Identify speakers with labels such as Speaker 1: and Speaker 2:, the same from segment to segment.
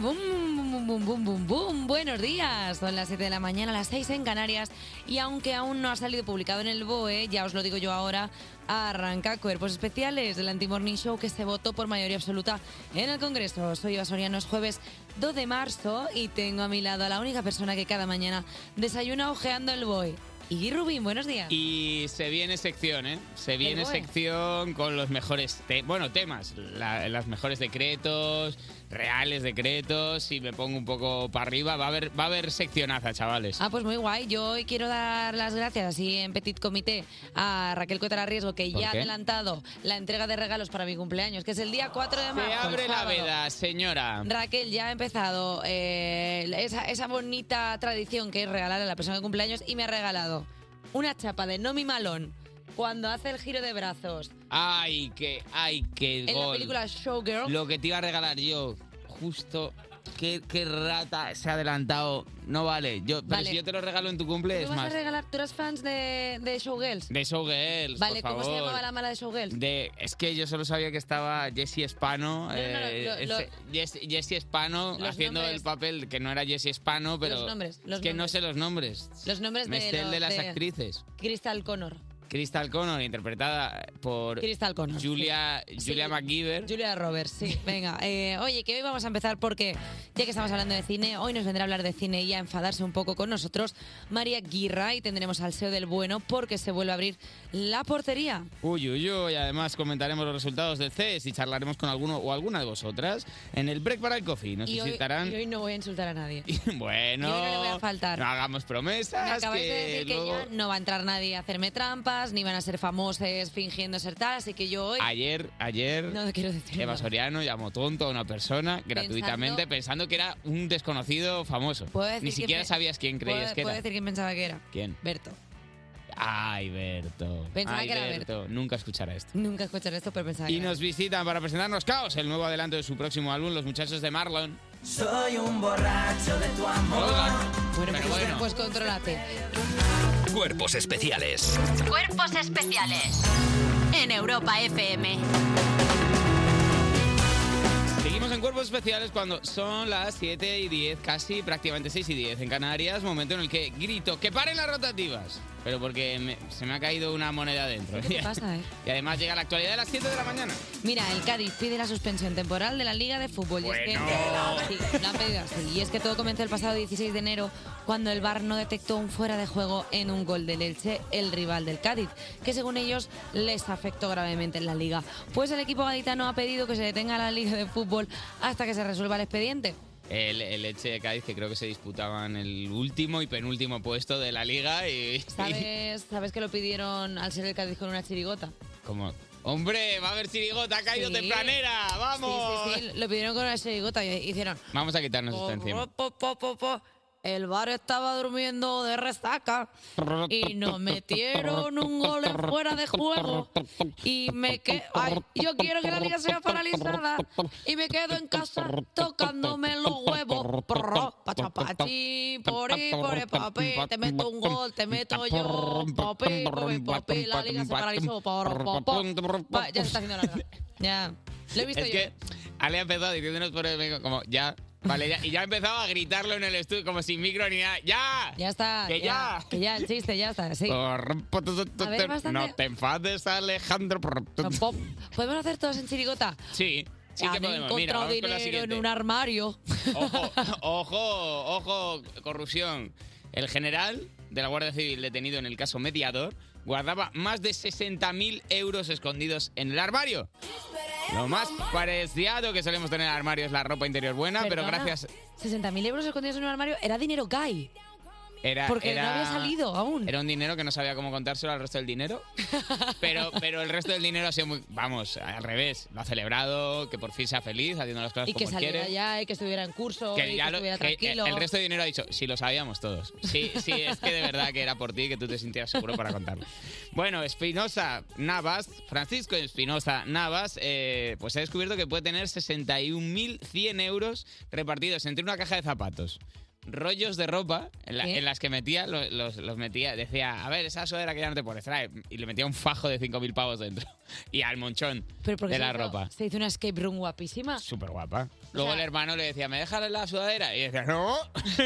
Speaker 1: Bum, bum, bum, bum, bum. Buenos días. Son las 7 de la mañana, las 6 en Canarias. Y aunque aún no ha salido publicado en el BOE, ya os lo digo yo ahora, arranca Cuerpos Especiales del Anti-Morning Show que se votó por mayoría absoluta en el Congreso. Soy Eva Soriano, es jueves 2 de marzo y tengo a mi lado a la única persona que cada mañana desayuna ojeando el BOE. Y Rubín, buenos días.
Speaker 2: Y se viene sección, ¿eh? Se viene
Speaker 1: bueno.
Speaker 2: sección con los mejores, te- bueno, temas, la- las mejores decretos, reales decretos, y me pongo un poco para arriba, va a haber, va a haber seccionaza, chavales.
Speaker 1: Ah, pues muy guay. Yo hoy quiero dar las gracias, así en petit comité, a Raquel Cotara Riesgo, que
Speaker 2: ¿Por
Speaker 1: ya ha
Speaker 2: qué?
Speaker 1: adelantado la entrega de regalos para mi cumpleaños, que es el día 4 de marzo.
Speaker 2: Se
Speaker 1: el
Speaker 2: abre la
Speaker 1: sábado.
Speaker 2: veda, señora.
Speaker 1: Raquel ya ha empezado eh, esa, esa bonita tradición que es regalar a la persona de cumpleaños y me ha regalado una chapa de Nomi Malón cuando hace el giro de brazos
Speaker 2: Ay, que, ay, que
Speaker 1: en la
Speaker 2: gol.
Speaker 1: película Showgirl.
Speaker 2: Lo que te iba a regalar yo, justo, qué, qué rata se ha adelantado, no vale. Yo, pero
Speaker 1: Vale.
Speaker 2: si yo te lo regalo en tu cumple,
Speaker 1: ¿Tú
Speaker 2: es
Speaker 1: vas a
Speaker 2: más.
Speaker 1: regalar? ¿Tú eras fans de, de Showgirls?
Speaker 2: De Showgirls,
Speaker 1: Vale,
Speaker 2: por
Speaker 1: ¿cómo
Speaker 2: favor.
Speaker 1: se llamaba la mala de Showgirls?
Speaker 2: De- es que yo solo sabía que estaba Jesse Spano.
Speaker 1: no, no,
Speaker 2: eh,
Speaker 1: lo-
Speaker 2: ese- Jesse, Jesse Spano
Speaker 1: Los
Speaker 2: haciendo
Speaker 1: nombres.
Speaker 2: el papel que no era Jesse Spano, pero.
Speaker 1: Los nombres, los
Speaker 2: es que
Speaker 1: nombres.
Speaker 2: no sé los nombres.
Speaker 1: Los nombres
Speaker 2: Me
Speaker 1: de,
Speaker 2: sé el
Speaker 1: los-
Speaker 2: de las
Speaker 1: de
Speaker 2: actrices.
Speaker 1: Crystal Connor.
Speaker 2: Crystal Connor, interpretada por
Speaker 1: Crystal Connor.
Speaker 2: Julia, Julia McGeever.
Speaker 1: Julia Roberts, sí, venga. Eh, oye, que hoy vamos a empezar porque, ya que estamos hablando de cine, hoy nos vendrá a hablar de cine y a enfadarse un poco con nosotros María Guirra y tendremos al SEO del Bueno porque se vuelve a abrir la portería.
Speaker 2: Uy, uy, uy. Además, comentaremos los resultados del CES y charlaremos con alguno o alguna de vosotras en el Break para el Coffee. Nos
Speaker 1: y, hoy,
Speaker 2: visitarán.
Speaker 1: y hoy no voy a insultar a nadie.
Speaker 2: bueno,
Speaker 1: y hoy no le voy a faltar.
Speaker 2: no hagamos
Speaker 1: Me
Speaker 2: promesas.
Speaker 1: acabáis de
Speaker 2: que
Speaker 1: decir que
Speaker 2: luego-
Speaker 1: ya no va a entrar nadie a hacerme trampas, ni van a ser famosos fingiendo ser tal, así que yo hoy...
Speaker 2: Ayer, ayer.
Speaker 1: No quiero decir
Speaker 2: Eva
Speaker 1: nada.
Speaker 2: Soriano llamó tonto a una persona gratuitamente pensando que era un desconocido famoso.
Speaker 1: Puedo decir
Speaker 2: Ni
Speaker 1: que
Speaker 2: siquiera
Speaker 1: pe-
Speaker 2: sabías quién
Speaker 1: ¿Puedo-
Speaker 2: creías que
Speaker 1: puedo
Speaker 2: era.
Speaker 1: decir quién pensaba que era?
Speaker 2: ¿Quién?
Speaker 1: Berto.
Speaker 2: Ay, Berto.
Speaker 1: Pensaba
Speaker 2: Ay,
Speaker 1: que era
Speaker 2: Nunca escuchará esto.
Speaker 1: Nunca escucharé esto, pero pensaba
Speaker 2: Y
Speaker 1: que era.
Speaker 2: nos visitan para presentarnos Caos, el nuevo adelanto de su próximo álbum, Los Muchachos de Marlon.
Speaker 3: Soy un borracho de tu amor.
Speaker 1: Bueno,
Speaker 2: Pero
Speaker 1: pues,
Speaker 2: bueno.
Speaker 1: pues contrólate.
Speaker 4: Cuerpos especiales.
Speaker 5: Cuerpos especiales en Europa FM.
Speaker 1: pues,
Speaker 2: Seguimos en Cuerpos Especiales cuando son las 7 y 10, casi prácticamente 6 y 10 en Canarias, momento en el que grito, ¡que paren las rotativas! Pero porque me- se me ha caído una moneda dentro.
Speaker 1: ¿Qué te pasa, eh?
Speaker 2: Y además llega la actualidad de las 7 de la mañana.
Speaker 1: Mira, el Cádiz pide la suspensión temporal de la Liga de Fútbol. Y es
Speaker 2: Bueno.
Speaker 1: que, Sí, la han pedido así. Y es que todo comenzó el pasado 16 de enero cuando el VAR no detectó un fuera de juego en un gol del Elche, el rival del Cádiz, que según ellos les afectó gravemente en la Liga. Pues el equipo gaditano ha pedido que se detenga la Liga de Fútbol hasta que se resuelva el expediente.
Speaker 2: El, el Elche de Cádiz, que creo que se disputaban el último y penúltimo puesto de la liga y... y-
Speaker 1: ¿Sabes, ¿Sabes que lo pidieron al ser el Cádiz con una chirigota?
Speaker 2: como, ¡Hombre, va a haber chirigota, ha caído
Speaker 1: Sí.
Speaker 2: tempranera! ¡Vamos!
Speaker 1: Sí, sí, sí, lo pidieron con una chirigota y hicieron...
Speaker 2: Vamos a quitarnos esto encima.
Speaker 1: Po, po, po, po, po. El bar estaba durmiendo de resaca y nos metieron un gol en fuera de juego. Y me que ay, yo quiero que la liga sea paralizada y me quedo en casa tocándome los huevos. Porro, pachapachi, pori, pori, papi, te meto un gol, te meto yo, papi, papi, papi, la liga se paralizó, porro, po, po. Va, Ya se está haciendo larga. Ya. Lo he visto
Speaker 2: Es
Speaker 1: yo.
Speaker 2: que Ale ha empezado diciéndonos por el micro, como, ya, vale, ya. Y ya ha empezado a gritarlo en el estudio, como sin micro ni nada. ¡Ya!
Speaker 1: Ya está.
Speaker 2: ¡Que ya! Ah.
Speaker 1: Que ya, el chiste, ya está. Sí. A ver, bastante-
Speaker 2: No te enfades, Alejandro.
Speaker 1: Pop. ¿Podemos hacer todos en chirigota?
Speaker 2: Sí, sí
Speaker 1: Han
Speaker 2: que podemos. Mira,
Speaker 1: encontrado
Speaker 2: vamos con la
Speaker 1: dinero en
Speaker 2: siguiente.
Speaker 1: un armario.
Speaker 2: Ojo, ojo, ojo, corrupción. El general de la Guardia Civil detenido en el caso Mediador guardaba más de 60.000 euros escondidos en el armario. Lo más parecido que solemos tener en el armario es la ropa interior buena, pero
Speaker 1: Perdona,
Speaker 2: gracias...
Speaker 1: 60.000 euros escondidos en un armario era dinero gay.
Speaker 2: Era,
Speaker 1: Porque no
Speaker 2: era-
Speaker 1: había salido aún.
Speaker 2: Era un dinero que no sabía cómo contárselo al resto del dinero. Pero, pero el resto del dinero ha sido muy... Vamos, al revés. Lo ha celebrado, que por fin sea feliz, haciendo las cosas
Speaker 1: Y que
Speaker 2: como él
Speaker 1: saliera
Speaker 2: quiere.
Speaker 1: ya, y que estuviera en curso, y
Speaker 2: que
Speaker 1: que
Speaker 2: ya lo-
Speaker 1: estuviera
Speaker 2: que el,
Speaker 1: tranquilo.
Speaker 2: el resto de dinero ha dicho, sí, lo sabíamos todos. Sí, sí, es que de verdad que era por ti, que tú te sintieras seguro para contarlo. Bueno, Espinosa Navas, Francisco Espinosa Navas, eh, pues ha descubierto que puede tener 61.100 euros repartidos entre una caja de zapatos, rollos de ropa en, la-
Speaker 1: ¿Qué?
Speaker 2: en las que metía, lo- los, los metía, decía, a ver, esa sudadera que ya no te pones, trae. Y le metía un fajo de 5.000 pavos dentro. Y al monchón
Speaker 1: Pero
Speaker 2: de
Speaker 1: porque se
Speaker 2: la
Speaker 1: hizo-
Speaker 2: ropa.
Speaker 1: Se hizo una escape room guapísima.
Speaker 2: Súper guapa. Luego el hermano le decía, ¿me dejas la sudadera? Y decía, no,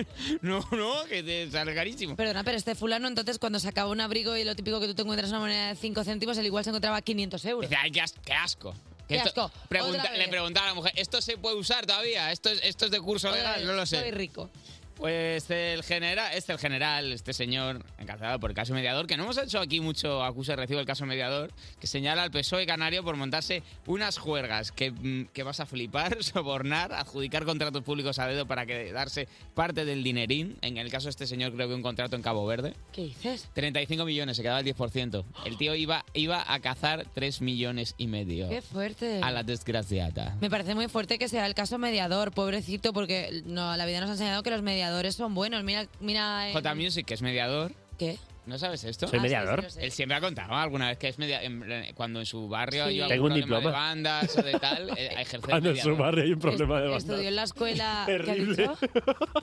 Speaker 2: no, no, que te sale carísimo.
Speaker 1: Perdona, pero este fulano, entonces, cuando se acaba un abrigo y lo típico que tú te encuentras una moneda de 5 céntimos, él igual se encontraba 500 euros.
Speaker 2: Dice, ay, qué, as- qué asco.
Speaker 1: Qué
Speaker 2: Esto-
Speaker 1: asco.
Speaker 2: pregunta-
Speaker 1: Otra vez.
Speaker 2: le preguntaba a la mujer, ¿esto se puede usar todavía? ¿Esto es, esto es de curso
Speaker 1: Otra
Speaker 2: legal?
Speaker 1: vez,
Speaker 2: No lo sé.
Speaker 1: soy rico.
Speaker 2: Pues el general, este el general, este señor encarcelado por el caso mediador, que no hemos hecho aquí mucho acuse recibo el caso mediador, que señala al PSOE E canario por montarse unas juergas que, mm, que vas a flipar, sobornar, adjudicar contratos públicos a dedo para quedarse parte del dinerín. En el caso de este señor creo que un contrato en Cabo Verde.
Speaker 1: ¿Qué dices?
Speaker 2: 35 millones, se quedaba el 10%. El tío iba, iba a cazar 3 millones y medio.
Speaker 1: Qué fuerte.
Speaker 2: A la desgraciada.
Speaker 1: Me parece muy fuerte que sea el caso mediador, pobrecito, porque no, la vida nos ha enseñado que los mediadores son buenos. Mira, mira. eh, en-
Speaker 2: J Music, que es mediador.
Speaker 1: ¿Qué?
Speaker 2: ¿No sabes esto?
Speaker 6: ¿Soy Ah, sí, mediador? sí, lo sé.
Speaker 2: Él siempre ha contado alguna vez que es mediador. Cuando en su barrio
Speaker 6: Sí.
Speaker 2: hay
Speaker 6: Tengo un
Speaker 2: problema
Speaker 6: diploma.
Speaker 2: de bandas o de tal, eh, ejerce de
Speaker 6: Cuando Ah, en su
Speaker 2: mediador.
Speaker 6: barrio hay un problema de
Speaker 1: Estudió en la escuela. Ah, ¿qué ha
Speaker 6: Terrible.
Speaker 1: dicho?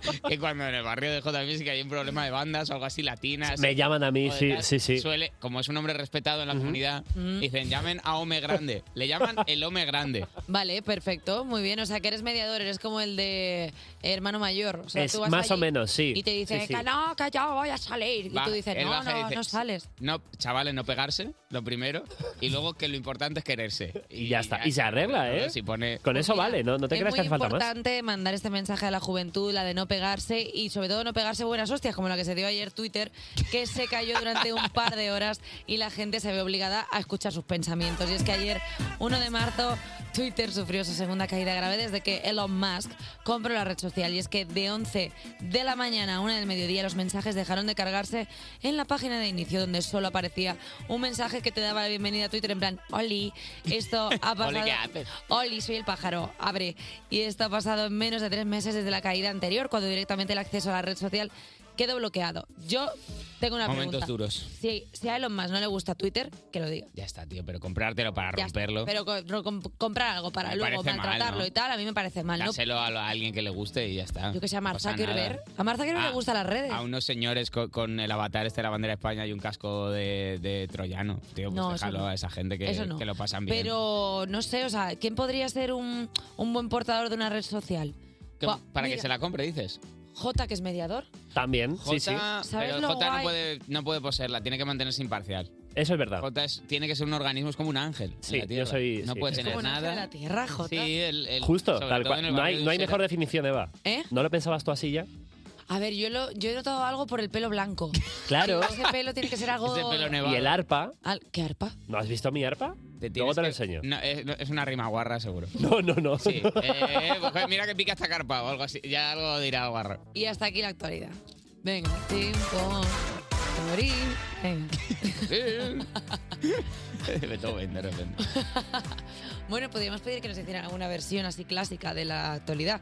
Speaker 2: Que cuando en el barrio de J Music hay un problema de bandas o algo así latinas.
Speaker 6: Me llaman a mí,
Speaker 2: o de
Speaker 6: sí,
Speaker 2: tal,
Speaker 6: sí, sí.
Speaker 2: Suele, como es un hombre respetado en la comunidad, dicen llamen a Home Grande. Le llaman el Home Grande.
Speaker 1: Vale, perfecto, muy bien. O sea, que eres mediador, eres como el de hermano mayor. O sea,
Speaker 6: Es
Speaker 1: tú vas
Speaker 6: más o
Speaker 1: allí
Speaker 6: menos, sí.
Speaker 1: Y te dicen,
Speaker 6: Sí, sí.
Speaker 1: que no, que yo voy a salir.
Speaker 2: Va,
Speaker 1: y tú dices,
Speaker 2: él
Speaker 1: no,
Speaker 2: baja y
Speaker 1: no,
Speaker 2: dice,
Speaker 1: no sales.
Speaker 2: No, chavales, no pegarse, lo primero. Y luego que lo importante es quererse. Y,
Speaker 6: ya está. Y se arregla, ¿eh?
Speaker 2: Si pone.
Speaker 6: Con eso vale, ¿no? No te
Speaker 1: es
Speaker 6: creas
Speaker 1: muy
Speaker 6: que hace falta más.
Speaker 1: importante mandar este mensaje a la juventud, la de no pegarse y sobre todo no pegarse buenas hostias, como la que se dio ayer Twitter, que se cayó durante un par de horas y la gente se ve obligada a escuchar sus pensamientos. Y es que ayer, 1 de marzo, Twitter sufrió su segunda caída grave desde que Elon Musk compró la red social. Y es que de 11 de la mañana a 1 del mediodía los mensajes dejaron de cargarse en la página de inicio, donde solo aparecía un mensaje que te daba la bienvenida a Twitter en plan, Oli, esto ha pasado...
Speaker 2: Oli, ¿qué haces?
Speaker 1: Oli, soy el pájaro, abre. Y esto ha pasado en menos de tres meses desde la caída anterior, cuando directamente el acceso a la red social quedó bloqueado. Yo tengo una
Speaker 2: Momentos
Speaker 1: pregunta.
Speaker 2: duros.
Speaker 1: Si, si a Elon Musk no le gusta Twitter, que lo diga.
Speaker 2: Ya está, tío, pero comprártelo para
Speaker 1: Ya está.
Speaker 2: romperlo.
Speaker 1: Pero co- ro- com- comprar algo para
Speaker 2: Me
Speaker 1: luego
Speaker 2: parece mal,
Speaker 1: maltratarlo
Speaker 2: ¿no?
Speaker 1: y tal, a mí me parece mal. ¿no?
Speaker 2: Dáselo a, lo- a alguien que le guste y ya está.
Speaker 1: Yo que sé, a
Speaker 2: No
Speaker 1: Mark
Speaker 2: pasa
Speaker 1: Zuckerberg.
Speaker 2: nada.
Speaker 1: A Mark Zuckerberg
Speaker 2: Ah,
Speaker 1: le gustan las redes.
Speaker 2: A unos señores co- con, el avatar este de la bandera de España y un casco de, de troyano. Tío, pues
Speaker 1: No, eso
Speaker 2: déjalo
Speaker 1: no.
Speaker 2: a esa gente que,
Speaker 1: Eso no.
Speaker 2: que lo pasan bien.
Speaker 1: Pero no sé, o sea, ¿quién podría ser un, un buen portador de una red social?
Speaker 2: Que-
Speaker 1: Buah,
Speaker 2: para que
Speaker 1: mira,
Speaker 2: se la compre, dices.
Speaker 1: Jota, que es mediador.
Speaker 6: También, sí, sí.
Speaker 2: Jota,
Speaker 1: ¿Sabes
Speaker 2: pero
Speaker 1: lo
Speaker 2: Jota no
Speaker 1: guay?
Speaker 2: puede, no puede poseerla, tiene que mantenerse imparcial.
Speaker 6: Eso es verdad.
Speaker 2: Jota es- tiene que ser un organismo, es como un ángel. en
Speaker 6: Sí,
Speaker 2: la tierra.
Speaker 6: yo soy-
Speaker 2: No
Speaker 6: sí.
Speaker 2: puede
Speaker 6: Es
Speaker 2: tener
Speaker 1: como un ángel
Speaker 2: nada.
Speaker 1: de la tierra, Jota.
Speaker 2: Sí, el- el-
Speaker 6: Justo,
Speaker 2: sobre
Speaker 6: tal
Speaker 2: todo en el
Speaker 6: cual. No
Speaker 2: barrio
Speaker 6: hay,
Speaker 2: de
Speaker 6: no hay mejor
Speaker 2: Usera.
Speaker 6: definición, Eva.
Speaker 1: ¿Eh?
Speaker 6: ¿No lo pensabas tú así ya?
Speaker 1: A ver, yo, lo, yo he notado algo por el pelo blanco.
Speaker 6: Claro.
Speaker 1: Ese pelo tiene que ser algo.
Speaker 2: Ese pelo nevado.
Speaker 6: y el arpa.
Speaker 1: Al- ¿Qué arpa?
Speaker 6: ¿No has visto mi arpa?
Speaker 2: Te
Speaker 6: Luego
Speaker 2: tienes
Speaker 6: te lo
Speaker 2: que-
Speaker 6: enseño.
Speaker 2: No, es, no, es una rima guarra, seguro.
Speaker 6: No, no, no.
Speaker 2: Sí. eh, pues, mira que pica esta carpa o algo así. Ya algo dirá guarra.
Speaker 1: Y hasta aquí la actualidad. Venga, tiempo. de Morir. Venga.
Speaker 2: Beethoven, de repente.
Speaker 1: Bueno, podríamos pedir que nos hicieran alguna versión así clásica de la actualidad.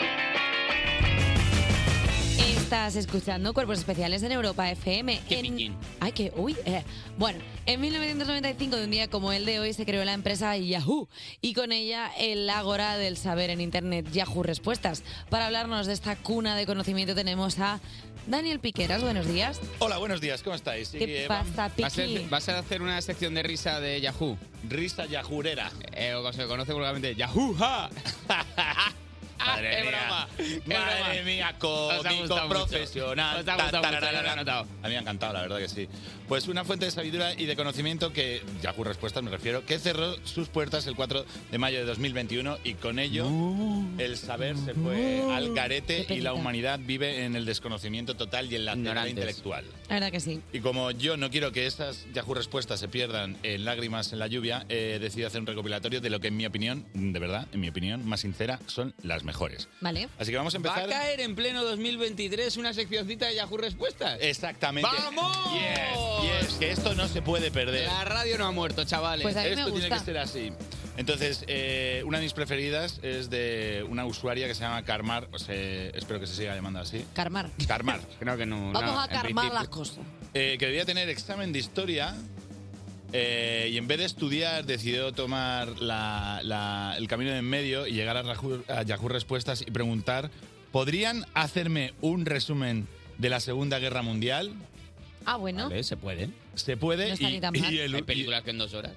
Speaker 1: Estás escuchando Cuerpos Especiales en Europa FM.
Speaker 2: Qué
Speaker 1: en-
Speaker 2: piquín.
Speaker 1: Ay, que, uy. eh. Bueno, en 1995, de un día como el de hoy, se creó la empresa Yahoo y con ella el Ágora del Saber en Internet, Yahoo Respuestas. Para hablarnos de esta cuna de conocimiento tenemos a Daniel Piqueras. Buenos días.
Speaker 7: Hola, buenos días, ¿cómo estáis?
Speaker 1: ¿Qué
Speaker 7: Sí, eh, Eva.
Speaker 1: pasa,
Speaker 2: ¿Vas a,
Speaker 1: Piqui?
Speaker 2: vas a hacer una sección de risa de Yahoo?
Speaker 7: Risa yajurera.
Speaker 2: Eh, o como se conoce vulgarmente, Yahoo! ¡Ja!
Speaker 7: Ah, Madre
Speaker 2: ¡Qué
Speaker 7: mía.
Speaker 2: Ah, broma! ¡Qué
Speaker 7: Madre
Speaker 2: broma!
Speaker 7: mía,
Speaker 2: Os ha
Speaker 7: cómico
Speaker 2: gustado mucho.
Speaker 7: profesional.
Speaker 2: Os ha gustado mucho,
Speaker 7: Tarararara.
Speaker 2: ya lo he notado.
Speaker 7: A mí me ha encantado, la verdad que sí. Pues una fuente de sabiduría y de conocimiento que, Yahoo Respuestas me refiero, que cerró sus puertas el 4 de mayo de 2021 y con ello
Speaker 2: Uh.
Speaker 7: el saber se fue al
Speaker 1: Qué
Speaker 7: carete y
Speaker 1: penita.
Speaker 7: la humanidad vive en el desconocimiento total y en la ceguera
Speaker 2: Ignorantes.
Speaker 7: intelectual.
Speaker 1: La verdad que sí.
Speaker 7: Y como yo no quiero que estas Yahoo respuestas se pierdan en lágrimas en la lluvia, he decidido hacer un recopilatorio de lo que en mi opinión, de verdad, en mi opinión más sincera, son las mejores.
Speaker 1: Vale.
Speaker 7: Así que vamos a
Speaker 2: ¿Va
Speaker 7: empezar.
Speaker 2: a caer en pleno 2023 una seccioncita de Yahoo Respuestas?
Speaker 7: Exactamente.
Speaker 2: ¡Vamos!
Speaker 7: Yes, yes, que esto no se puede perder.
Speaker 2: La radio no ha muerto, chavales.
Speaker 1: Pues a mí me
Speaker 7: Esto tiene
Speaker 1: gusta.
Speaker 7: que ser así. Entonces, eh, una de mis preferidas es de una usuaria que se llama Carmar, o sea, espero que se siga llamando así.
Speaker 1: Carmar.
Speaker 7: Carmar. Creo que no.
Speaker 1: Vamos a carmar las cosas.
Speaker 7: Eh, que debía tener examen de historia eh, y en vez de estudiar decidió tomar la- la- el camino de en medio y llegar a, Raju- a Yahoo Respuestas y preguntar, ¿podrían hacerme un resumen de la Segunda Guerra Mundial?
Speaker 1: Ah, bueno.
Speaker 7: Se puede. Se puede.
Speaker 1: No está
Speaker 7: y,
Speaker 1: ni tan mal.
Speaker 7: Hay películas que en dos horas.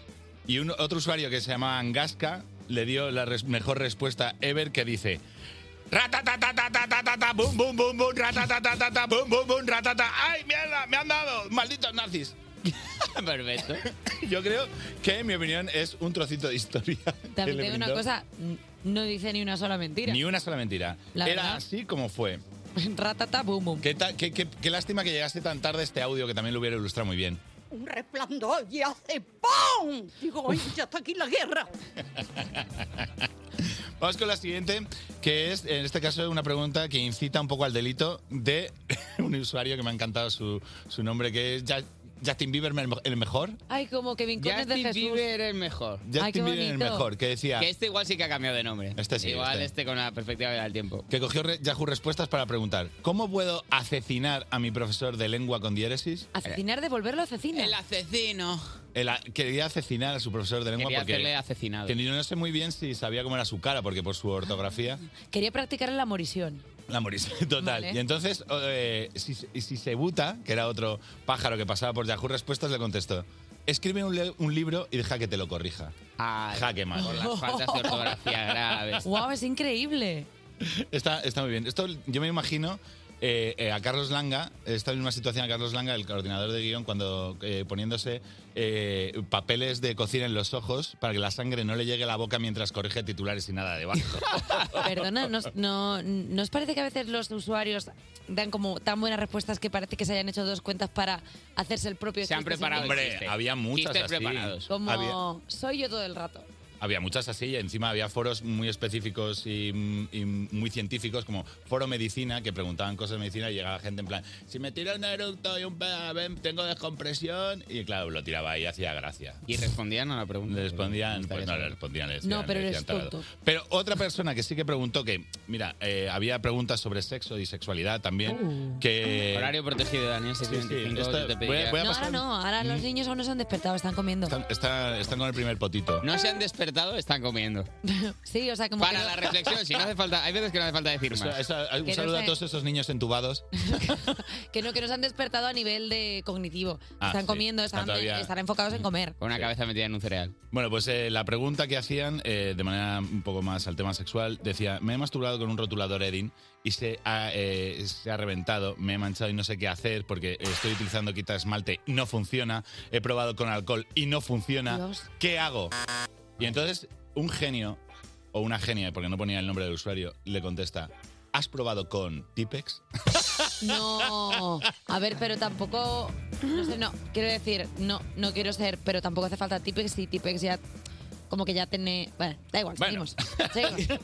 Speaker 7: Y un, otro usuario que se llamaba Angasca le dio la res- mejor respuesta ever que dice... Ratatatatatatatata, bum, bum, bum, bum, ratatatatata, bum, bum, bum, ratata. ¡Ay, mierda! ¡Me han dado! ¡Malditos nazis! Perfecto. Yo creo que, en mi opinión, es un trocito de historia. que
Speaker 1: También
Speaker 7: le
Speaker 1: te digo una
Speaker 7: brindó.
Speaker 1: cosa, n- no dice ni una sola mentira.
Speaker 7: Ni una sola mentira.
Speaker 1: La
Speaker 7: Era
Speaker 1: verdad.
Speaker 7: así como fue.
Speaker 1: Ratata, bum, bum.
Speaker 7: Qué, ta- qué- qué- qué lástima que llegase tan tarde este audio, que también lo hubiera ilustrado muy bien.
Speaker 8: Un resplandor y hace ¡pum! Digo, "Ay, ya está aquí la guerra.
Speaker 7: Vamos con la siguiente, que es, en este caso, una pregunta que incita un poco al delito de un usuario que me ha encantado su, su nombre, que es Ja- Justin Bieber, el me- el mejor.
Speaker 1: Ay, como que vincones de
Speaker 2: Justin
Speaker 1: Jesús.
Speaker 2: Bieber es mejor.
Speaker 7: Justin Bieber, el mejor, que decía...
Speaker 2: Que este igual sí que ha cambiado de nombre.
Speaker 7: Este sí,
Speaker 2: Igual
Speaker 7: este.
Speaker 2: este, con la perspectiva del tiempo.
Speaker 7: que cogió re- Yahoo Respuestas para preguntar, ¿cómo puedo asesinar a mi profesor de lengua con diéresis?
Speaker 1: Asesinar, devolverlo a asesina. El
Speaker 2: asesino.
Speaker 7: El a- quería asesinar a su profesor de lengua
Speaker 2: Quería
Speaker 7: porque...
Speaker 2: hacerle asesinado.
Speaker 7: Que no sé muy bien si sabía cómo era su cara, porque por su ortografía...
Speaker 1: Quería practicar la morición.
Speaker 7: La morís, total.
Speaker 1: Vale.
Speaker 7: Y entonces, eh, si, si se buta, que era otro pájaro que pasaba por Yahoo Respuestas, le contestó, escribe un, le- un libro y deja que te lo corrija.
Speaker 2: Ah,
Speaker 7: Jaque mate.
Speaker 2: Por las faltas de ortografía graves.
Speaker 1: Oh. Guau, es increíble.
Speaker 7: Está, está muy bien. Esto yo me imagino eh, eh, a Carlos Langa, esta misma situación a Carlos Langa, el coordinador de guión, cuando eh, poniéndose eh, papeles de cocina en los ojos para que la sangre no le llegue a la boca mientras corrige titulares y nada debajo.
Speaker 1: Perdona, ¿no, os- no, ¿no os parece que a veces los usuarios dan como tan buenas respuestas que parece que se hayan hecho dos cuentas para hacerse el propio chiste sin que-
Speaker 7: Hombre, había muchas
Speaker 2: Chistes
Speaker 7: así.
Speaker 2: preparados.
Speaker 1: Como
Speaker 7: Había-
Speaker 1: soy yo todo el rato.
Speaker 7: Había muchas así y encima había foros muy específicos y, y muy científicos, como Foro Medicina, que preguntaban cosas de medicina y llegaba gente en plan, si me tiro un eructo y un peda- ven, tengo descompresión. Y claro, lo tiraba ahí, hacía gracia.
Speaker 2: ¿Y respondían a la pregunta?
Speaker 7: Le respondían, pues no le respondían, le
Speaker 2: No,
Speaker 7: decían,
Speaker 2: pero
Speaker 7: le
Speaker 2: eres
Speaker 7: decían tarado.
Speaker 2: tonto.
Speaker 7: Pero otra persona que sí que preguntó que, mira, eh, había preguntas sobre sexo y sexualidad también,
Speaker 1: Uh.
Speaker 7: que...
Speaker 2: Horario protegido, Daniel,
Speaker 7: Sí, sí,
Speaker 2: 6:25,
Speaker 7: esta-
Speaker 2: yo
Speaker 7: voy
Speaker 2: te
Speaker 7: a-
Speaker 2: pediría-
Speaker 7: voy a
Speaker 1: No,
Speaker 7: pasar-
Speaker 1: ahora no, ahora los niños aún no se han despertado, están comiendo.
Speaker 7: está- están con el primer potito.
Speaker 2: No se han despertado, están comiendo.
Speaker 1: Sí, o sea, como
Speaker 2: Para
Speaker 1: que no-
Speaker 2: la reflexión, si no hace falta, hay veces que no hace falta decir
Speaker 7: O sea,
Speaker 2: más.
Speaker 7: esa-
Speaker 1: Que
Speaker 7: un
Speaker 1: no
Speaker 7: saludo a
Speaker 1: sé.
Speaker 7: todos esos niños entubados.
Speaker 1: que no, que no se han despertado a nivel de cognitivo.
Speaker 7: Ah,
Speaker 1: están
Speaker 7: sí.
Speaker 1: comiendo,
Speaker 7: Están
Speaker 1: están,
Speaker 7: todavía-
Speaker 1: están enfocados en comer.
Speaker 2: Con una cabeza metida en un cereal.
Speaker 7: Bueno, pues eh, la pregunta que hacían, eh, de manera un poco más al tema sexual, decía, me he masturbado con un rotulador Edin y se ha, eh, se ha reventado, me he manchado y no sé qué hacer porque estoy utilizando quita esmalte y no funciona, he probado con alcohol y no funciona,
Speaker 9: Dios.
Speaker 7: ¿qué hago? Y entonces un genio, o una genia, porque no ponía el nombre del usuario, le contesta, ¿has probado con Tipex?
Speaker 1: No, a ver, pero tampoco, no sé, no, quiero decir, no, no quiero ser, pero tampoco hace falta Tipex y Tipex ya, como que ya tiene, bueno, da igual,
Speaker 2: Bueno.
Speaker 1: seguimos, seguimos,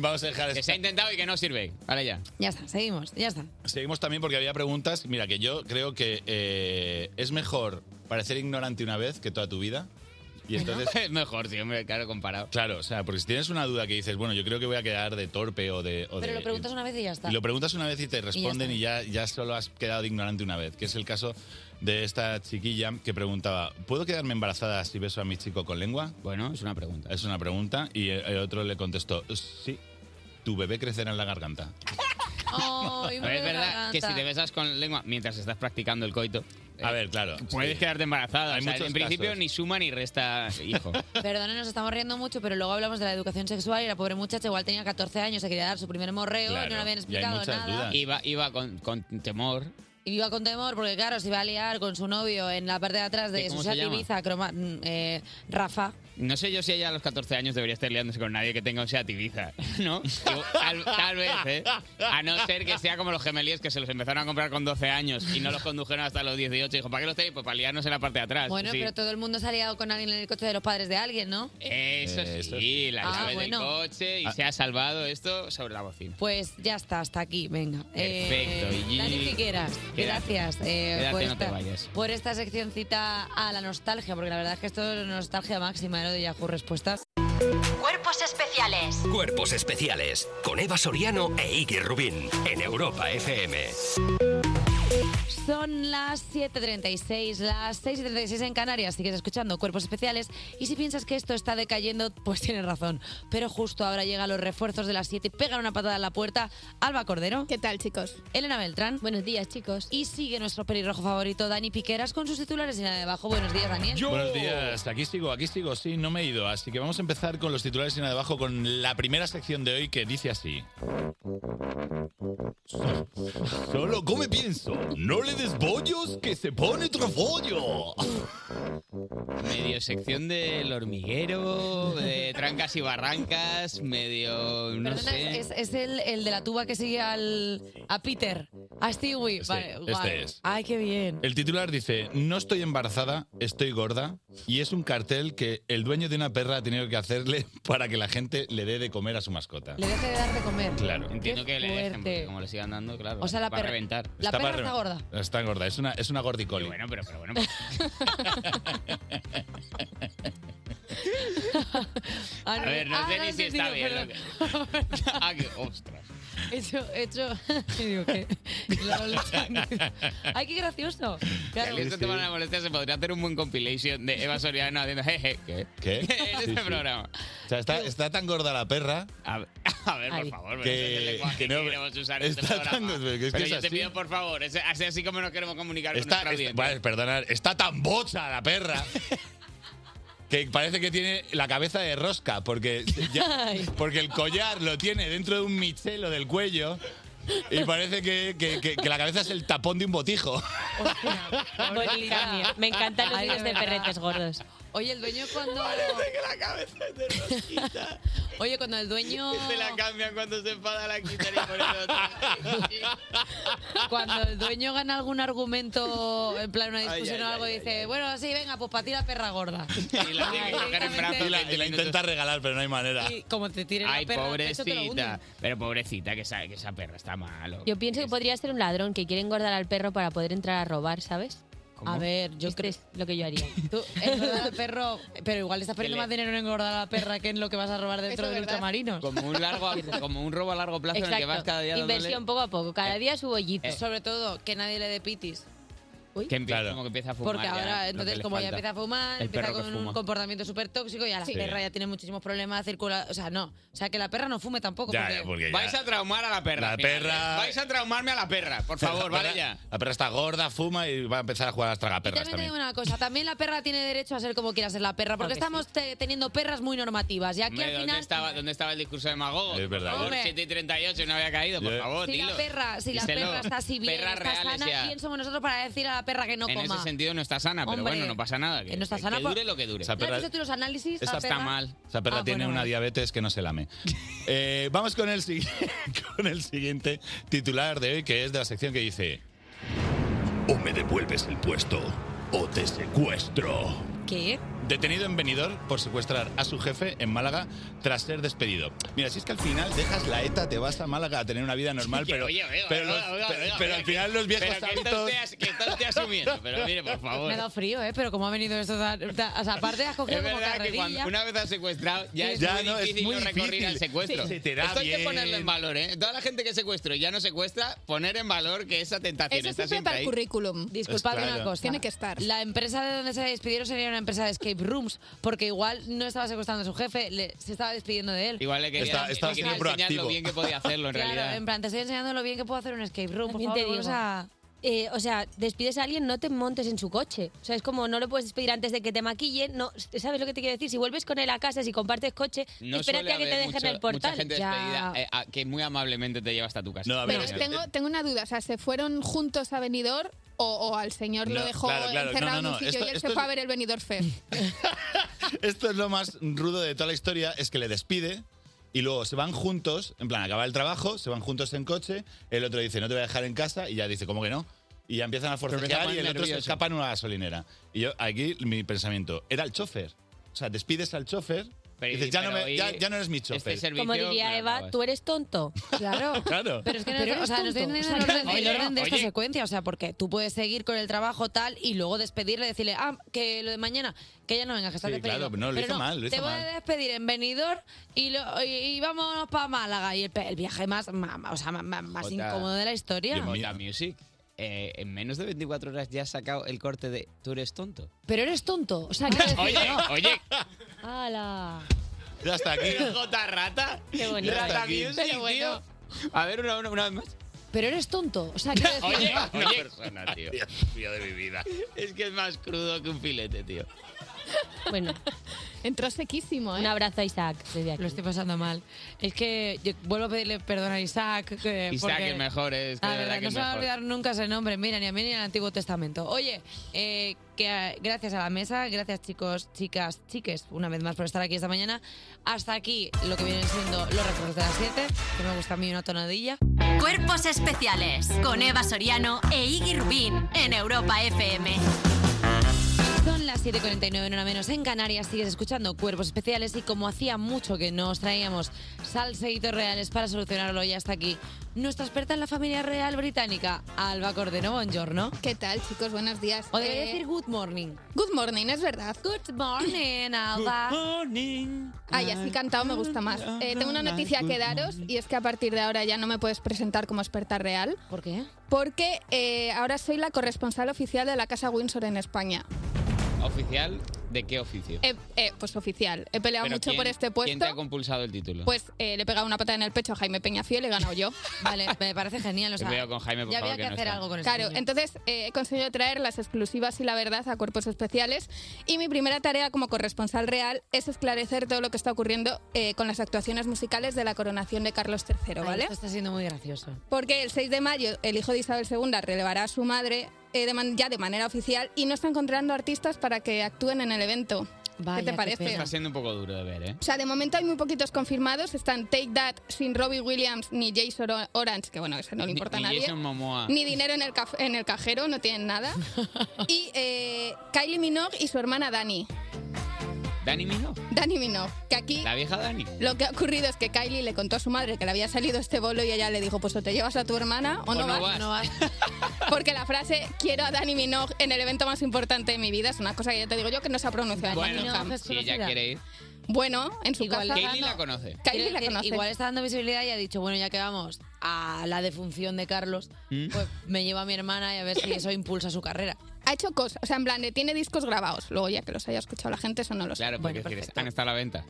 Speaker 7: Vamos a dejar
Speaker 2: Que se ha intentado y que no sirve. Ahora ya.
Speaker 1: ya está, seguimos, ya está.
Speaker 7: Seguimos también porque había preguntas. Mira, que yo creo que eh, es mejor parecer ignorante una vez que toda tu vida. Y
Speaker 2: Bueno.
Speaker 7: entonces
Speaker 2: es mejor, sí, hombre, claro, comparado.
Speaker 7: Claro, o sea, porque si tienes una duda que dices, bueno, yo creo que voy a quedar de torpe o de. o
Speaker 1: Pero
Speaker 7: de-
Speaker 1: lo preguntas una vez y ya está.
Speaker 7: y lo preguntas una vez y te responden y ya, ya solo has quedado de ignorante una vez, que es el caso de esta chiquilla que preguntaba, ¿puedo quedarme embarazada si beso a mi chico con lengua?
Speaker 2: Bueno, es una pregunta.
Speaker 7: Es una pregunta y el el otro le contestó, sí, tu bebé crecerá en la garganta.
Speaker 1: Ay, me
Speaker 2: es
Speaker 1: duele Oh, la
Speaker 2: verdad que si
Speaker 1: garganta.
Speaker 2: te besas con lengua mientras estás practicando el coito. eh,
Speaker 7: A ver, claro.
Speaker 2: Puedes
Speaker 7: sí.
Speaker 2: quedarte embarazada.
Speaker 7: Hay
Speaker 2: o sea,
Speaker 7: muchos
Speaker 2: en principio
Speaker 7: casos.
Speaker 2: ni suma ni resta hijo.
Speaker 1: Perdona, nos estamos riendo mucho, pero luego hablamos de la educación sexual y la pobre muchacha igual tenía 14 años, se quería dar su primer morreo,
Speaker 2: Claro,
Speaker 1: no le habían explicado nada.
Speaker 2: Iba, iba con, con temor.
Speaker 1: Y viva con temor, porque claro, se iba a liar con su novio en la parte de atrás
Speaker 2: ¿Y
Speaker 1: de
Speaker 2: cómo
Speaker 1: Susan
Speaker 2: se llama?
Speaker 1: Ibiza, croma- mm, eh, Rafa.
Speaker 2: No sé yo si ella a los 14 años debería estar liándose con nadie que tenga un Seat Ibiza, ¿no? Digo, Tal, tal vez, ¿eh? A no ser que sea como los gemelíes que se los empezaron a comprar con 12 años y no los condujeron hasta los 18. Dijo, ¿para qué los tenéis? Pues para liarnos en la parte de atrás.
Speaker 1: Bueno,
Speaker 2: Sí.
Speaker 1: pero todo el mundo se ha liado con alguien en el coche de los padres de alguien, ¿no?
Speaker 2: Eso
Speaker 7: Eh,
Speaker 2: sí, la
Speaker 1: Ah,
Speaker 2: llave
Speaker 1: bueno.
Speaker 2: del coche
Speaker 7: Ah.
Speaker 2: y se ha salvado esto sobre la bocina.
Speaker 1: Pues ya está, hasta aquí, venga. Eh,
Speaker 2: Perfecto, Gigi.
Speaker 1: Dani Siqueras,
Speaker 2: Quédate.
Speaker 1: gracias eh,
Speaker 2: Quédate,
Speaker 1: por,
Speaker 2: no te
Speaker 1: esta,
Speaker 2: vayas.
Speaker 1: por esta seccioncita a la nostalgia, porque la verdad es que esto es nostalgia máxima. compañero de Yahoo Respuestas.
Speaker 5: Cuerpos especiales.
Speaker 4: Cuerpos especiales con Eva Soriano e Iggy Rubín en Europa FM.
Speaker 1: Son las 7.36, las 6.36 en Canarias. Sigues escuchando Cuerpos Especiales. Y si piensas que esto está decayendo, pues tienes razón. Pero justo ahora llegan los refuerzos de las 7 y pegan una patada en la puerta. Alba Cordero.
Speaker 9: ¿Qué tal, chicos?
Speaker 1: Elena Beltrán.
Speaker 9: Buenos días, chicos.
Speaker 1: Y sigue nuestro pelirrojo favorito, Dani Piqueras, con sus titulares y nada debajo. Buenos días, Daniel.
Speaker 7: Buenos días, aquí sigo, aquí sigo, sí, no me he ido. Así que vamos a empezar con los titulares y nada abajo con la primera sección de hoy que dice así. Solo come pienso, no le des bollos que se pone trofollo.
Speaker 2: Medio sección del hormiguero, de trancas y barrancas, medio. no
Speaker 1: Perdona,
Speaker 2: sé.
Speaker 1: es, es el, el de la tuba que sigue al, a Peter, a Stewie. vale,
Speaker 7: este
Speaker 1: guay.
Speaker 7: es.
Speaker 1: Ay, qué bien.
Speaker 7: El titular dice, no estoy embarazada, estoy gorda, y es un cartel que el dueño de una perra ha tenido que hacerle para que la gente le dé de comer a su mascota.
Speaker 1: Le deje de dar de comer.
Speaker 7: Claro.
Speaker 2: Entiendo que le dejen, porque
Speaker 1: fuerte.
Speaker 2: como le sigan dando, claro.
Speaker 1: O sea, la
Speaker 2: va a
Speaker 1: perra-
Speaker 2: reventar.
Speaker 1: la perra
Speaker 7: para-
Speaker 1: está gorda.
Speaker 7: Está gorda, es una, es una gordicoli.
Speaker 2: Bueno, pero, pero bueno.
Speaker 1: Ah,
Speaker 2: A ver, no
Speaker 1: Ah,
Speaker 2: sé
Speaker 1: no,
Speaker 2: ni si
Speaker 1: sí,
Speaker 2: está
Speaker 1: sí,
Speaker 2: bien.
Speaker 1: perdón.
Speaker 2: lo que- Ah, que- ostras.
Speaker 1: Hecho, hecho. Digo, ¿qué? Lo- lo- Ay, qué gracioso. Claro.
Speaker 2: Si esto te van a molestar, se podría hacer un buen compilation de Eva Soriano haciendo jeje. ¿Qué?
Speaker 7: ¿Qué?
Speaker 2: En
Speaker 7: Sí,
Speaker 2: este
Speaker 7: sí.
Speaker 2: programa.
Speaker 7: O sea, está, está tan gorda la perra.
Speaker 2: A ver, a ver, por favor, pero ese es el
Speaker 7: Que-
Speaker 2: lenguaje
Speaker 7: que
Speaker 2: que,
Speaker 7: no,
Speaker 2: queremos usar en este
Speaker 7: está
Speaker 2: programa.
Speaker 7: tan- pero que es que
Speaker 2: Pero
Speaker 7: es
Speaker 2: yo te
Speaker 7: así.
Speaker 2: pido, por favor, ese- así, así como nos queremos
Speaker 7: Está,
Speaker 2: comunicar con nuestra
Speaker 7: está-
Speaker 2: audiencia.
Speaker 7: vale, perdonad, está tan bocha la perra que parece que tiene la cabeza de rosca porque, ya-
Speaker 1: Ay.
Speaker 7: porque el collar lo tiene dentro de un michelo del cuello y parece que, que- que- que la cabeza es el tapón de un botijo.
Speaker 1: Poligamia.
Speaker 10: Me encantan los
Speaker 1: Ay, de
Speaker 10: vídeos de
Speaker 1: verdad.
Speaker 10: perretes gordos.
Speaker 1: Oye, el dueño cuando. Oye, cuando el dueño.
Speaker 2: Se la cambian cuando se enfada la quitan y ponen otra.
Speaker 1: Cuando el dueño gana algún argumento, en plan una
Speaker 2: Ay, ay,
Speaker 1: discusión o algo,
Speaker 2: ay,
Speaker 1: dice: Bueno, sí, venga, pues para ti la perra gorda.
Speaker 2: Y la tienen que coger en brazos
Speaker 7: Y la,
Speaker 2: 20
Speaker 7: y la
Speaker 2: minutos.
Speaker 7: intenta regalar, pero no hay manera.
Speaker 1: Y como te tire la
Speaker 2: Ay,
Speaker 1: perra, al pecho, te lo
Speaker 2: pobrecita.
Speaker 1: hunden.
Speaker 2: Pero pobrecita, que esa, que esa perra está malo.
Speaker 10: Yo pienso que podría ser un ladrón que quiere engordar al perro para poder entrar a robar, ¿sabes?
Speaker 1: A ver, yo
Speaker 10: Este
Speaker 1: creo.
Speaker 10: es lo que yo haría.
Speaker 1: Tú, engordar al perro, pero igual estás perdiendo
Speaker 2: le-
Speaker 1: más dinero en engordar a la perra que en lo que vas a robar dentro
Speaker 9: Eso es
Speaker 1: de
Speaker 9: verdad.
Speaker 1: ultramarinos.
Speaker 2: Como un, largo, como un robo a largo plazo en el que vas cada día dándole-
Speaker 10: Inversión poco a poco. Cada día su bollito.
Speaker 2: Eh.
Speaker 1: Sobre todo, que nadie le dé pitis.
Speaker 2: Que empieza,
Speaker 7: Claro.
Speaker 2: como que empieza a fumar.
Speaker 1: Porque
Speaker 2: ya,
Speaker 1: ahora,
Speaker 2: lo que
Speaker 1: entonces,
Speaker 2: le
Speaker 1: como ya
Speaker 2: falta.
Speaker 1: empieza a fumar,
Speaker 2: El
Speaker 1: empieza
Speaker 2: perro que
Speaker 1: con un
Speaker 2: fuma.
Speaker 1: comportamiento súper tóxico y a la
Speaker 9: Sí.
Speaker 1: perra ya tiene muchísimos problemas circulatorios. O sea, no. O sea, que la perra no fume tampoco.
Speaker 7: Ya,
Speaker 1: porque-
Speaker 7: ya, porque ya-
Speaker 2: Vais a traumar a la perra.
Speaker 7: La
Speaker 2: mira,
Speaker 7: perra-
Speaker 2: Vais a traumarme a la perra, por favor,
Speaker 7: la
Speaker 2: vale
Speaker 7: perra-
Speaker 2: ya.
Speaker 7: La perra está gorda, fuma y va a empezar a jugar a las
Speaker 1: Y
Speaker 7: tragaperras
Speaker 1: también te digo
Speaker 7: también.
Speaker 1: una cosa, también la perra tiene derecho a ser como quiera ser la perra, porque
Speaker 10: Claro que
Speaker 1: estamos te- teniendo perras muy normativas. Y aquí
Speaker 2: Hombre,
Speaker 1: al
Speaker 2: ¿dónde,
Speaker 1: final,
Speaker 2: estaba, ¿Dónde estaba el discurso de Mago?
Speaker 7: Es verdad.
Speaker 2: Por favor,
Speaker 1: Hombre.
Speaker 2: 7 y 38 no había caído, por
Speaker 7: Yo-
Speaker 2: favor,
Speaker 1: si
Speaker 2: Oh, dilo.
Speaker 1: la perra, si la
Speaker 2: Díselo.
Speaker 1: perra está así bien,
Speaker 2: Perras
Speaker 1: está
Speaker 2: reales
Speaker 1: sana,
Speaker 2: ya.
Speaker 1: ¿quién somos nosotros para decir a la perra que no
Speaker 2: en
Speaker 1: coma?
Speaker 2: ese sentido no está sana, pero
Speaker 1: Hombre,
Speaker 2: bueno, no pasa nada.
Speaker 1: que
Speaker 2: Que,
Speaker 1: no está
Speaker 2: que
Speaker 1: sana por-
Speaker 2: dure lo que dure.
Speaker 7: Esa
Speaker 1: ¿No has
Speaker 7: perra-
Speaker 1: visto tú los análisis?
Speaker 2: Esa
Speaker 1: a la
Speaker 2: está
Speaker 1: perra?
Speaker 2: mal.
Speaker 7: Esa perra
Speaker 1: Ah,
Speaker 7: tiene
Speaker 1: bueno,
Speaker 7: una
Speaker 1: vale.
Speaker 7: diabetes que no se lame. Eh, vamos con el, si- con el siguiente titular de hoy, que es de la sección que dice... O me devuelves el puesto o te secuestro.
Speaker 1: ¿Qué?
Speaker 7: Detenido en Benidorm por secuestrar a su jefe en Málaga tras ser despedido. Mira, si es que al final dejas la ETA, te vas a Málaga a tener una vida normal,
Speaker 2: Que,
Speaker 7: pero,
Speaker 2: oye, oye,
Speaker 7: pero,
Speaker 2: oye,
Speaker 7: los-
Speaker 2: oye, oye,
Speaker 7: pero-
Speaker 2: oye,
Speaker 7: pero
Speaker 2: oye,
Speaker 7: al final los
Speaker 2: Pero
Speaker 7: viejos
Speaker 2: que está
Speaker 7: hábitos...
Speaker 2: usted as- que está usted asumiendo, pero mire, por favor.
Speaker 1: Me ha dado frío, ¿eh? Pero como ha venido esto tan... tan- O sea, aparte has cogido
Speaker 2: Es
Speaker 1: como
Speaker 2: verdad que
Speaker 1: carrerilla.
Speaker 2: cuando una vez has secuestrado, ya es
Speaker 7: Ya
Speaker 2: muy
Speaker 7: no, es
Speaker 2: difícil
Speaker 7: muy
Speaker 2: no recurrir
Speaker 7: difícil.
Speaker 2: al secuestro.
Speaker 7: Sí, se te da
Speaker 2: Esto hay que
Speaker 7: bien.
Speaker 2: ponerlo en valor, ¿eh? Toda la gente que secuestro y ya no secuestra, poner en valor que esa tentación
Speaker 9: Eso
Speaker 2: está
Speaker 9: siempre
Speaker 2: siempre
Speaker 9: para el
Speaker 2: ahí.
Speaker 9: currículum.
Speaker 1: Disculpadme
Speaker 7: Pues
Speaker 1: una
Speaker 7: claro.
Speaker 1: cosa.
Speaker 9: Tiene que estar.
Speaker 1: La empresa de donde se despidieron sería una empresa de escape rooms, porque igual no estaba secuestrando a su jefe, le- se estaba despidiendo de él.
Speaker 2: Igual le quería,
Speaker 7: Está-
Speaker 2: le
Speaker 7: está
Speaker 2: quería
Speaker 7: siendo
Speaker 2: enseñar lo
Speaker 7: proactivo.
Speaker 2: bien que podía hacerlo en
Speaker 1: claro,
Speaker 2: realidad.
Speaker 1: en plan, te estoy enseñando lo bien que puedo hacer un escape room. Por
Speaker 10: También
Speaker 1: favor,
Speaker 10: te digo.
Speaker 1: vamos a-
Speaker 10: Eh, o sea, despides a alguien, no te montes en su coche. O sea, es como no lo puedes despedir antes de que te maquillen. No, ¿Sabes lo que te quiero decir? Si vuelves con él a casa, si compartes coche,
Speaker 2: No
Speaker 10: espérate
Speaker 2: suele
Speaker 10: a que te
Speaker 2: haber
Speaker 10: dejen
Speaker 2: mucho-
Speaker 10: el portal.
Speaker 2: Mucha gente
Speaker 10: Ya.
Speaker 2: despedida eh, a- que muy amablemente te lleva hasta tu casa.
Speaker 7: No, a ver, eh,
Speaker 9: Pero
Speaker 7: es-
Speaker 9: tengo, tengo una duda, o sea, ¿se fueron juntos a Benidorm o, o al señor lo
Speaker 7: No,
Speaker 9: dejó
Speaker 7: claro, claro, no,
Speaker 9: encerrado
Speaker 7: no,
Speaker 9: en un
Speaker 7: no,
Speaker 9: sitio
Speaker 7: esto-
Speaker 9: y él
Speaker 7: esto
Speaker 9: se fue
Speaker 7: es-
Speaker 9: a ver el Benidorm Fest?
Speaker 7: Esto es lo más rudo de toda la historia, es que le despide y luego se van juntos, en plan, acaba el trabajo, se van juntos en coche, el otro dice, no te voy a dejar en casa, y ya dice, ¿cómo que no? Y ya empiezan a
Speaker 2: empieza a
Speaker 7: forcejear
Speaker 2: poner
Speaker 7: y el otro se
Speaker 2: nervioso.
Speaker 7: escapa en una gasolinera. Y yo, aquí, mi pensamiento, era el chofer. O sea, despides al chofer Dices, ya, no
Speaker 2: pero
Speaker 7: me-
Speaker 2: y-
Speaker 7: ya- ya no eres mi chofer.
Speaker 2: este servicio-
Speaker 10: Como diría Eva, tú eres tonto.
Speaker 1: Claro.
Speaker 7: Claro.
Speaker 1: Pero es que no,
Speaker 10: Pero
Speaker 1: o sea, no
Speaker 10: eres
Speaker 1: estoy
Speaker 10: tonto.
Speaker 1: entendiendo el orden, el
Speaker 10: Oye,
Speaker 1: orden de esta
Speaker 10: oye.
Speaker 1: secuencia. O sea, porque tú puedes seguir con el trabajo tal y luego despedirle, decirle, ah, que lo de mañana, que ya no vengas, que estás
Speaker 7: Sí,
Speaker 1: despedido.
Speaker 7: claro, pero no, lo hizo mal, lo
Speaker 1: te
Speaker 7: hizo
Speaker 1: voy
Speaker 7: mal.
Speaker 1: a despedir en Benidorm y, lo- y, y vámonos para Málaga. Y el, pe- el viaje más, ma- ma- o sea, ma- ma- más,
Speaker 2: Jota.
Speaker 1: incómodo de la historia.
Speaker 2: Jota Music. eh, en menos de 24 horas ya ha sacado el corte de Tú eres tonto.
Speaker 1: Pero eres tonto. O sea, quiero decir,
Speaker 2: Oye,
Speaker 1: no.
Speaker 2: oye.
Speaker 10: ¡Hala!
Speaker 7: Ya está aquí.
Speaker 2: J Rata.
Speaker 1: Qué bonito.
Speaker 2: Rata
Speaker 1: Está aquí.
Speaker 2: Music,
Speaker 1: Pero bueno.
Speaker 2: tío. A ver, una, una, una vez más.
Speaker 1: Pero eres tonto. O sea, quiero decir,
Speaker 2: Oye,
Speaker 1: no.
Speaker 2: oye. persona, tío. de mi vida. Es que es más crudo que un filete, tío.
Speaker 10: Bueno.
Speaker 9: Entró sequísimo, ¿eh?
Speaker 10: Un abrazo a Isaac desde aquí.
Speaker 1: Lo estoy pasando mal. Es que yo vuelvo a pedirle perdón a Isaac. que-
Speaker 2: Isaac
Speaker 1: porque-
Speaker 2: el mejor, eh, es que
Speaker 1: La
Speaker 2: de verdad
Speaker 1: verdad,
Speaker 2: que
Speaker 1: no
Speaker 2: el
Speaker 1: se va a
Speaker 2: mejor.
Speaker 1: olvidar nunca ese nombre, mira, ni a mí ni al Antiguo Testamento. Oye, eh, que ah, gracias a la mesa, gracias chicos, chicas, chiques, una vez más por estar aquí esta mañana. Hasta aquí lo que vienen siendo los refuerzos de las 7, que me gusta a mí una tonadilla.
Speaker 5: Cuerpos especiales con Eva Soriano e Iggy Rubín en Europa FM.
Speaker 1: Son las 7.49, en hora menos en Canarias. Sigues escuchando Cuerpos Especiales y como hacía mucho que no os traíamos salseitos reales para solucionarlo ya hasta aquí, nuestra experta en la familia real británica, Alba Cordero, buongiorno.
Speaker 9: ¿Qué tal, chicos? Buenos días.
Speaker 1: O debería
Speaker 9: Eh,
Speaker 1: decir good morning.
Speaker 9: Good morning, es verdad.
Speaker 1: Good morning, Alba.
Speaker 9: Ay, así cantado me gusta más. Eh, tengo una noticia que daros y es que a partir de ahora ya no me puedes presentar como experta real.
Speaker 1: ¿Por qué?
Speaker 9: Porque eh, ahora soy la corresponsal oficial de la Casa Windsor en España.
Speaker 2: ¿Oficial de qué oficio?
Speaker 9: Eh, eh, pues oficial. He peleado
Speaker 2: Pero
Speaker 9: mucho
Speaker 2: ¿quién-
Speaker 9: por este
Speaker 2: ¿Quién te
Speaker 9: puesto.
Speaker 2: ha compulsado el título?
Speaker 9: Pues eh, le he pegado una patada en el pecho a Jaime Peñafiel y le he ganado yo.
Speaker 1: Vale, me parece genial. O
Speaker 2: sea, veo con Jaime, por ya había favor, que que no hacer está. algo con este
Speaker 9: Claro,
Speaker 2: niño.
Speaker 9: entonces eh, he conseguido traer las exclusivas y la verdad a cuerpos especiales. Y mi primera tarea como corresponsal real es esclarecer todo lo que está ocurriendo eh, con las actuaciones musicales de la coronación de Carlos III,
Speaker 1: Ay,
Speaker 9: ¿vale?
Speaker 1: Esto está siendo muy gracioso.
Speaker 9: Porque el 6 de mayo el hijo de Isabel II relevará a su madre eh, de man- ya de manera oficial y no está encontrando artistas para que actúen en el evento. ¿Qué te parece?
Speaker 2: Está siendo un poco duro de ver, ¿eh?
Speaker 9: O sea, de momento hay muy poquitos confirmados. Están Take That sin Robbie Williams ni Jason O- Orange, que bueno, ese no
Speaker 2: Ni-
Speaker 9: le importa
Speaker 2: ni
Speaker 9: a nadie.
Speaker 2: Jason Momoa.
Speaker 9: Ni dinero en el, caf- en el cajero, no tienen nada. y eh, Kylie Minogue y su hermana Dani.
Speaker 2: Dani Mino.
Speaker 9: Dani Minogue, que aquí
Speaker 2: La vieja Dani.
Speaker 9: lo que ha ocurrido es que Kylie le contó a su madre que le había salido este bolo y ella le dijo, pues o te llevas a tu hermana o,
Speaker 2: O
Speaker 9: no,
Speaker 2: no vas.
Speaker 9: vas.
Speaker 2: No
Speaker 9: Porque la frase, quiero a Dani Minogue en el evento más importante de mi vida, es una cosa que ya te digo yo que no se ha pronunciado. en Buckingham.
Speaker 2: Bueno, si ella quiere ir.
Speaker 9: Bueno, en su casa...
Speaker 2: Kaylee la conoce.
Speaker 9: Kylie la
Speaker 1: Quiero decir,
Speaker 9: conoce.
Speaker 1: Igual está dando visibilidad y ha dicho, bueno, ya que vamos a la defunción de Carlos, pues me llevo a mi hermana y a ver si eso impulsa su carrera.
Speaker 9: Ha hecho cosas, o sea, en plan, de, tiene discos grabados. Luego ya que los haya escuchado la gente, eso no lo sé.
Speaker 2: Claro, porque quieres- han estado a la venta.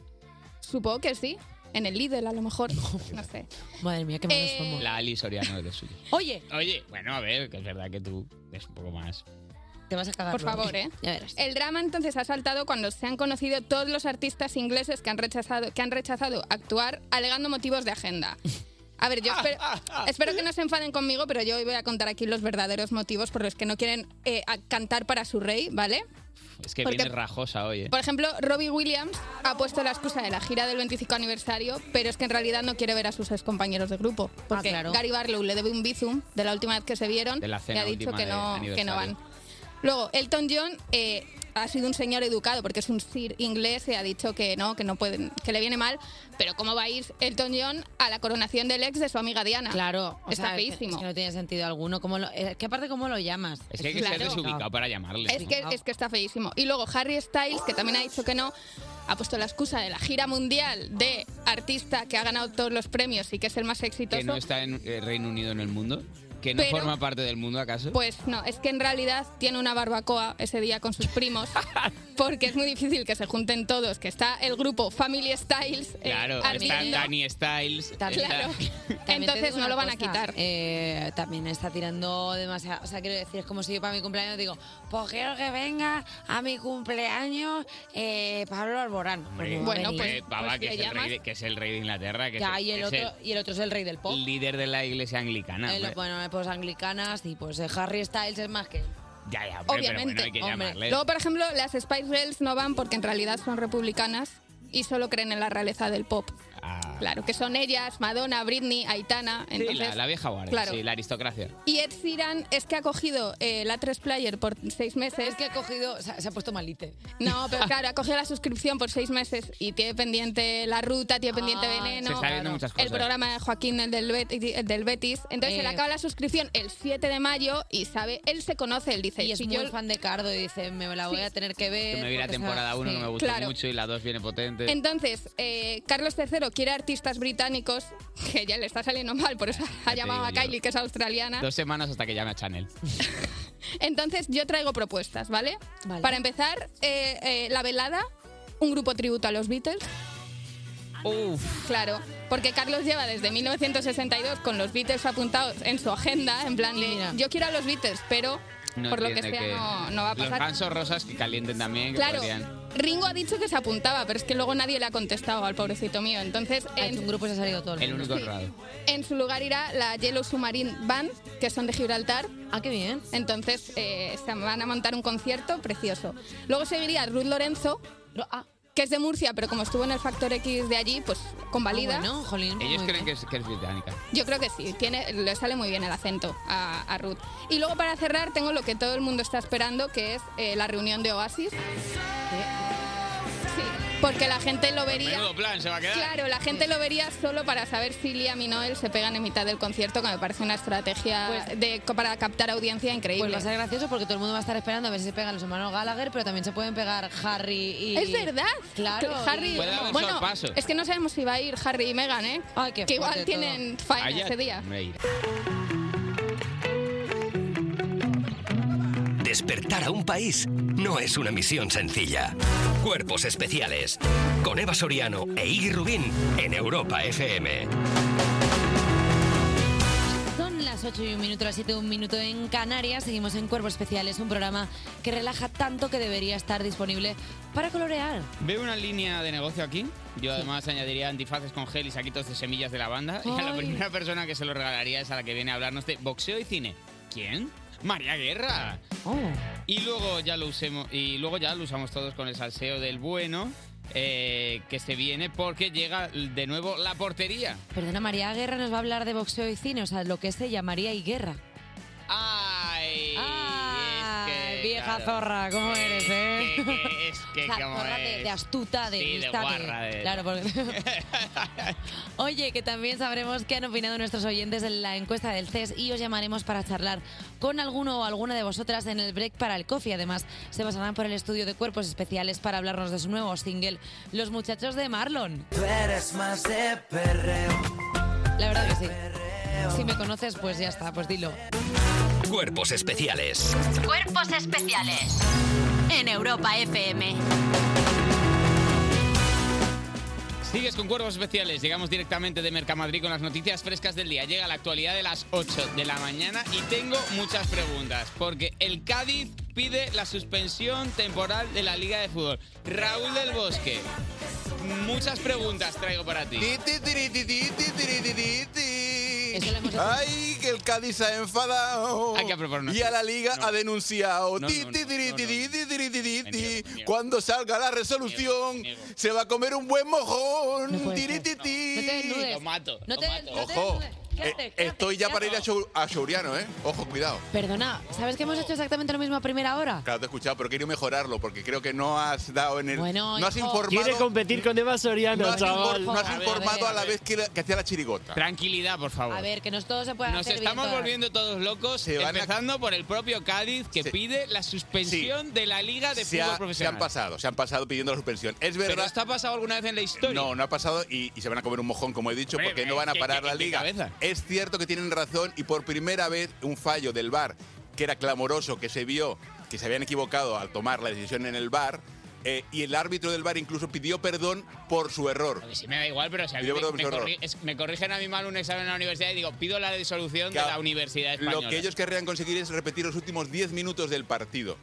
Speaker 9: Supongo que sí. En el Lidl, a lo mejor. No sé. Eh,
Speaker 1: Madre mía, qué
Speaker 9: malos
Speaker 1: somos.
Speaker 2: La Ali Soriano de los suyos.
Speaker 1: Oye,
Speaker 2: Oye, bueno, a ver, que es verdad que tú eres un poco más.
Speaker 1: te vas a cagar.
Speaker 9: Por
Speaker 1: luego.
Speaker 9: favor, ¿eh?
Speaker 1: Ya verás.
Speaker 9: El drama entonces ha saltado cuando se han conocido todos los artistas ingleses que han rechazado, que han rechazado actuar alegando motivos de agenda. A ver, yo espero, espero que no se enfaden conmigo, pero yo hoy voy a contar aquí los verdaderos motivos por los que no quieren eh, a- cantar para su rey, ¿vale?
Speaker 2: Es que
Speaker 9: Porque-
Speaker 2: viene rajosa hoy, ¿eh?
Speaker 9: Por ejemplo, Robbie Williams ha puesto la excusa de la gira del 25 aniversario, pero es que en realidad no quiere ver a sus compañeros de grupo. Porque
Speaker 1: Ah, claro.
Speaker 9: Gary Barlow le debe un bizum de la última vez que se vieron
Speaker 2: De la
Speaker 9: y
Speaker 2: cena
Speaker 9: ha dicho
Speaker 2: última
Speaker 9: que
Speaker 2: de
Speaker 9: no, que
Speaker 2: aniversario.
Speaker 9: no van. Luego, Elton John eh, ha sido un señor educado porque es un sir inglés y ha dicho que no, que no pueden, que le viene mal. Pero ¿cómo va a ir Elton John a la coronación del ex de su amiga Diana?
Speaker 1: Claro, o
Speaker 9: está
Speaker 1: sea, es que-
Speaker 9: feísimo.
Speaker 1: Es que no tiene sentido alguno. ¿Cómo lo, es que aparte, ¿cómo lo llamas?
Speaker 2: Es que hay que ser desubicado para llamarle.
Speaker 9: Es que, es que está feísimo. Y luego Harry Styles, que también ha dicho que no, ha puesto la excusa de la gira mundial de artista que ha ganado todos los premios y que es el más exitoso.
Speaker 2: Que no está en eh, Reino Unido en el mundo. Que no
Speaker 9: Pero-
Speaker 2: forma parte del mundo, ¿acaso?
Speaker 9: Pues no, es que en realidad tiene una barbacoa ese día con sus primos, porque es muy difícil que se junten todos, que está el grupo Family Styles. eh,
Speaker 2: Claro, está
Speaker 9: ardiendo.
Speaker 2: Dani Styles. está-
Speaker 9: Claro.
Speaker 1: También te
Speaker 9: Entonces
Speaker 1: digo
Speaker 9: no
Speaker 1: una
Speaker 9: lo van a
Speaker 1: cosa,
Speaker 9: quitar.
Speaker 1: eh, también está tirando demasiado. O sea, quiero decir, es como si yo para mi cumpleaños digo, pues quiero que venga a mi cumpleaños eh, Pablo Alborán.
Speaker 2: Hombre,
Speaker 1: Pues no va a
Speaker 2: que-
Speaker 1: venir.
Speaker 2: pava, que, es el rey de, que es el rey de Inglaterra. Que
Speaker 1: Ya,
Speaker 2: es,
Speaker 1: y el,
Speaker 2: es
Speaker 1: otro, y el otro es el rey del pop.
Speaker 2: líder de la iglesia anglicana.
Speaker 1: Eh, lo-
Speaker 2: hombre.
Speaker 1: bueno, pues anglicanas y pues eh, Harry Styles es más que...
Speaker 2: ya, ya, hombre, pero
Speaker 9: Obviamente.
Speaker 2: bueno, hay que llamarle.
Speaker 9: Luego, por ejemplo, las Spice Girls no van porque en realidad son republicanas y solo creen en la realeza del pop.
Speaker 2: Ah,
Speaker 9: Claro, que son ellas, Madonna, Britney, Aitana.
Speaker 2: Sí,
Speaker 9: Entonces,
Speaker 2: la, la vieja guardia,
Speaker 9: claro.
Speaker 2: sí, la aristocracia.
Speaker 9: Y Ed Sheeran es que ha cogido eh, la 3 Player por seis meses. Es que ha cogido, se ha, puesto malite. No, pero claro, ha cogido la suscripción por seis meses y tiene pendiente la ruta, tiene pendiente
Speaker 2: Ah,
Speaker 9: veneno.
Speaker 2: Se está viendo muchas cosas.
Speaker 9: El programa de Joaquín, el del, Bet- el del Betis. Entonces
Speaker 1: Eh.
Speaker 9: se le acaba la suscripción el 7 de mayo y sabe, él se conoce, él dice.
Speaker 1: Y es
Speaker 9: si
Speaker 1: muy
Speaker 9: yo-
Speaker 1: fan de Cardo y dice, me la voy a tener que ver.
Speaker 2: Yo me vi la
Speaker 1: porque
Speaker 2: temporada
Speaker 1: esa-
Speaker 2: 1 que
Speaker 1: sí.
Speaker 2: me gustó
Speaker 9: Claro.
Speaker 2: mucho y la 2 viene potente.
Speaker 9: Entonces, eh, Carlos III quiere artistas británicos, que ya le está saliendo mal, por eso ha
Speaker 2: te
Speaker 9: llamado a
Speaker 2: digo yo.
Speaker 9: Kylie, que es australiana.
Speaker 2: Dos semanas hasta que llame a Chanel.
Speaker 9: Entonces yo traigo propuestas, ¿vale? Para empezar, eh, eh, la velada, un grupo tributo a los Beatles. Claro, porque Carlos lleva desde 1962 con los Beatles apuntados en su agenda, en plan de, yo quiero a los Beatles, pero
Speaker 2: No
Speaker 9: por lo que sea
Speaker 2: entiende
Speaker 9: no, no va a
Speaker 2: Los
Speaker 9: pasar.
Speaker 2: gansos rosas que calienten también, que
Speaker 9: Claro,
Speaker 2: podrían.
Speaker 9: Ringo ha dicho que se apuntaba, pero es que luego nadie le ha contestado al pobrecito mío. Entonces, en un grupo se ha salido todo
Speaker 2: El único errado.
Speaker 9: en su lugar irá la Yellow Submarine Band, que son de Gibraltar. Ah, qué bien. Entonces eh, se van a montar un concierto precioso. Luego seguiría Ruth Lorenzo, que es de Murcia, pero como estuvo en el Factor X de allí, pues convalida.
Speaker 1: Ah, bueno, jolín.
Speaker 2: Ellos creen que es, que es británica.
Speaker 9: Yo creo que sí, tiene, le sale muy bien el acento a, a Ruth. Y luego para cerrar tengo lo que todo el mundo está esperando, que es eh, la reunión de Oasis. Sí, porque la gente lo vería...
Speaker 2: Menudo plan se va a quedar.
Speaker 9: Claro, la gente lo vería solo para saber si Liam y Noel se pegan en mitad del concierto, que me parece una estrategia de, para captar audiencia increíble.
Speaker 1: Pues va a ser gracioso porque todo el mundo va a estar esperando a ver si se pegan los hermanos Gallagher, pero también se pueden pegar Harry y...
Speaker 9: Es verdad.
Speaker 1: Claro.
Speaker 9: Que Harry,
Speaker 1: Puede haber
Speaker 9: bueno,
Speaker 1: sorpaso.
Speaker 9: es que no sabemos si va a ir Harry y Meghan, ¿eh? que igual
Speaker 1: fuerte todo.
Speaker 9: tienen faena
Speaker 2: Allá-
Speaker 9: ese día.
Speaker 2: Hombre, ir.
Speaker 4: Despertar a un país no es una misión sencilla. Cuerpos especiales. Con Eva Soriano e Iggy Rubín en Europa FM.
Speaker 1: Son las 8 y un minuto, las 7 y un minuto en Canarias. Seguimos en Cuerpo Especial. Es un programa que relaja tanto que debería estar disponible para colorear.
Speaker 2: Veo una línea de negocio aquí. Yo además añadiría antifaces con gel y saquitos de semillas de lavanda. Y a la
Speaker 1: Ay.
Speaker 2: primera persona que se lo regalaría es a la que viene a hablarnos de boxeo y cine. ¿Quién? María Guerra. Y luego ya lo usemos y luego ya lo usamos todos con el salseo del bueno eh, que se viene porque llega de nuevo la portería.
Speaker 1: Perdona, María Guerra nos va a hablar de boxeo y cine, o sea, lo que es ella, María y Guerra.
Speaker 2: Ay,
Speaker 1: Ay, vieja zorra, Ah, ¿cómo eres, eh?
Speaker 2: que- que- es que
Speaker 1: O sea,
Speaker 2: como
Speaker 1: zorra de,
Speaker 2: es.
Speaker 1: de astuta, de
Speaker 2: Sí, de
Speaker 1: lista,
Speaker 2: guarra, de-
Speaker 1: Claro, porque... Oye, que también sabremos qué han opinado nuestros oyentes en la encuesta del CES y os llamaremos para charlar con alguno o alguna de vosotras en el break para el coffee. Además, se pasarán por el estudio de cuerpos especiales para hablarnos de su nuevo single, Los Muchachos de Marlon.
Speaker 3: Tú eres más de perreo.
Speaker 1: La verdad que sí. Si me conoces, pues ya está, pues dilo.
Speaker 4: Cuerpos especiales.
Speaker 5: Cuerpos especiales en Europa FM.
Speaker 2: Sigues con cuervos especiales. Llegamos directamente de Mercamadrid con las noticias frescas del día. Llega la actualidad de las 8 de la mañana y tengo muchas preguntas. Porque el Cádiz pide la suspensión temporal de la Liga de Fútbol. Raúl del Bosque, muchas preguntas traigo para ti.
Speaker 11: Ay, que el Cádiz se ha enfadado.
Speaker 2: Hay que aprobarnos.
Speaker 11: Y a la liga ha denunciado.
Speaker 2: No,
Speaker 11: Ti,
Speaker 2: no,
Speaker 11: ti,
Speaker 2: no,
Speaker 11: tiri,
Speaker 2: no,
Speaker 11: ti,
Speaker 2: no,
Speaker 11: ti, tiri, ti, ti, ti.
Speaker 2: niego, me niego.
Speaker 11: Cuando salga la resolución, se va a comer un buen mojón. Tiri, ti, ti.
Speaker 2: Lo mato.
Speaker 1: No te, no te-
Speaker 11: Ojo,
Speaker 1: quédate,
Speaker 11: eh, estoy ya para ir a, Shou- a Shouriano, ¿eh? Ojo, cuidado.
Speaker 1: Perdona, ¿sabes que hemos hecho exactamente lo mismo a primera hora?
Speaker 11: Claro, te he escuchado, pero quiero mejorarlo porque creo que no has dado en el.
Speaker 1: Bueno,
Speaker 11: no has
Speaker 1: hijo.
Speaker 11: informado.
Speaker 1: Quiere
Speaker 6: competir con Eva Soriano,
Speaker 11: no has,
Speaker 6: chaval.
Speaker 11: infor- no has
Speaker 6: A ver,
Speaker 11: informado
Speaker 6: a
Speaker 11: a,
Speaker 6: ver,
Speaker 11: la
Speaker 6: a
Speaker 11: vez que, la- que hacía la chirigota.
Speaker 2: Tranquilidad, por favor.
Speaker 1: A ver, que nos todo se puede
Speaker 2: Nos
Speaker 1: hacer bien
Speaker 2: estamos
Speaker 1: todas.
Speaker 2: volviendo todos locos,
Speaker 11: van a-
Speaker 2: empezando por el propio Cádiz que
Speaker 11: Sí.
Speaker 2: pide la suspensión de la Liga de
Speaker 11: se,
Speaker 2: Fútbol
Speaker 11: ha- se
Speaker 2: Profesional.
Speaker 11: han pasado, se han pasado pidiendo la suspensión. Es
Speaker 2: ¿Pero
Speaker 11: verdad.
Speaker 2: esto ha pasado alguna vez en la historia?
Speaker 11: No, no ha pasado y, y se van a comer un mojón, como he dicho,
Speaker 2: Hombre,
Speaker 11: porque no van a
Speaker 2: ¿qué-
Speaker 11: parar
Speaker 2: qué-
Speaker 11: la
Speaker 2: qué
Speaker 11: liga.
Speaker 2: cabeza?
Speaker 11: Es cierto que tienen razón y por primera vez un fallo del VAR, que era clamoroso, que se vio que se habían equivocado al tomar la decisión en el VAR, eh, y el árbitro del VAR incluso pidió perdón por su error.
Speaker 2: Sí, me da igual, pero si a mí
Speaker 11: Yo
Speaker 2: me,
Speaker 11: creo que
Speaker 2: me
Speaker 11: es un
Speaker 2: corri-
Speaker 11: error.
Speaker 2: es- me corrigen a mi mal un examen en la universidad y digo, pido la disolución de la universidad española.
Speaker 11: Lo que ellos querrían conseguir es repetir los últimos 10 minutos del partido.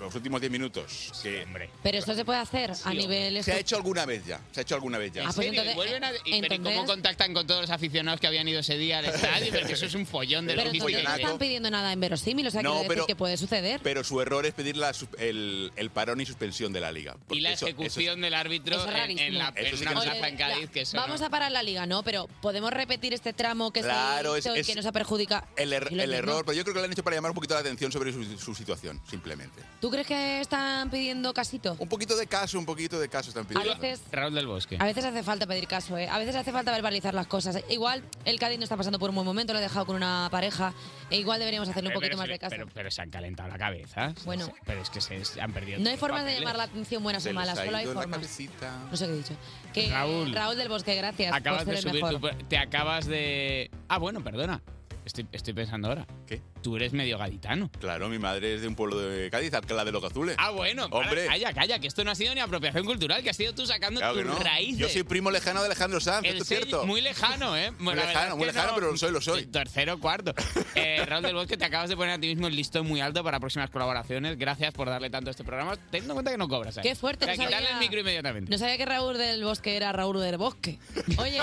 Speaker 11: los últimos 10 minutos. que-
Speaker 1: Pero esto se puede hacer a nivel...
Speaker 11: Se ha hecho alguna vez ya. Se ha hecho alguna vez ya.
Speaker 1: Ah, pues entonces-
Speaker 2: Vuelven a- y- pero ¿y cómo
Speaker 1: entonces-
Speaker 2: contactan con todos los aficionados que habían ido ese día al estadio? Porque eso es un follón de
Speaker 11: Pero entonces-
Speaker 2: logística. y de-
Speaker 1: No están pidiendo nada inverosímil, o sea,
Speaker 11: No,
Speaker 1: quiero decir
Speaker 11: pero-
Speaker 1: que puede suceder.
Speaker 11: Pero su error es pedir la sus- el, el parón y suspensión de la liga.
Speaker 2: Y la ejecución del árbitro
Speaker 1: Eso es
Speaker 2: en, en la,
Speaker 11: rarísimo.
Speaker 2: en
Speaker 11: Eso sí
Speaker 2: una
Speaker 11: que no se-
Speaker 2: plaza en Cádiz, que eso
Speaker 1: Vamos
Speaker 2: no-
Speaker 1: a parar la liga, ¿no? Pero podemos repetir este tramo que
Speaker 11: Claro,
Speaker 1: se
Speaker 11: es-
Speaker 1: hizo y
Speaker 11: es-
Speaker 1: que nos ha perjudicado.
Speaker 11: El, er-
Speaker 1: Y lo
Speaker 11: el
Speaker 1: mismo.
Speaker 11: error, pero yo creo que lo han hecho para llamar un poquito la atención sobre su, su situación, simplemente.
Speaker 1: ¿Tú crees que están pidiendo casito?
Speaker 11: Un poquito de caso, un poquito de caso están pidiendo.
Speaker 1: A veces-
Speaker 2: Raúl del Bosque.
Speaker 1: A veces hace falta pedir caso, ¿eh? A veces hace falta verbalizar las cosas. Igual el Cádiz no está pasando por un buen momento, lo he dejado con una pareja. E igual deberíamos hacerle un
Speaker 2: Pero-
Speaker 1: poquito
Speaker 2: pero
Speaker 1: más
Speaker 2: se
Speaker 1: de
Speaker 2: le-
Speaker 1: caso.
Speaker 2: Pero, pero se han calentado la cabeza.
Speaker 1: Bueno.
Speaker 2: Pero es que se se han perdido.
Speaker 1: no
Speaker 2: todos
Speaker 1: hay
Speaker 2: los
Speaker 1: formas de
Speaker 2: papeles.
Speaker 1: llamar la atención buenas o malas, solo hay formas. No sé qué he dicho. Que,
Speaker 2: Raúl.
Speaker 1: Raúl del Bosque, gracias. por
Speaker 2: Acabas
Speaker 1: ser
Speaker 2: de
Speaker 1: el
Speaker 2: subir
Speaker 1: mejor.
Speaker 2: tu pe- Te acabas de. Ah, bueno, perdona. Estoy, estoy pensando ahora.
Speaker 11: ¿Qué?
Speaker 2: Tú eres medio gaditano.
Speaker 11: Claro, mi madre es de un pueblo de Cádiz, Alcalá de los Azules.
Speaker 2: Ah, bueno, para,
Speaker 11: Hombre.
Speaker 2: calla, calla, que esto no ha sido ni apropiación cultural, que has sido tú sacando
Speaker 11: Claro que
Speaker 2: tus
Speaker 11: no.
Speaker 2: raíces.
Speaker 11: Yo soy primo lejano de Alejandro Sanz,
Speaker 2: El
Speaker 11: esto es
Speaker 2: sello-
Speaker 11: cierto.
Speaker 2: Muy lejano, ¿eh?
Speaker 11: Muy
Speaker 2: la verdad
Speaker 11: lejano,
Speaker 2: es
Speaker 11: muy
Speaker 2: que
Speaker 11: lejano, pero lo soy, lo soy.
Speaker 2: Tercero, cuarto. Eh, Raúl del Bosque, te acabas de poner a ti mismo el listón muy alto para próximas colaboraciones. Gracias por darle tanto a este programa, teniendo en cuenta que no cobras. ¿eh?
Speaker 1: Qué fuerte,
Speaker 2: O sea,
Speaker 1: no sabía-
Speaker 2: quitarle el micro inmediatamente.
Speaker 1: No sabía que Raúl del Bosque era Raúl del Bosque. Oye,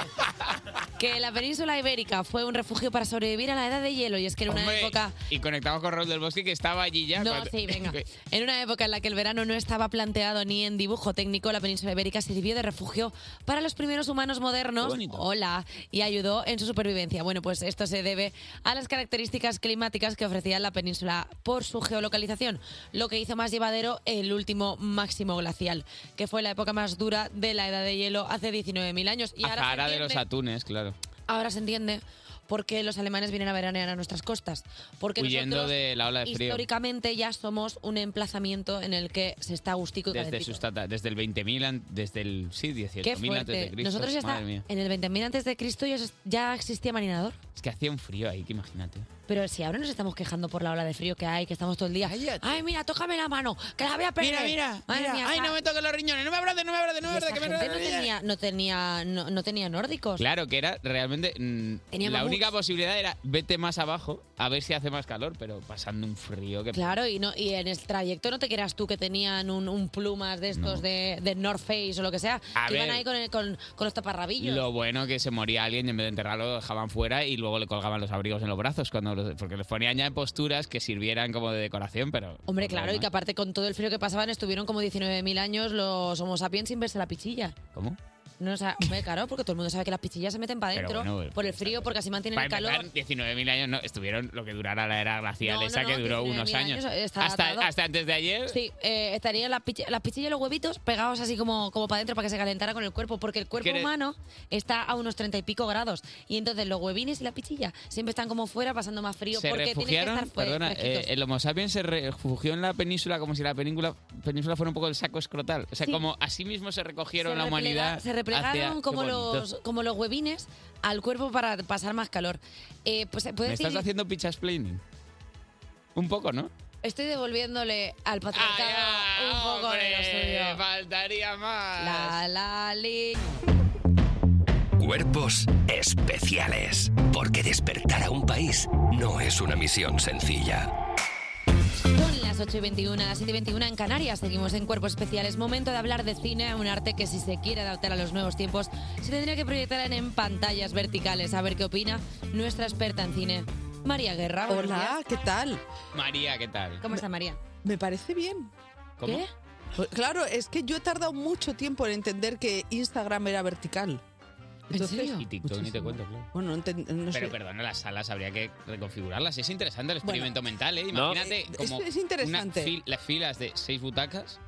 Speaker 1: que la península ibérica fue un refugio para sobrevivir a la edad de hielo y es que en una
Speaker 2: Hombre,
Speaker 1: época
Speaker 2: Eh, Y conectamos con Raúl del Bosque, que estaba allí ya.
Speaker 1: No,
Speaker 2: cuando-
Speaker 1: sí, venga. En una época en la que el verano no estaba planteado ni en dibujo técnico, la península ibérica sirvió de refugio para los primeros humanos modernos. Hola, y ayudó en su supervivencia. Bueno, pues esto se debe a las características climáticas que ofrecía la península por su geolocalización, lo que hizo más llevadero el último máximo glacial, que fue la época más dura de la edad de hielo hace 19.000 años. Y ahora se
Speaker 2: Azahara de
Speaker 1: entiende-
Speaker 2: los atunes, claro.
Speaker 1: ahora se entiende por qué los alemanes vienen a veranear a nuestras costas. Porque
Speaker 2: Huyendo
Speaker 1: nosotros,
Speaker 2: de la ola de frío.
Speaker 1: Históricamente ya somos un emplazamiento en el que se está a gustico y
Speaker 2: Desde,
Speaker 1: calentito.
Speaker 2: sus tata- desde el 20.000, an- desde el, sí, 18.000
Speaker 1: Qué
Speaker 2: antes de
Speaker 1: fuerte.
Speaker 2: Cristo.
Speaker 1: Nosotros ya está-
Speaker 2: Madre mía.
Speaker 1: en el 20.000 antes de Cristo ya, se- ya existía marinador.
Speaker 2: Es que hacía un frío ahí, que imagínate.
Speaker 1: Pero si ahora nos estamos quejando por la ola de frío que hay, que estamos todo el día. Ay, mira, tócame la mano, que la voy a perder.
Speaker 2: Mira, mira,
Speaker 1: Madre
Speaker 2: mira.
Speaker 1: mía,
Speaker 2: Ay,
Speaker 1: ca-
Speaker 2: no me toques los riñones, no me abraces, no me abraces, no me
Speaker 1: Y esta
Speaker 2: abraces, que me
Speaker 1: gente no
Speaker 2: abraces.
Speaker 1: tenía, no tenía, no, no tenía nórdicos.
Speaker 2: Claro, que era realmente. mm,
Speaker 1: Tenía
Speaker 2: la
Speaker 1: mamuts.
Speaker 2: única posibilidad era vete más abajo a ver si hace más calor, pero pasando un frío que.
Speaker 1: Claro, y no y en el trayecto no te creas tú que tenían un, un plumas de estos de, de North Face o lo que sea,
Speaker 2: A
Speaker 1: que
Speaker 2: ver.
Speaker 1: iban ahí con, el- con, con los taparrabillos.
Speaker 2: Lo bueno que se moría alguien y en vez de enterrarlo lo dejaban fuera y luego le colgaban los abrigos en los brazos cuando los- porque les ponían ya en posturas que sirvieran como de decoración, pero
Speaker 1: Hombre, claro, y que aparte con todo el frío que pasaban estuvieron como 19.000 años los homo sapiens sin verse la pichilla.
Speaker 2: ¿cómo?
Speaker 1: No, o sea, hombre, claro, porque todo el mundo sabe que las pichillas se meten para
Speaker 2: Pero
Speaker 1: adentro
Speaker 2: bueno,
Speaker 1: por el frío, porque así mantienen
Speaker 2: Para
Speaker 1: el calor.
Speaker 2: empezar, 19.000 años no, estuvieron lo que durara la era glacial
Speaker 1: No,
Speaker 2: esa
Speaker 1: no,
Speaker 2: que
Speaker 1: no,
Speaker 2: duró
Speaker 1: 19.000
Speaker 2: unos años.
Speaker 1: años, está datado.
Speaker 2: hasta, hasta antes de ayer
Speaker 1: Sí, eh, estarían las, pichi- las pichillas y los huevitos pegados así como, como para adentro para que se calentara con el cuerpo, porque el cuerpo
Speaker 2: ¿Quieres?
Speaker 1: humano está a unos treinta y pico grados. Y entonces los huevines y la pichilla siempre están como fuera pasando más frío
Speaker 2: se
Speaker 1: porque tienen que estar
Speaker 2: refugiaron,
Speaker 1: fue-
Speaker 2: perdona,
Speaker 1: fresquitos.
Speaker 2: eh, el Homo sapiens se refugió en la península como si la península, península fuera un poco el saco escrotal. O sea,
Speaker 1: Sí.
Speaker 2: como así mismo se recogieron
Speaker 1: Se
Speaker 2: la
Speaker 1: replega-
Speaker 2: humanidad.
Speaker 1: Se replegaron
Speaker 2: hacia-
Speaker 1: como,
Speaker 2: Qué bonito.
Speaker 1: los, como los huevines al cuerpo para pasar más calor. Eh, pues, ¿puedes
Speaker 2: ¿Me estás
Speaker 1: decir-
Speaker 2: haciendo pichas planning? Un poco, ¿no?
Speaker 1: Estoy devolviéndole al patriarcado un poco de lo
Speaker 2: Hombre,
Speaker 1: suyo.
Speaker 2: faltaría más.
Speaker 1: La, la, li.
Speaker 4: Cuerpos especiales. Porque despertar a un país no es una misión sencilla.
Speaker 1: Son las 8 y 21, las 7 y 21 en Canarias. Seguimos en Cuerpos Especiales. Momento de hablar de cine, un arte que si se quiere adaptar a los nuevos tiempos, se tendría que proyectar en pantallas verticales. A ver qué opina nuestra experta en cine, María Guerra. Buenos
Speaker 12: Hola,
Speaker 1: días.
Speaker 12: ¿qué tal?
Speaker 2: María, ¿qué tal?
Speaker 1: ¿Cómo está María?
Speaker 12: Me parece bien.
Speaker 2: ¿Cómo? ¿Qué?
Speaker 12: Pues, claro, es que yo he tardado mucho tiempo en entender que Instagram era vertical.
Speaker 2: Y TikTok ni te cuento, claro.
Speaker 12: Bueno, no, enten- no
Speaker 2: Pero
Speaker 12: sé.
Speaker 2: perdona, las salas habría que reconfigurarlas. Es interesante el experimento mental, ¿eh? Imagínate
Speaker 12: Es-
Speaker 2: como
Speaker 12: es interesante.
Speaker 2: una fil- las filas de seis butacas,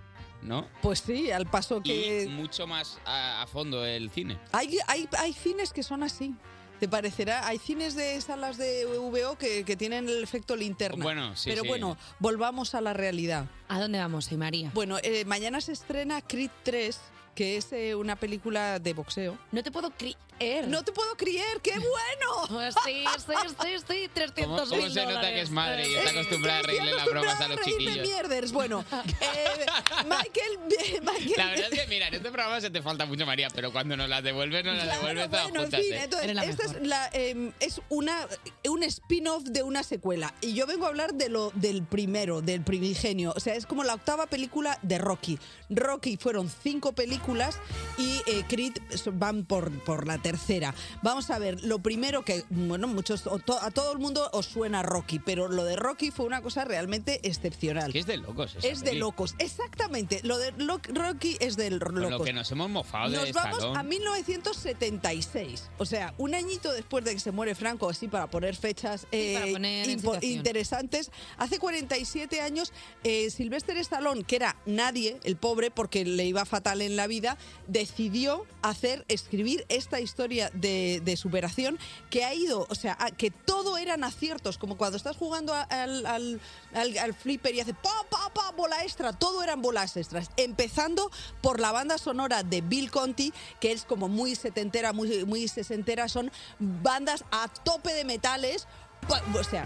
Speaker 2: ¿no?
Speaker 12: Pues sí, al paso que...
Speaker 2: Y mucho más a, a fondo el cine.
Speaker 12: Hay, hay, hay cines que son así. ¿Te parecerá? Hay cines de salas de VO que, que tienen el efecto linterna.
Speaker 2: Bueno, sí,
Speaker 12: Pero
Speaker 2: sí.
Speaker 12: bueno, volvamos a la realidad. eh,
Speaker 1: ¿A dónde vamos hoy, María?
Speaker 12: Bueno, eh, mañana se estrena Creed 3, que es eh, una película de boxeo.
Speaker 1: No te puedo creer. Pues
Speaker 12: No te puedo creer, qué bueno.
Speaker 1: sí, sí, sí, sí, 300
Speaker 2: ¿Cómo, cómo se nota que es madre y está acostumbrada a reírle las bromas a los
Speaker 12: Reírme
Speaker 2: chiquillos?
Speaker 12: mierders. Bueno, eh, Michael, Michael
Speaker 2: La verdad es que, mira, en este programa se te falta mucho, María, pero cuando nos las devuelves, nos las devuelves todas
Speaker 12: Bueno, en
Speaker 2: juntas,
Speaker 12: fin,
Speaker 2: ¿eh?
Speaker 12: entonces, esta es, la, eh, es una, un spin-off de una secuela. Y yo vengo a hablar de lo, del primero, del primigenio. O sea, es como la octava película de Rocky. Rocky fueron cinco películas y eh, Creed van por, por la tercera. Vamos a ver, lo primero que, bueno, muchos, o to- a todo el mundo os suena Rocky, pero lo de Rocky fue una cosa realmente excepcional.
Speaker 2: Que es de locos. esa
Speaker 12: Es de
Speaker 2: peli.
Speaker 12: locos, exactamente. Lo de lo- Rocky es de locos.
Speaker 2: Con lo que nos hemos mofado de
Speaker 12: Nos vamos
Speaker 2: Stallone.
Speaker 12: a 1976. O sea, un añito después de que se muere Franco, así para poner fechas eh,
Speaker 1: para poner en
Speaker 12: impo-
Speaker 1: situación.
Speaker 12: interesantes. Hace 47 años, eh, Sylvester Stallone, que era nadie, el pobre, porque le iba fatal en la vida, decidió hacer, escribir esta historia de, de superación que ha ido, o sea, a- que todo eran aciertos, como cuando estás jugando a- al, al- al- al flipper y hace pa, pa, pa, bola extra, todo eran bolas extras. Empezando por la banda sonora de Bill Conti, que es como muy setentera, muy, muy sesentera, son bandas a tope de metales. Pa- O sea,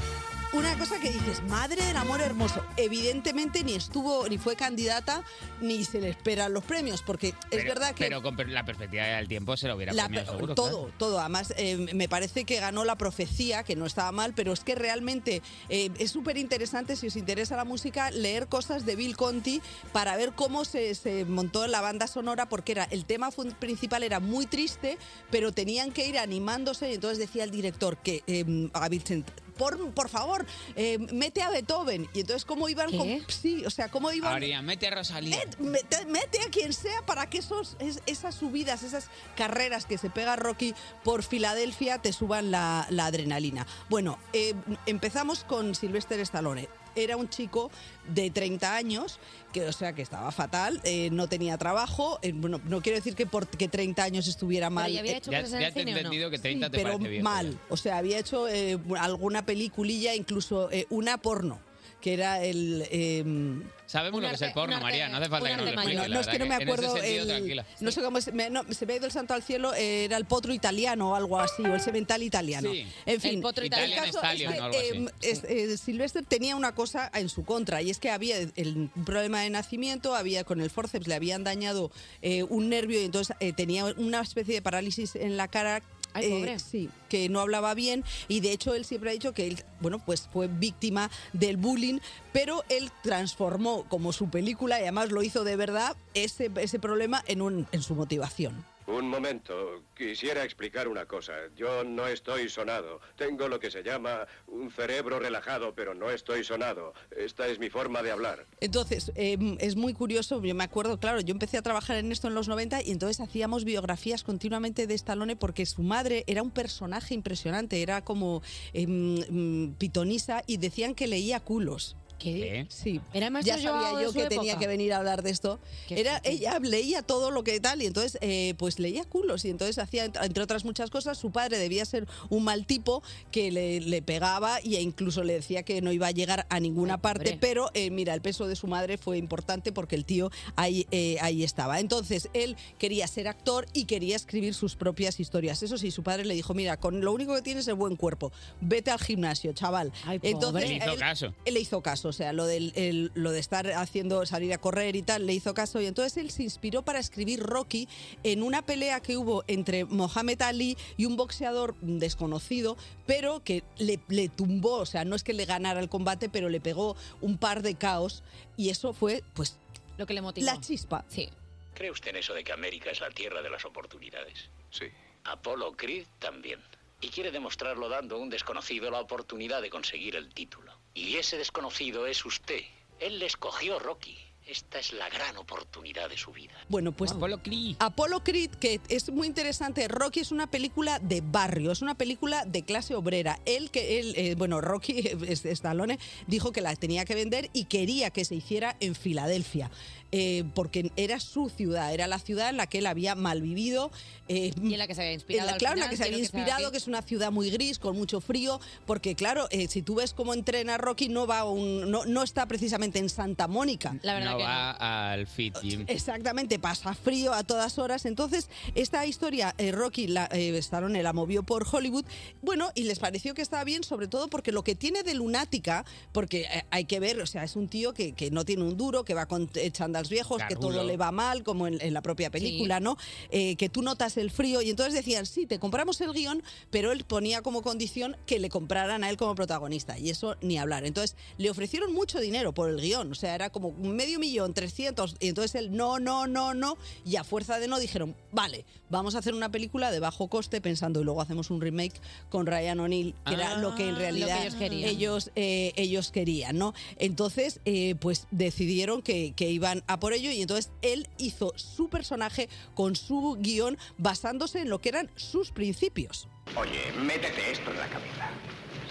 Speaker 12: una cosa que dices, madre del amor hermoso. Evidentemente ni estuvo, ni fue candidata, ni se le esperan los premios, porque es
Speaker 2: Pero-
Speaker 12: verdad que.
Speaker 2: Pero con per- la perspectiva del tiempo se lo hubiera
Speaker 12: La-
Speaker 2: premiado seguro.
Speaker 12: todo,
Speaker 2: claro.
Speaker 12: todo. Además, eh, me parece que ganó la profecía, que no estaba mal, pero es que realmente eh, es súper interesante, si os interesa la música, leer cosas de Bill Conti para ver cómo se, se montó la banda sonora, porque era el tema fun- principal era muy triste, pero tenían que ir animándose. Y entonces decía el director que eh, a Vincent. Por, por favor, eh, mete a Beethoven. Y entonces, ¿cómo iban con.? Sí, o sea, ¿cómo iban.?
Speaker 2: Ahora ya, mete a Rosalía.
Speaker 12: Met- mete, mete a quien sea para que esos, es- esas subidas, esas carreras que se pega Rocky por Filadelfia te suban la, la adrenalina. Bueno, eh, empezamos con Sylvester Stallone. Era un chico de 30 años, que, o sea, que estaba fatal, eh, no tenía trabajo. eh, bueno, no quiero decir que porque 30 años estuviera mal.
Speaker 2: ya había
Speaker 12: eh,
Speaker 2: hecho Ya- cosas en ya el te he cine, ¿o no? entendido que 30
Speaker 12: Sí,
Speaker 2: te
Speaker 12: pero
Speaker 2: parece viejo
Speaker 12: mal.
Speaker 2: ya.
Speaker 12: O sea, había hecho eh, alguna peliculilla, incluso eh, una porno, que era el... em,
Speaker 2: Sabemos lo que es el porno, María, no hace falta que nos lo expliques.
Speaker 12: bueno,
Speaker 2: la
Speaker 12: no es
Speaker 2: verdad
Speaker 12: que no me
Speaker 2: en ese
Speaker 12: acuerdo.
Speaker 2: sentido,
Speaker 12: el-
Speaker 2: tranquila.
Speaker 12: no sé cómo es- me- no, se me ha ido el santo al cielo. eh, Era el potro italiano o algo así, o el semental italiano.
Speaker 2: Sí.
Speaker 12: En fin,
Speaker 2: El potro italiano
Speaker 12: caso es
Speaker 2: Stallion
Speaker 12: que,
Speaker 2: o algo así.
Speaker 12: em, es- eh, Sylvester tenía una cosa en su contra y es que había el un problema de nacimiento, había con el forceps le habían dañado eh, un nervio y entonces eh, tenía una especie de parálisis en la cara. eh,
Speaker 1: pobre.
Speaker 12: sí, que no hablaba bien y de hecho él siempre ha dicho que él, bueno, pues fue víctima del bullying, pero él transformó como su película y además lo hizo de verdad ese, ese problema en, un, en su motivación.
Speaker 13: Un momento, quisiera explicar una cosa. Yo no estoy sonado. Tengo lo que se llama un cerebro relajado, pero no estoy sonado. Esta es mi forma de hablar.
Speaker 12: Entonces, eh, es muy curioso, yo me acuerdo, claro, yo empecé a trabajar en esto en los 90 y entonces hacíamos biografías continuamente de Stallone porque su madre era un personaje impresionante, era como eh, mm, pitonisa y decían que leía culos.
Speaker 1: ¿Qué?
Speaker 12: Sí.
Speaker 1: Era más
Speaker 12: ya sabía yo que tenía que venir a hablar de esto. Era, ella leía todo lo que tal y entonces eh, pues leía culos y entonces hacía, ent- entre otras muchas cosas, su padre debía ser un mal tipo que le, le pegaba e incluso le decía que no iba a llegar a ninguna parte, pero eh, mira, el peso de su madre fue importante porque el tío ahí, eh, ahí estaba. Entonces él quería ser actor y quería escribir sus propias historias. Eso sí, su padre le dijo, mira, con lo único que tienes es el buen cuerpo, vete al gimnasio, chaval.
Speaker 2: Le
Speaker 12: eh,
Speaker 2: hizo
Speaker 12: él-
Speaker 2: caso.
Speaker 12: él le hizo caso, o sea, lo, del, el- lo de estar haciendo salir a correr y tal, le hizo caso. Y entonces él se inspiró para escribir Rocky en una pelea que hubo entre Mohamed Ali y un boxeador desconocido, pero que le, le tumbó, o sea, no es que le ganara el combate, pero le pegó un par de caos. Y eso fue, pues,
Speaker 1: Lo que le motivó.
Speaker 12: la chispa.
Speaker 1: Sí.
Speaker 14: ¿Cree usted en eso de que América es la tierra de las oportunidades?
Speaker 13: Sí.
Speaker 14: Apolo Creed también. Y quiere demostrarlo dando a un desconocido la oportunidad de conseguir el título. Y ese desconocido es usted. Él le escogió Rocky. Esta es la gran oportunidad de su vida.
Speaker 12: Bueno, pues
Speaker 2: Apolo Creed.
Speaker 12: Apolo Creed, que es muy interesante. Rocky es una película de barrio, es una película de clase obrera. Él que él, eh, bueno, Rocky eh, es- Stallone dijo que la tenía que vender y quería que se hiciera en Filadelfia, eh, porque era su ciudad, era la ciudad en la que él había malvivido. eh,
Speaker 1: Y en la que se había
Speaker 12: en
Speaker 1: inspirado.
Speaker 12: la-
Speaker 1: al
Speaker 12: claro, en la
Speaker 1: final,
Speaker 12: que se había
Speaker 1: quiero sea
Speaker 12: inspirado,
Speaker 1: así.
Speaker 12: que es una ciudad muy gris, con mucho frío, porque claro, eh, si tú ves cómo entrena Rocky, no va a un, no, no está precisamente en Santa Mónica.
Speaker 1: La verdad
Speaker 2: no va al fit gym.
Speaker 12: Exactamente, pasa frío a todas horas. Entonces, esta historia, eh, Rocky la, eh, Stallone la movió por Hollywood. Bueno, y les pareció que estaba bien, sobre todo porque lo que tiene de lunática, porque eh, hay que ver, o sea, es un tío que, que no tiene un duro, que va con eh, chandals viejos, que
Speaker 15: Garrulo.
Speaker 12: todo le va mal, como en, en la propia película, ¿no? Eh, que tú notas el frío. Y entonces decían, sí, te compramos el guión, pero él ponía como condición que le compraran a él como protagonista. Y eso ni hablar. Entonces, le ofrecieron mucho dinero por el guión. O sea, era como medio millón, 300. Y entonces él, no, no, no, no. Y a fuerza de no, dijeron, vale, vamos a hacer una película de bajo coste, pensando, y luego hacemos un remake con Ryan O'Neill, que
Speaker 1: Ah,
Speaker 12: era lo que en
Speaker 1: lo que
Speaker 12: realidad
Speaker 1: ellos querían.
Speaker 12: ellos, eh, ellos querían, ¿no? Entonces, eh, pues decidieron que, que iban a por ello y entonces él hizo su personaje con su guión basándose en lo que eran sus principios.
Speaker 16: Oye, métete esto en la cabeza.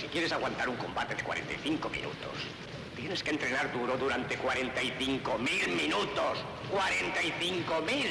Speaker 16: Si quieres aguantar un combate de 45 minutos, tienes que entrenar duro durante 45.000 minutos. ¡45.000!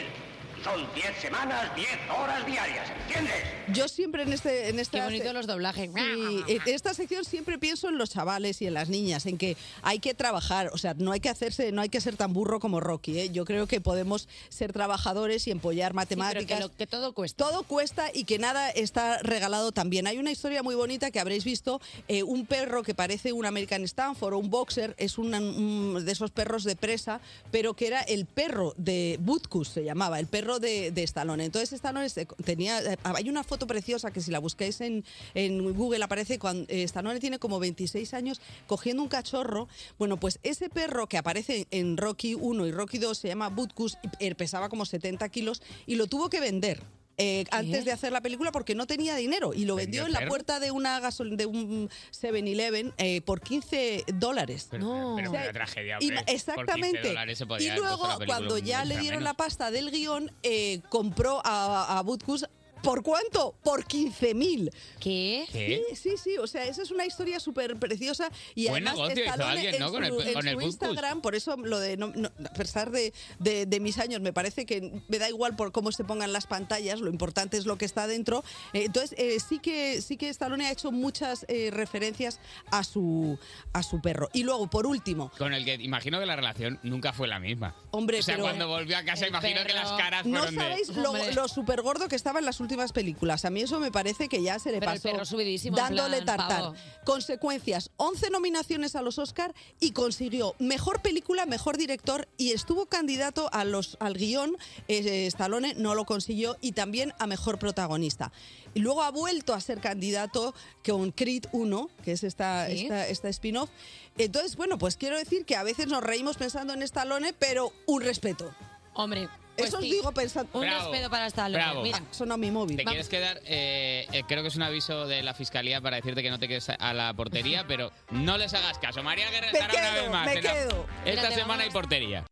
Speaker 16: Son 10 semanas, 10 horas diarias, ¿entiendes?
Speaker 12: Yo siempre en este... En esta
Speaker 1: Qué bonito los doblajes.
Speaker 12: Sí, en esta sección siempre pienso en los chavales y en las niñas, en que hay que trabajar, o sea, no hay que hacerse, no hay que ser tan burro como Rocky. ¿eh? Yo creo que podemos ser trabajadores y empollar matemáticas.
Speaker 1: lo- que
Speaker 12: todo cuesta. Todo cuesta y que nada está regalado también. Hay una historia muy bonita que habréis visto, eh, un perro que parece un American Stanford o un boxer, es una- un de esos perros de presa, pero que era el perro de Butkus, se llamaba, el perro de, de Stallone. Entonces Stallone se- tenía, eh, hay una foto preciosa que si la buscáis en, en Google aparece cuando eh, Stallone tiene como 26 años cogiendo un cachorro. Bueno, pues ese perro que aparece en Rocky 1 y Rocky 2 se llama Butkus, y- eh, pesaba como 70 kilos y lo tuvo que vender. eh, antes de hacer la película porque no tenía dinero y lo vendió en la
Speaker 2: perro?
Speaker 12: puerta de una gasol- de un 7-Eleven eh, por 15 dólares.
Speaker 2: Pero
Speaker 12: O sea,
Speaker 2: una tragedia,
Speaker 12: y-
Speaker 2: hombre. Por 15
Speaker 12: exactamente.
Speaker 2: dólares se podía
Speaker 12: Y
Speaker 2: haber puesto
Speaker 12: luego,
Speaker 2: la película
Speaker 12: cuando
Speaker 2: un
Speaker 12: ya
Speaker 2: extra
Speaker 12: le dieron
Speaker 2: menos.
Speaker 12: la pasta del guión, eh, compró a, a Butkus. ¿Por cuánto? Por 15.000. ¿Qué?
Speaker 2: ¿Qué?
Speaker 12: Sí, sí, sí. O sea, esa es una historia súper preciosa. Y
Speaker 2: Buen
Speaker 12: además,
Speaker 2: negocio hizo
Speaker 12: Stallone
Speaker 2: alguien,
Speaker 12: en
Speaker 2: ¿no? Con el-
Speaker 12: su- en
Speaker 2: con el
Speaker 12: su
Speaker 2: Butkus.
Speaker 12: Instagram, por eso lo de. no- no- a pesar de, de- de mis años, me parece que me da igual por cómo se pongan las pantallas, lo importante es lo que está dentro. Eh, Entonces, eh, sí, que, sí que Stallone ha hecho muchas eh, referencias a su, a su perro. Y luego, por último,
Speaker 2: Con el que imagino que la relación nunca fue la misma.
Speaker 12: Hombre,
Speaker 2: o sea,
Speaker 12: pero-
Speaker 2: cuando volvió a casa, imagino que las caras
Speaker 12: No
Speaker 2: fueron
Speaker 12: sabéis
Speaker 2: de.
Speaker 12: lo, lo súper gordo que estaba en las últimas películas. A mí eso me parece que ya se le
Speaker 1: Pero el
Speaker 12: pasó.
Speaker 1: perro subidísimo, en
Speaker 12: dándole
Speaker 1: plan,
Speaker 12: tartar.
Speaker 1: pavo.
Speaker 12: Consecuencias: 11 nominaciones a los Oscar y consiguió mejor película, mejor director y estuvo candidato a los, al guión. eh, Stallone no lo consiguió y también a mejor protagonista. Y luego ha vuelto a ser candidato con Creed 1, que es esta,
Speaker 1: Sí.
Speaker 12: esta, esta spin-off. Entonces, bueno, pues quiero decir que a veces nos reímos pensando en Stallone, pero un respeto.
Speaker 1: Hombre. pues
Speaker 12: Eso os digo pensando.
Speaker 2: Un Bravo, respeto para Stallone. bravo. Mira.
Speaker 12: Ah, sonó mi móvil.
Speaker 2: Te quieres quedar, eh, eh, creo que es un aviso de la fiscalía para decirte que no te quedes a- a la portería, pero no les hagas caso. María Guerra
Speaker 12: Me
Speaker 2: estará una
Speaker 12: quedo,
Speaker 2: vez más.
Speaker 12: me
Speaker 2: en la-
Speaker 12: quedo.
Speaker 2: Esta
Speaker 5: Mira, te
Speaker 2: semana hay
Speaker 5: vamos-
Speaker 2: portería.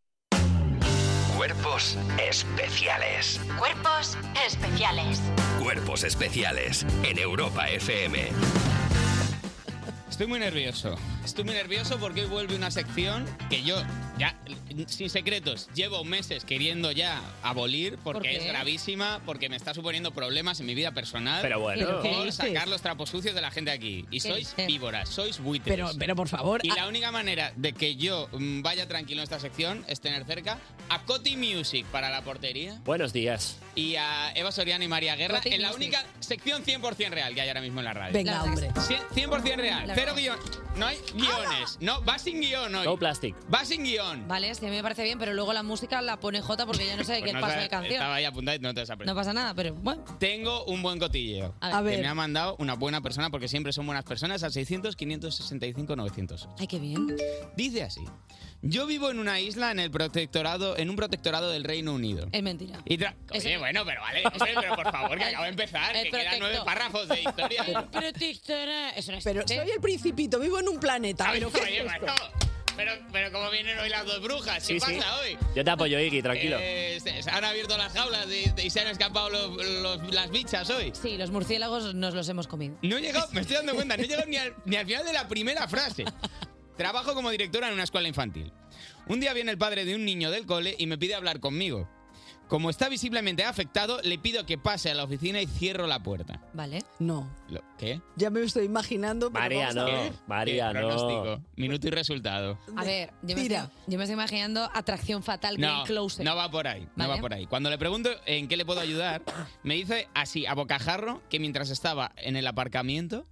Speaker 4: Cuerpos especiales.
Speaker 5: Cuerpos especiales.
Speaker 4: Cuerpos especiales en Europa FM.
Speaker 2: Estoy muy nervioso. Estoy muy nervioso porque hoy vuelve una sección que yo, ya, sin secretos, llevo meses queriendo ya abolir porque
Speaker 6: qué?
Speaker 2: es gravísima, porque me está suponiendo problemas en mi vida personal.
Speaker 6: Pero bueno. ¿Pero qué
Speaker 2: por
Speaker 6: dices?
Speaker 2: sacar los trapos sucios de la gente aquí. Y sois víboras, sois buitres.
Speaker 6: Pero- pero, por favor, ah.
Speaker 2: Y
Speaker 6: a-
Speaker 2: la única manera de que yo mm, vaya tranquilo en esta sección es tener cerca a Coti Music para la portería
Speaker 6: Buenos días.
Speaker 2: y a Eva Soriano y María Guerra
Speaker 6: Coti
Speaker 2: en la
Speaker 6: Music.
Speaker 2: única sección 100% real que hay ahora mismo en la radio.
Speaker 6: Venga, La
Speaker 12: hombre.
Speaker 2: 100% real.
Speaker 1: La
Speaker 2: Cero
Speaker 1: verdad. Ah,
Speaker 2: guión. No hay guiones. No, va sin guión hoy.
Speaker 6: No plastic.
Speaker 2: Va sin guión.
Speaker 1: Vale, sí, a mí me parece bien, pero luego la música la pone J porque ya no sé de
Speaker 2: Pues
Speaker 1: qué
Speaker 2: no
Speaker 1: pasa
Speaker 2: sabe-
Speaker 1: de canción.
Speaker 2: Estaba ahí apuntada y no te has aprendido.
Speaker 1: No pasa nada, pero bueno.
Speaker 2: Tengo un buen cotilleo.
Speaker 1: A ver.
Speaker 2: Que me ha mandado una buena persona, porque siempre son buenas personas, al 600-565-900.
Speaker 1: Ay, qué bien.
Speaker 2: Dice así. Yo vivo en una isla en el protectorado, en un protectorado del Reino Unido.
Speaker 1: Es mentira.
Speaker 2: Y tra- Oye, bueno, pero vale, hombre, pero por favor, que acabo de empezar,
Speaker 1: el
Speaker 2: que quedan
Speaker 1: protecto-
Speaker 2: nueve párrafos de historia.
Speaker 1: El protector, Eso no este.
Speaker 12: Pero
Speaker 1: existe.
Speaker 12: soy el principito, vivo en un planeta.
Speaker 2: Ay,
Speaker 12: Pero ¿qué
Speaker 2: oye,
Speaker 12: es esto?
Speaker 2: bueno, pero, pero como vienen hoy las dos brujas,
Speaker 6: Sí,
Speaker 2: ¿qué
Speaker 6: sí.
Speaker 2: pasa hoy?
Speaker 6: Yo te apoyo, Iggy, tranquilo.
Speaker 2: Eh, se, se han abierto las jaulas y, y se han escapado los- los- las bichas hoy.
Speaker 1: Sí, los murciélagos nos los hemos comido.
Speaker 2: No he llegado, me estoy dando cuenta, no he llegado ni al, ni al final de la primera frase. Trabajo como directora en una escuela infantil. Un día viene el padre de un niño del cole y me pide hablar conmigo. Como está visiblemente afectado, le pido que pase a la oficina y cierro la puerta.
Speaker 10: Vale.
Speaker 12: No.
Speaker 2: Lo- ¿Qué?
Speaker 12: Ya me estoy imaginando. Pero vamos a ver.
Speaker 2: María, Pronóstico. Minuto y resultado.
Speaker 1: A ver, yo me, estoy, yo me estoy imaginando atracción fatal Green
Speaker 2: No,
Speaker 1: Closer.
Speaker 2: no va por ahí, no va por ahí. Cuando le pregunto en qué le puedo ayudar, me dice así, a bocajarro, que mientras estaba en el aparcamiento,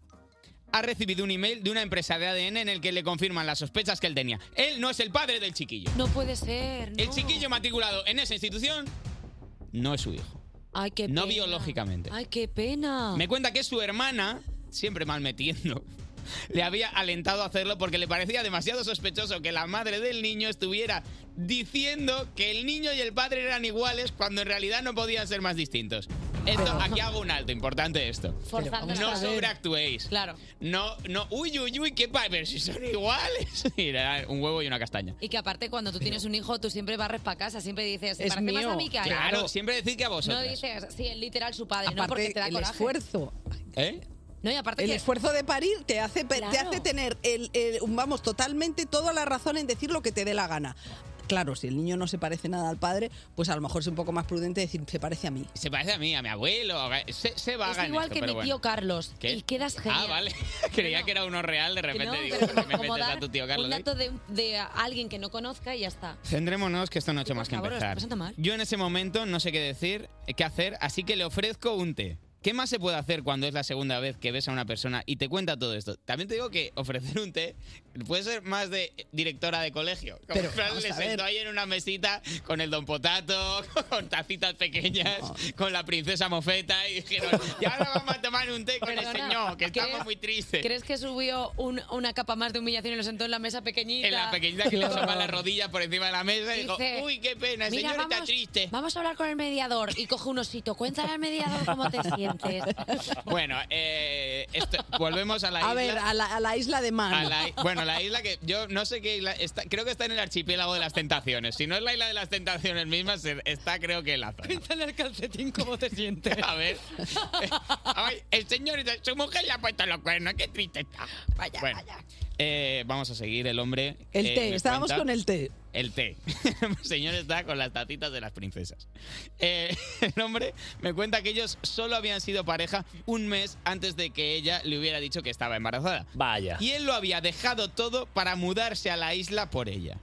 Speaker 2: ha recibido un email de una empresa de ADN en el que le confirman las sospechas que él tenía. Él no es el padre del chiquillo.
Speaker 1: No puede ser.
Speaker 2: El chiquillo matriculado en esa institución no es su hijo,
Speaker 1: Ay, qué
Speaker 2: no
Speaker 1: pena.
Speaker 2: biológicamente.
Speaker 1: Ay, qué pena.
Speaker 2: Me cuenta que su hermana, siempre mal metiendo, le había alentado a hacerlo porque le parecía demasiado sospechoso que la madre del niño estuviera diciendo que el niño y el padre eran iguales cuando en realidad no podían ser más distintos. Esto, aquí hago un alto, importante esto.
Speaker 1: Forzando
Speaker 2: no
Speaker 1: la-
Speaker 2: sobreactuéis.
Speaker 1: Claro.
Speaker 2: No, no, uy, uy, uy, qué padre, pero si son iguales. Y le dan un huevo y una castaña.
Speaker 1: Y que aparte cuando tú tienes un hijo, tú siempre barres para casa, siempre dices, ¿se parece más a mí que a él?
Speaker 2: Claro, siempre decir que a
Speaker 1: No
Speaker 2: vosotros.
Speaker 1: dices, sí, es literal su padre, no
Speaker 12: Aparte,
Speaker 1: porque te da
Speaker 12: el
Speaker 1: coraje.
Speaker 12: esfuerzo.
Speaker 2: ¿Eh?
Speaker 1: No, y aparte
Speaker 12: El
Speaker 1: que-
Speaker 12: esfuerzo de parir te hace, pe- te
Speaker 1: Claro.
Speaker 12: hace tener, el, el- vamos, totalmente toda la razón en decir lo que te dé la gana. Claro, si el niño no se parece nada al padre, pues a lo mejor es un poco más prudente decir, se parece a mí.
Speaker 2: Se parece a mí, a mi abuelo. a- Se, se vaga
Speaker 1: Es
Speaker 2: en
Speaker 1: igual
Speaker 2: esto,
Speaker 1: que mi
Speaker 2: pero
Speaker 1: tío
Speaker 2: bueno.
Speaker 1: Carlos.
Speaker 2: ¿Qué?
Speaker 1: Y quedas genial.
Speaker 2: Ah, vale. Creía que era uno real, de repente
Speaker 1: no,
Speaker 2: digo,
Speaker 1: pero
Speaker 2: me
Speaker 1: como
Speaker 2: metes
Speaker 1: dar
Speaker 2: a tu tío Carlos. ¿eh?
Speaker 1: Un
Speaker 2: ahí.
Speaker 1: dato de, de alguien que no conozca y ya está.
Speaker 2: Centrémonos que esto no ha hecho más que
Speaker 1: favor, lo
Speaker 2: empezar.
Speaker 1: estás pasando mal.
Speaker 2: Yo en ese momento no sé qué decir, qué hacer, así que le ofrezco un té. ¿Qué más se puede hacer cuando es la segunda vez que ves a una persona y te cuenta todo esto? También te digo que ofrecer un té puede ser más de directora de colegio. Como
Speaker 15: Pero,
Speaker 2: Fran
Speaker 15: vamos
Speaker 2: le
Speaker 15: a ver.
Speaker 2: sentó ahí en una mesita con el don potato, con tacitas pequeñas, con la princesa mofeta y dijeron, y ahora vamos a tomar un té con el
Speaker 1: Perdona,
Speaker 2: señor, que estamos
Speaker 1: ¿crees-
Speaker 2: muy tristes.
Speaker 1: ¿Crees que subió un- una capa más de humillación y lo sentó en la mesa pequeñita?
Speaker 2: En la pequeñita que le asoma las rodillas por encima de la mesa y dijo,
Speaker 1: Dice,
Speaker 2: uy, qué pena, el
Speaker 1: "Mira,
Speaker 2: señor está
Speaker 1: vamos-
Speaker 2: triste.
Speaker 1: Vamos a hablar con el mediador y coge un osito. Cuéntale al mediador cómo te sientes.
Speaker 2: Bueno, eh, esto- volvemos a la
Speaker 12: A
Speaker 2: isla.
Speaker 12: ver, a la, a la isla de Man.
Speaker 2: A la- bueno, la isla que yo no sé qué isla está, creo que está en el archipiélago de las tentaciones. Si no es la isla de las tentaciones mismas, se- está creo que en la zona.
Speaker 1: Cuéntale al calcetín cómo te sientes.
Speaker 2: A ver. Ay, el señor, su mujer le ha puesto los cuernos, qué triste está. Vaya, vaya. Eh, vamos a seguir el hombre.
Speaker 12: El
Speaker 2: eh,
Speaker 12: té,
Speaker 2: me
Speaker 12: estábamos
Speaker 2: cuenta-
Speaker 12: con el té.
Speaker 2: el té. El señor está con las tacitas de las princesas. Eh, el hombre me cuenta que ellos solo habían sido pareja un mes antes de que ella le hubiera dicho que estaba embarazada.
Speaker 6: Vaya.
Speaker 2: Y él lo había dejado todo para mudarse a la isla por ella.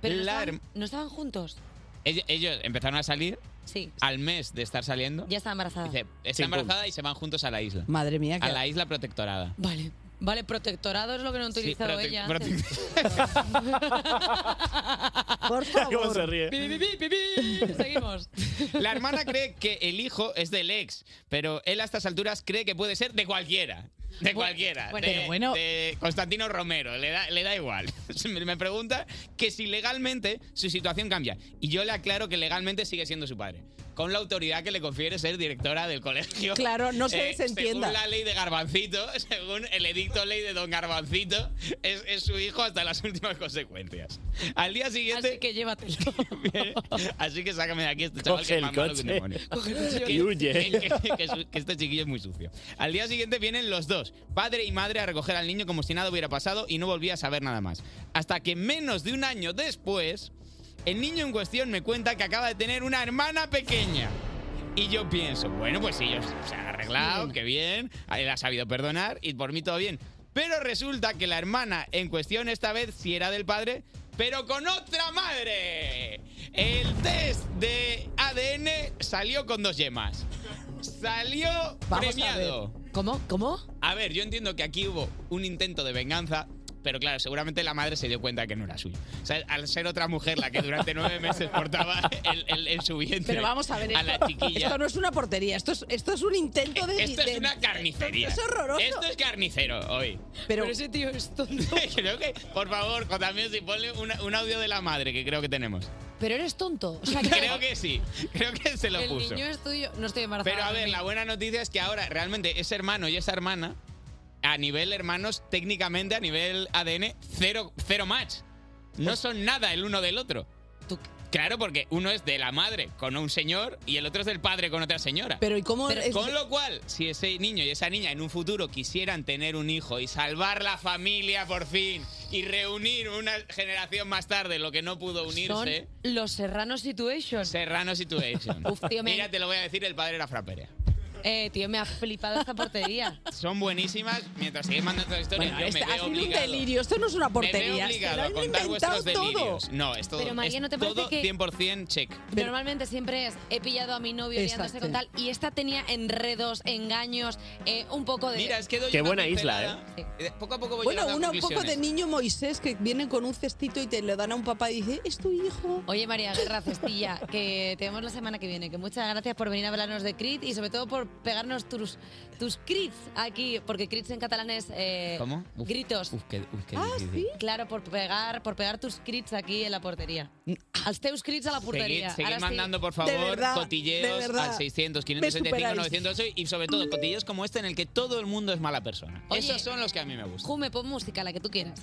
Speaker 1: Pero no
Speaker 2: La
Speaker 1: estaban,
Speaker 2: herm-
Speaker 1: no estaban juntos.
Speaker 2: Ell- Ellos empezaron a salir
Speaker 1: Sí.
Speaker 2: al mes de estar saliendo.
Speaker 1: Ya está embarazada.
Speaker 2: Dice, está embarazada y se van juntos a la isla.
Speaker 12: Madre mía,
Speaker 2: A la isla protectorada.
Speaker 1: Vale. Vale, protectorado es lo que no he
Speaker 2: Sí,
Speaker 1: utilizado
Speaker 2: protec-
Speaker 1: ella.
Speaker 2: protec-
Speaker 12: Por
Speaker 2: favor.
Speaker 6: ¿Cómo se ríe?
Speaker 1: Pi, pi, pi, pi, pi. Seguimos.
Speaker 2: La hermana cree que el hijo es del ex, pero él a estas alturas cree que puede ser de cualquiera. De cualquiera.
Speaker 1: bueno,
Speaker 2: de,
Speaker 1: pero bueno.
Speaker 2: de Constantino Romero, le da, le da igual. Me me pregunta que si legalmente su situación cambia. Y yo le aclaro que legalmente sigue siendo su padre. Con la autoridad que le confiere ser directora del colegio. Eh,
Speaker 12: Claro, no se desentienda.
Speaker 2: Según la ley de Garbancito, según el edicto ley de Don Garbancito, es, es su hijo hasta las últimas consecuencias. Al día siguiente. Así
Speaker 1: que llévatelo.
Speaker 2: Así que sácame de aquí este chaval
Speaker 6: Coge
Speaker 2: que es
Speaker 6: el
Speaker 2: más malo que un
Speaker 6: coche.
Speaker 2: demonio.
Speaker 6: Coge el coche.
Speaker 2: Que-
Speaker 6: Y huye.
Speaker 2: que- que- que su- que este chiquillo es muy sucio. Al día siguiente vienen los dos, padre y madre, a recoger al niño como si nada hubiera pasado y no volví a saber nada más. Hasta que menos de un año después, el niño en cuestión me cuenta que acaba de tener una hermana pequeña. Y yo pienso, bueno, pues ellos se han arreglado, que bien, él ha sabido perdonar y por mí todo bien. Pero resulta que la hermana en cuestión esta vez sí era del padre, pero con otra madre. El test de ADN salió con dos yemas. Salió
Speaker 1: Vamos a ver.
Speaker 2: premiado.
Speaker 1: ¿Cómo? ¿Cómo?
Speaker 2: A ver, yo entiendo que aquí hubo un intento de venganza, pero claro, seguramente la madre se dio cuenta que no era suyo. O sea, al ser otra mujer la que durante nueve meses portaba el, el- en su vientre
Speaker 12: Pero vamos a ver,
Speaker 2: la
Speaker 12: esto,
Speaker 2: chiquilla.
Speaker 12: esto no es una portería, esto es, esto es un intento de...
Speaker 2: Esto
Speaker 12: de-
Speaker 2: es una carnicería.
Speaker 12: Esto es horroroso.
Speaker 2: Esto es carnicero hoy.
Speaker 12: Pero-
Speaker 1: ese tío es tonto.
Speaker 2: creo que, por favor, Juan, también si ponle una- un audio de la madre que creo que tenemos.
Speaker 1: Pero eres tonto. O sea, que
Speaker 2: Creo que sí. Creo que se lo
Speaker 1: el
Speaker 2: puso.
Speaker 1: niño es tuyo. No estoy embarazada.
Speaker 2: Pero a ver,
Speaker 1: mí.
Speaker 2: la buena noticia es que ahora realmente ese hermano y esa hermana, a nivel hermanos, técnicamente a
Speaker 1: Pues
Speaker 2: nivel ADN, cero, cero match. No son nada el uno del otro. Claro, porque uno es de la madre con un señor y el otro es del padre con otra señora.
Speaker 12: Pero, ¿y cómo es-
Speaker 2: Con lo cual, si ese niño y esa niña en un futuro quisieran tener un hijo y salvar la familia por fin y reunir una generación más tarde lo que no pudo
Speaker 1: Son
Speaker 2: unirse,
Speaker 1: los Serrano Situation.
Speaker 2: Serrano Situation.
Speaker 1: Uf, tío, me-
Speaker 2: Mira, te lo voy a decir, el padre era fraperea.
Speaker 1: Eh, tío, me ha flipado esta portería.
Speaker 2: Son buenísimas. Mientras sigáis mandando estas historias,
Speaker 12: Bueno,
Speaker 2: yo
Speaker 12: este
Speaker 2: me
Speaker 12: ha
Speaker 2: veo
Speaker 12: sido un
Speaker 2: obligado.
Speaker 12: delirio, esto no es una
Speaker 2: Me
Speaker 12: portería,
Speaker 2: veo
Speaker 12: es que
Speaker 2: obligado
Speaker 12: lo
Speaker 2: a
Speaker 12: han
Speaker 2: contar vuestros
Speaker 12: inventado todo.
Speaker 2: delirios. No, esto
Speaker 1: Pero, María,
Speaker 2: es
Speaker 1: ¿no te parece
Speaker 2: todo
Speaker 1: que-
Speaker 2: 100% check.
Speaker 1: Normalmente siempre es he pillado a mi novio liándose
Speaker 2: Exacto.
Speaker 1: con tal y esta tenía enredos, engaños, eh, un poco de...
Speaker 2: Mira, es que doy
Speaker 6: Qué
Speaker 2: una
Speaker 6: buena
Speaker 2: pincelada.
Speaker 6: isla,
Speaker 1: ¿eh?
Speaker 2: Eh, Poco a poco voy
Speaker 12: Bueno,
Speaker 2: llegando a
Speaker 12: una, un poco de
Speaker 2: conclusiones.
Speaker 12: niño Moisés que viene con un cestito y te lo dan a un papá y dice, es tu hijo.
Speaker 1: Oye, María Guerra Cestilla, que te vemos la semana que viene, que muchas gracias por venir a hablarnos de Crit y sobre todo por pegarnos tus, tus crits aquí, porque crits en catalán es... eh,
Speaker 2: ¿Cómo? Uf,
Speaker 1: gritos.
Speaker 2: uf, qué- uf,
Speaker 10: Ah,
Speaker 15: Ah,
Speaker 2: qué difícil.
Speaker 1: Claro, por pegar, por pegar tus crits aquí en la portería.
Speaker 15: Mm.
Speaker 1: Als teus crits a la portería.
Speaker 2: Seguid, seguid
Speaker 1: Ahora sí.
Speaker 2: mandando, por favor, cotilleos al 600, 575,
Speaker 1: superáis.
Speaker 2: 908 y sobre todo cotilleos como este en el que todo el mundo es mala persona.
Speaker 1: Oye.
Speaker 2: Esos son los que a mí me gustan.
Speaker 1: Jume, pon música, la que tú quieras.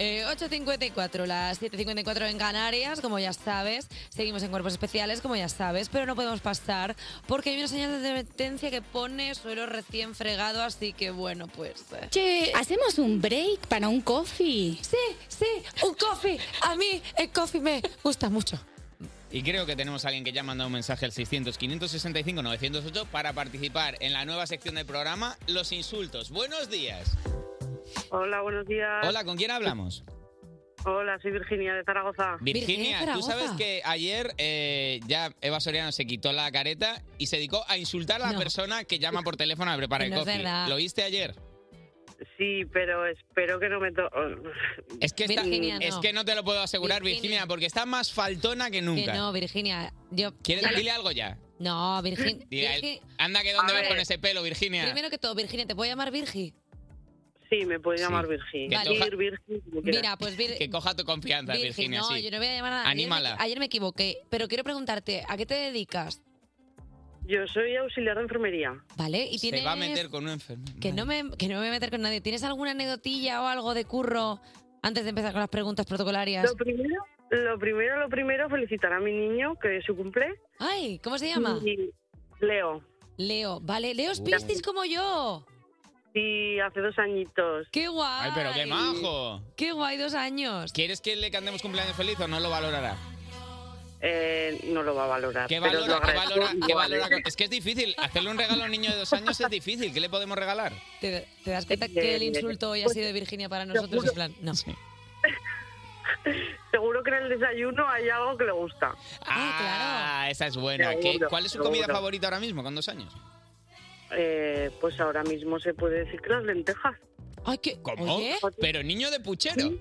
Speaker 1: Eh, 8.54, las 7.54 en Canarias, como ya sabes. Seguimos en cuerpos especiales, como ya sabes, pero no podemos pasar porque hay una señal de advertencia que pone suelo recién fregado, así que bueno, pues. eh.
Speaker 15: Che, ¿hacemos un break para un coffee? Sí, sí, un coffee. A mí el coffee me gusta mucho.
Speaker 2: Y creo que tenemos a alguien que ya ha mandado un mensaje al 600-565-908 para participar en la nueva sección del programa, Los Insultos. Buenos días.
Speaker 17: Hola, buenos días.
Speaker 2: Hola, ¿con quién hablamos?
Speaker 17: Hola, soy Virginia de Zaragoza.
Speaker 2: Virginia, tú sabes que ayer eh, ya Eva Soriano se quitó la careta y se dedicó a insultar a la persona que llama por teléfono a preparar
Speaker 17: No
Speaker 2: el
Speaker 17: es
Speaker 2: coffee.
Speaker 17: verdad.
Speaker 2: ¿Lo oíste ayer?
Speaker 17: Sí, pero espero que no me... to- oh.
Speaker 2: Es que, está-
Speaker 1: Virginia, no.
Speaker 2: es que no te lo puedo asegurar, Virginia, porque está más faltona que nunca.
Speaker 1: Que no, Virginia. Yo,
Speaker 2: ¿Quieres
Speaker 1: ya lo-
Speaker 2: decirle algo ya?
Speaker 1: No, Virginia.
Speaker 2: Dile a él, Anda, que dónde
Speaker 1: A
Speaker 2: vas
Speaker 1: ver.
Speaker 2: con ese pelo, Virginia.
Speaker 1: Primero que todo, Virginia, ¿te puedo llamar Virgi?
Speaker 17: Sí, me puedes llamar
Speaker 2: Que
Speaker 17: Virginia.
Speaker 2: Vale. coja-
Speaker 17: Vir, Virgi, como quieras.
Speaker 1: Mira, pues Vir-
Speaker 2: Que coja tu confianza,
Speaker 1: Virgi,
Speaker 2: Virginia,
Speaker 1: no,
Speaker 2: sí.
Speaker 1: yo no voy a llamar a nadie.
Speaker 2: Anímala.
Speaker 1: Ayer me, ayer me equivoqué, pero quiero preguntarte, ¿a qué te dedicas?
Speaker 17: Yo soy auxiliar de enfermería.
Speaker 1: Vale, y tienes...
Speaker 2: Se va a meter con un enfermo.
Speaker 1: Que no, me, que no me voy a meter con nadie. ¿Tienes alguna anedotilla o algo de curro antes de empezar con las preguntas protocolarias?
Speaker 17: Lo primero, lo primero, lo primero, felicitar a mi niño, que es su cumple.
Speaker 1: Ay, ¿cómo se llama?
Speaker 17: Y Leo.
Speaker 1: Leo, vale. Leo es Piscis como yo.
Speaker 17: Sí, hace dos añitos.
Speaker 1: ¡Qué guay!
Speaker 2: Ay, pero qué majo.
Speaker 1: ¡Qué guay, dos años!
Speaker 2: ¿Quieres que le cantemos cumpleaños feliz o no lo valorará?
Speaker 17: Eh, no lo va a valorar.
Speaker 2: ¿Qué
Speaker 17: pero
Speaker 2: valora?
Speaker 17: lo
Speaker 2: ¿Qué
Speaker 17: agradezco
Speaker 2: valora? ¿Qué
Speaker 17: igual,
Speaker 2: valora?
Speaker 17: ¿eh?
Speaker 2: Es que es difícil. Hacerle un regalo a un niño de dos años es difícil. ¿Qué le podemos regalar?
Speaker 1: ¿Te, te das cuenta que el insulto hoy ha sido de Virginia para nosotros? En plan, no.
Speaker 17: Seguro que en el desayuno hay algo que le gusta.
Speaker 2: Ah, esa es buena.
Speaker 17: Seguro,
Speaker 2: ¿Qué- ¿Cuál es su comida
Speaker 17: seguro.
Speaker 2: favorita ahora mismo con dos años?
Speaker 17: Eh, pues ahora mismo se puede decir que las lentejas.
Speaker 1: Ay, ¿qué?
Speaker 2: ¿Cómo? Pero niño de puchero.
Speaker 17: Sí,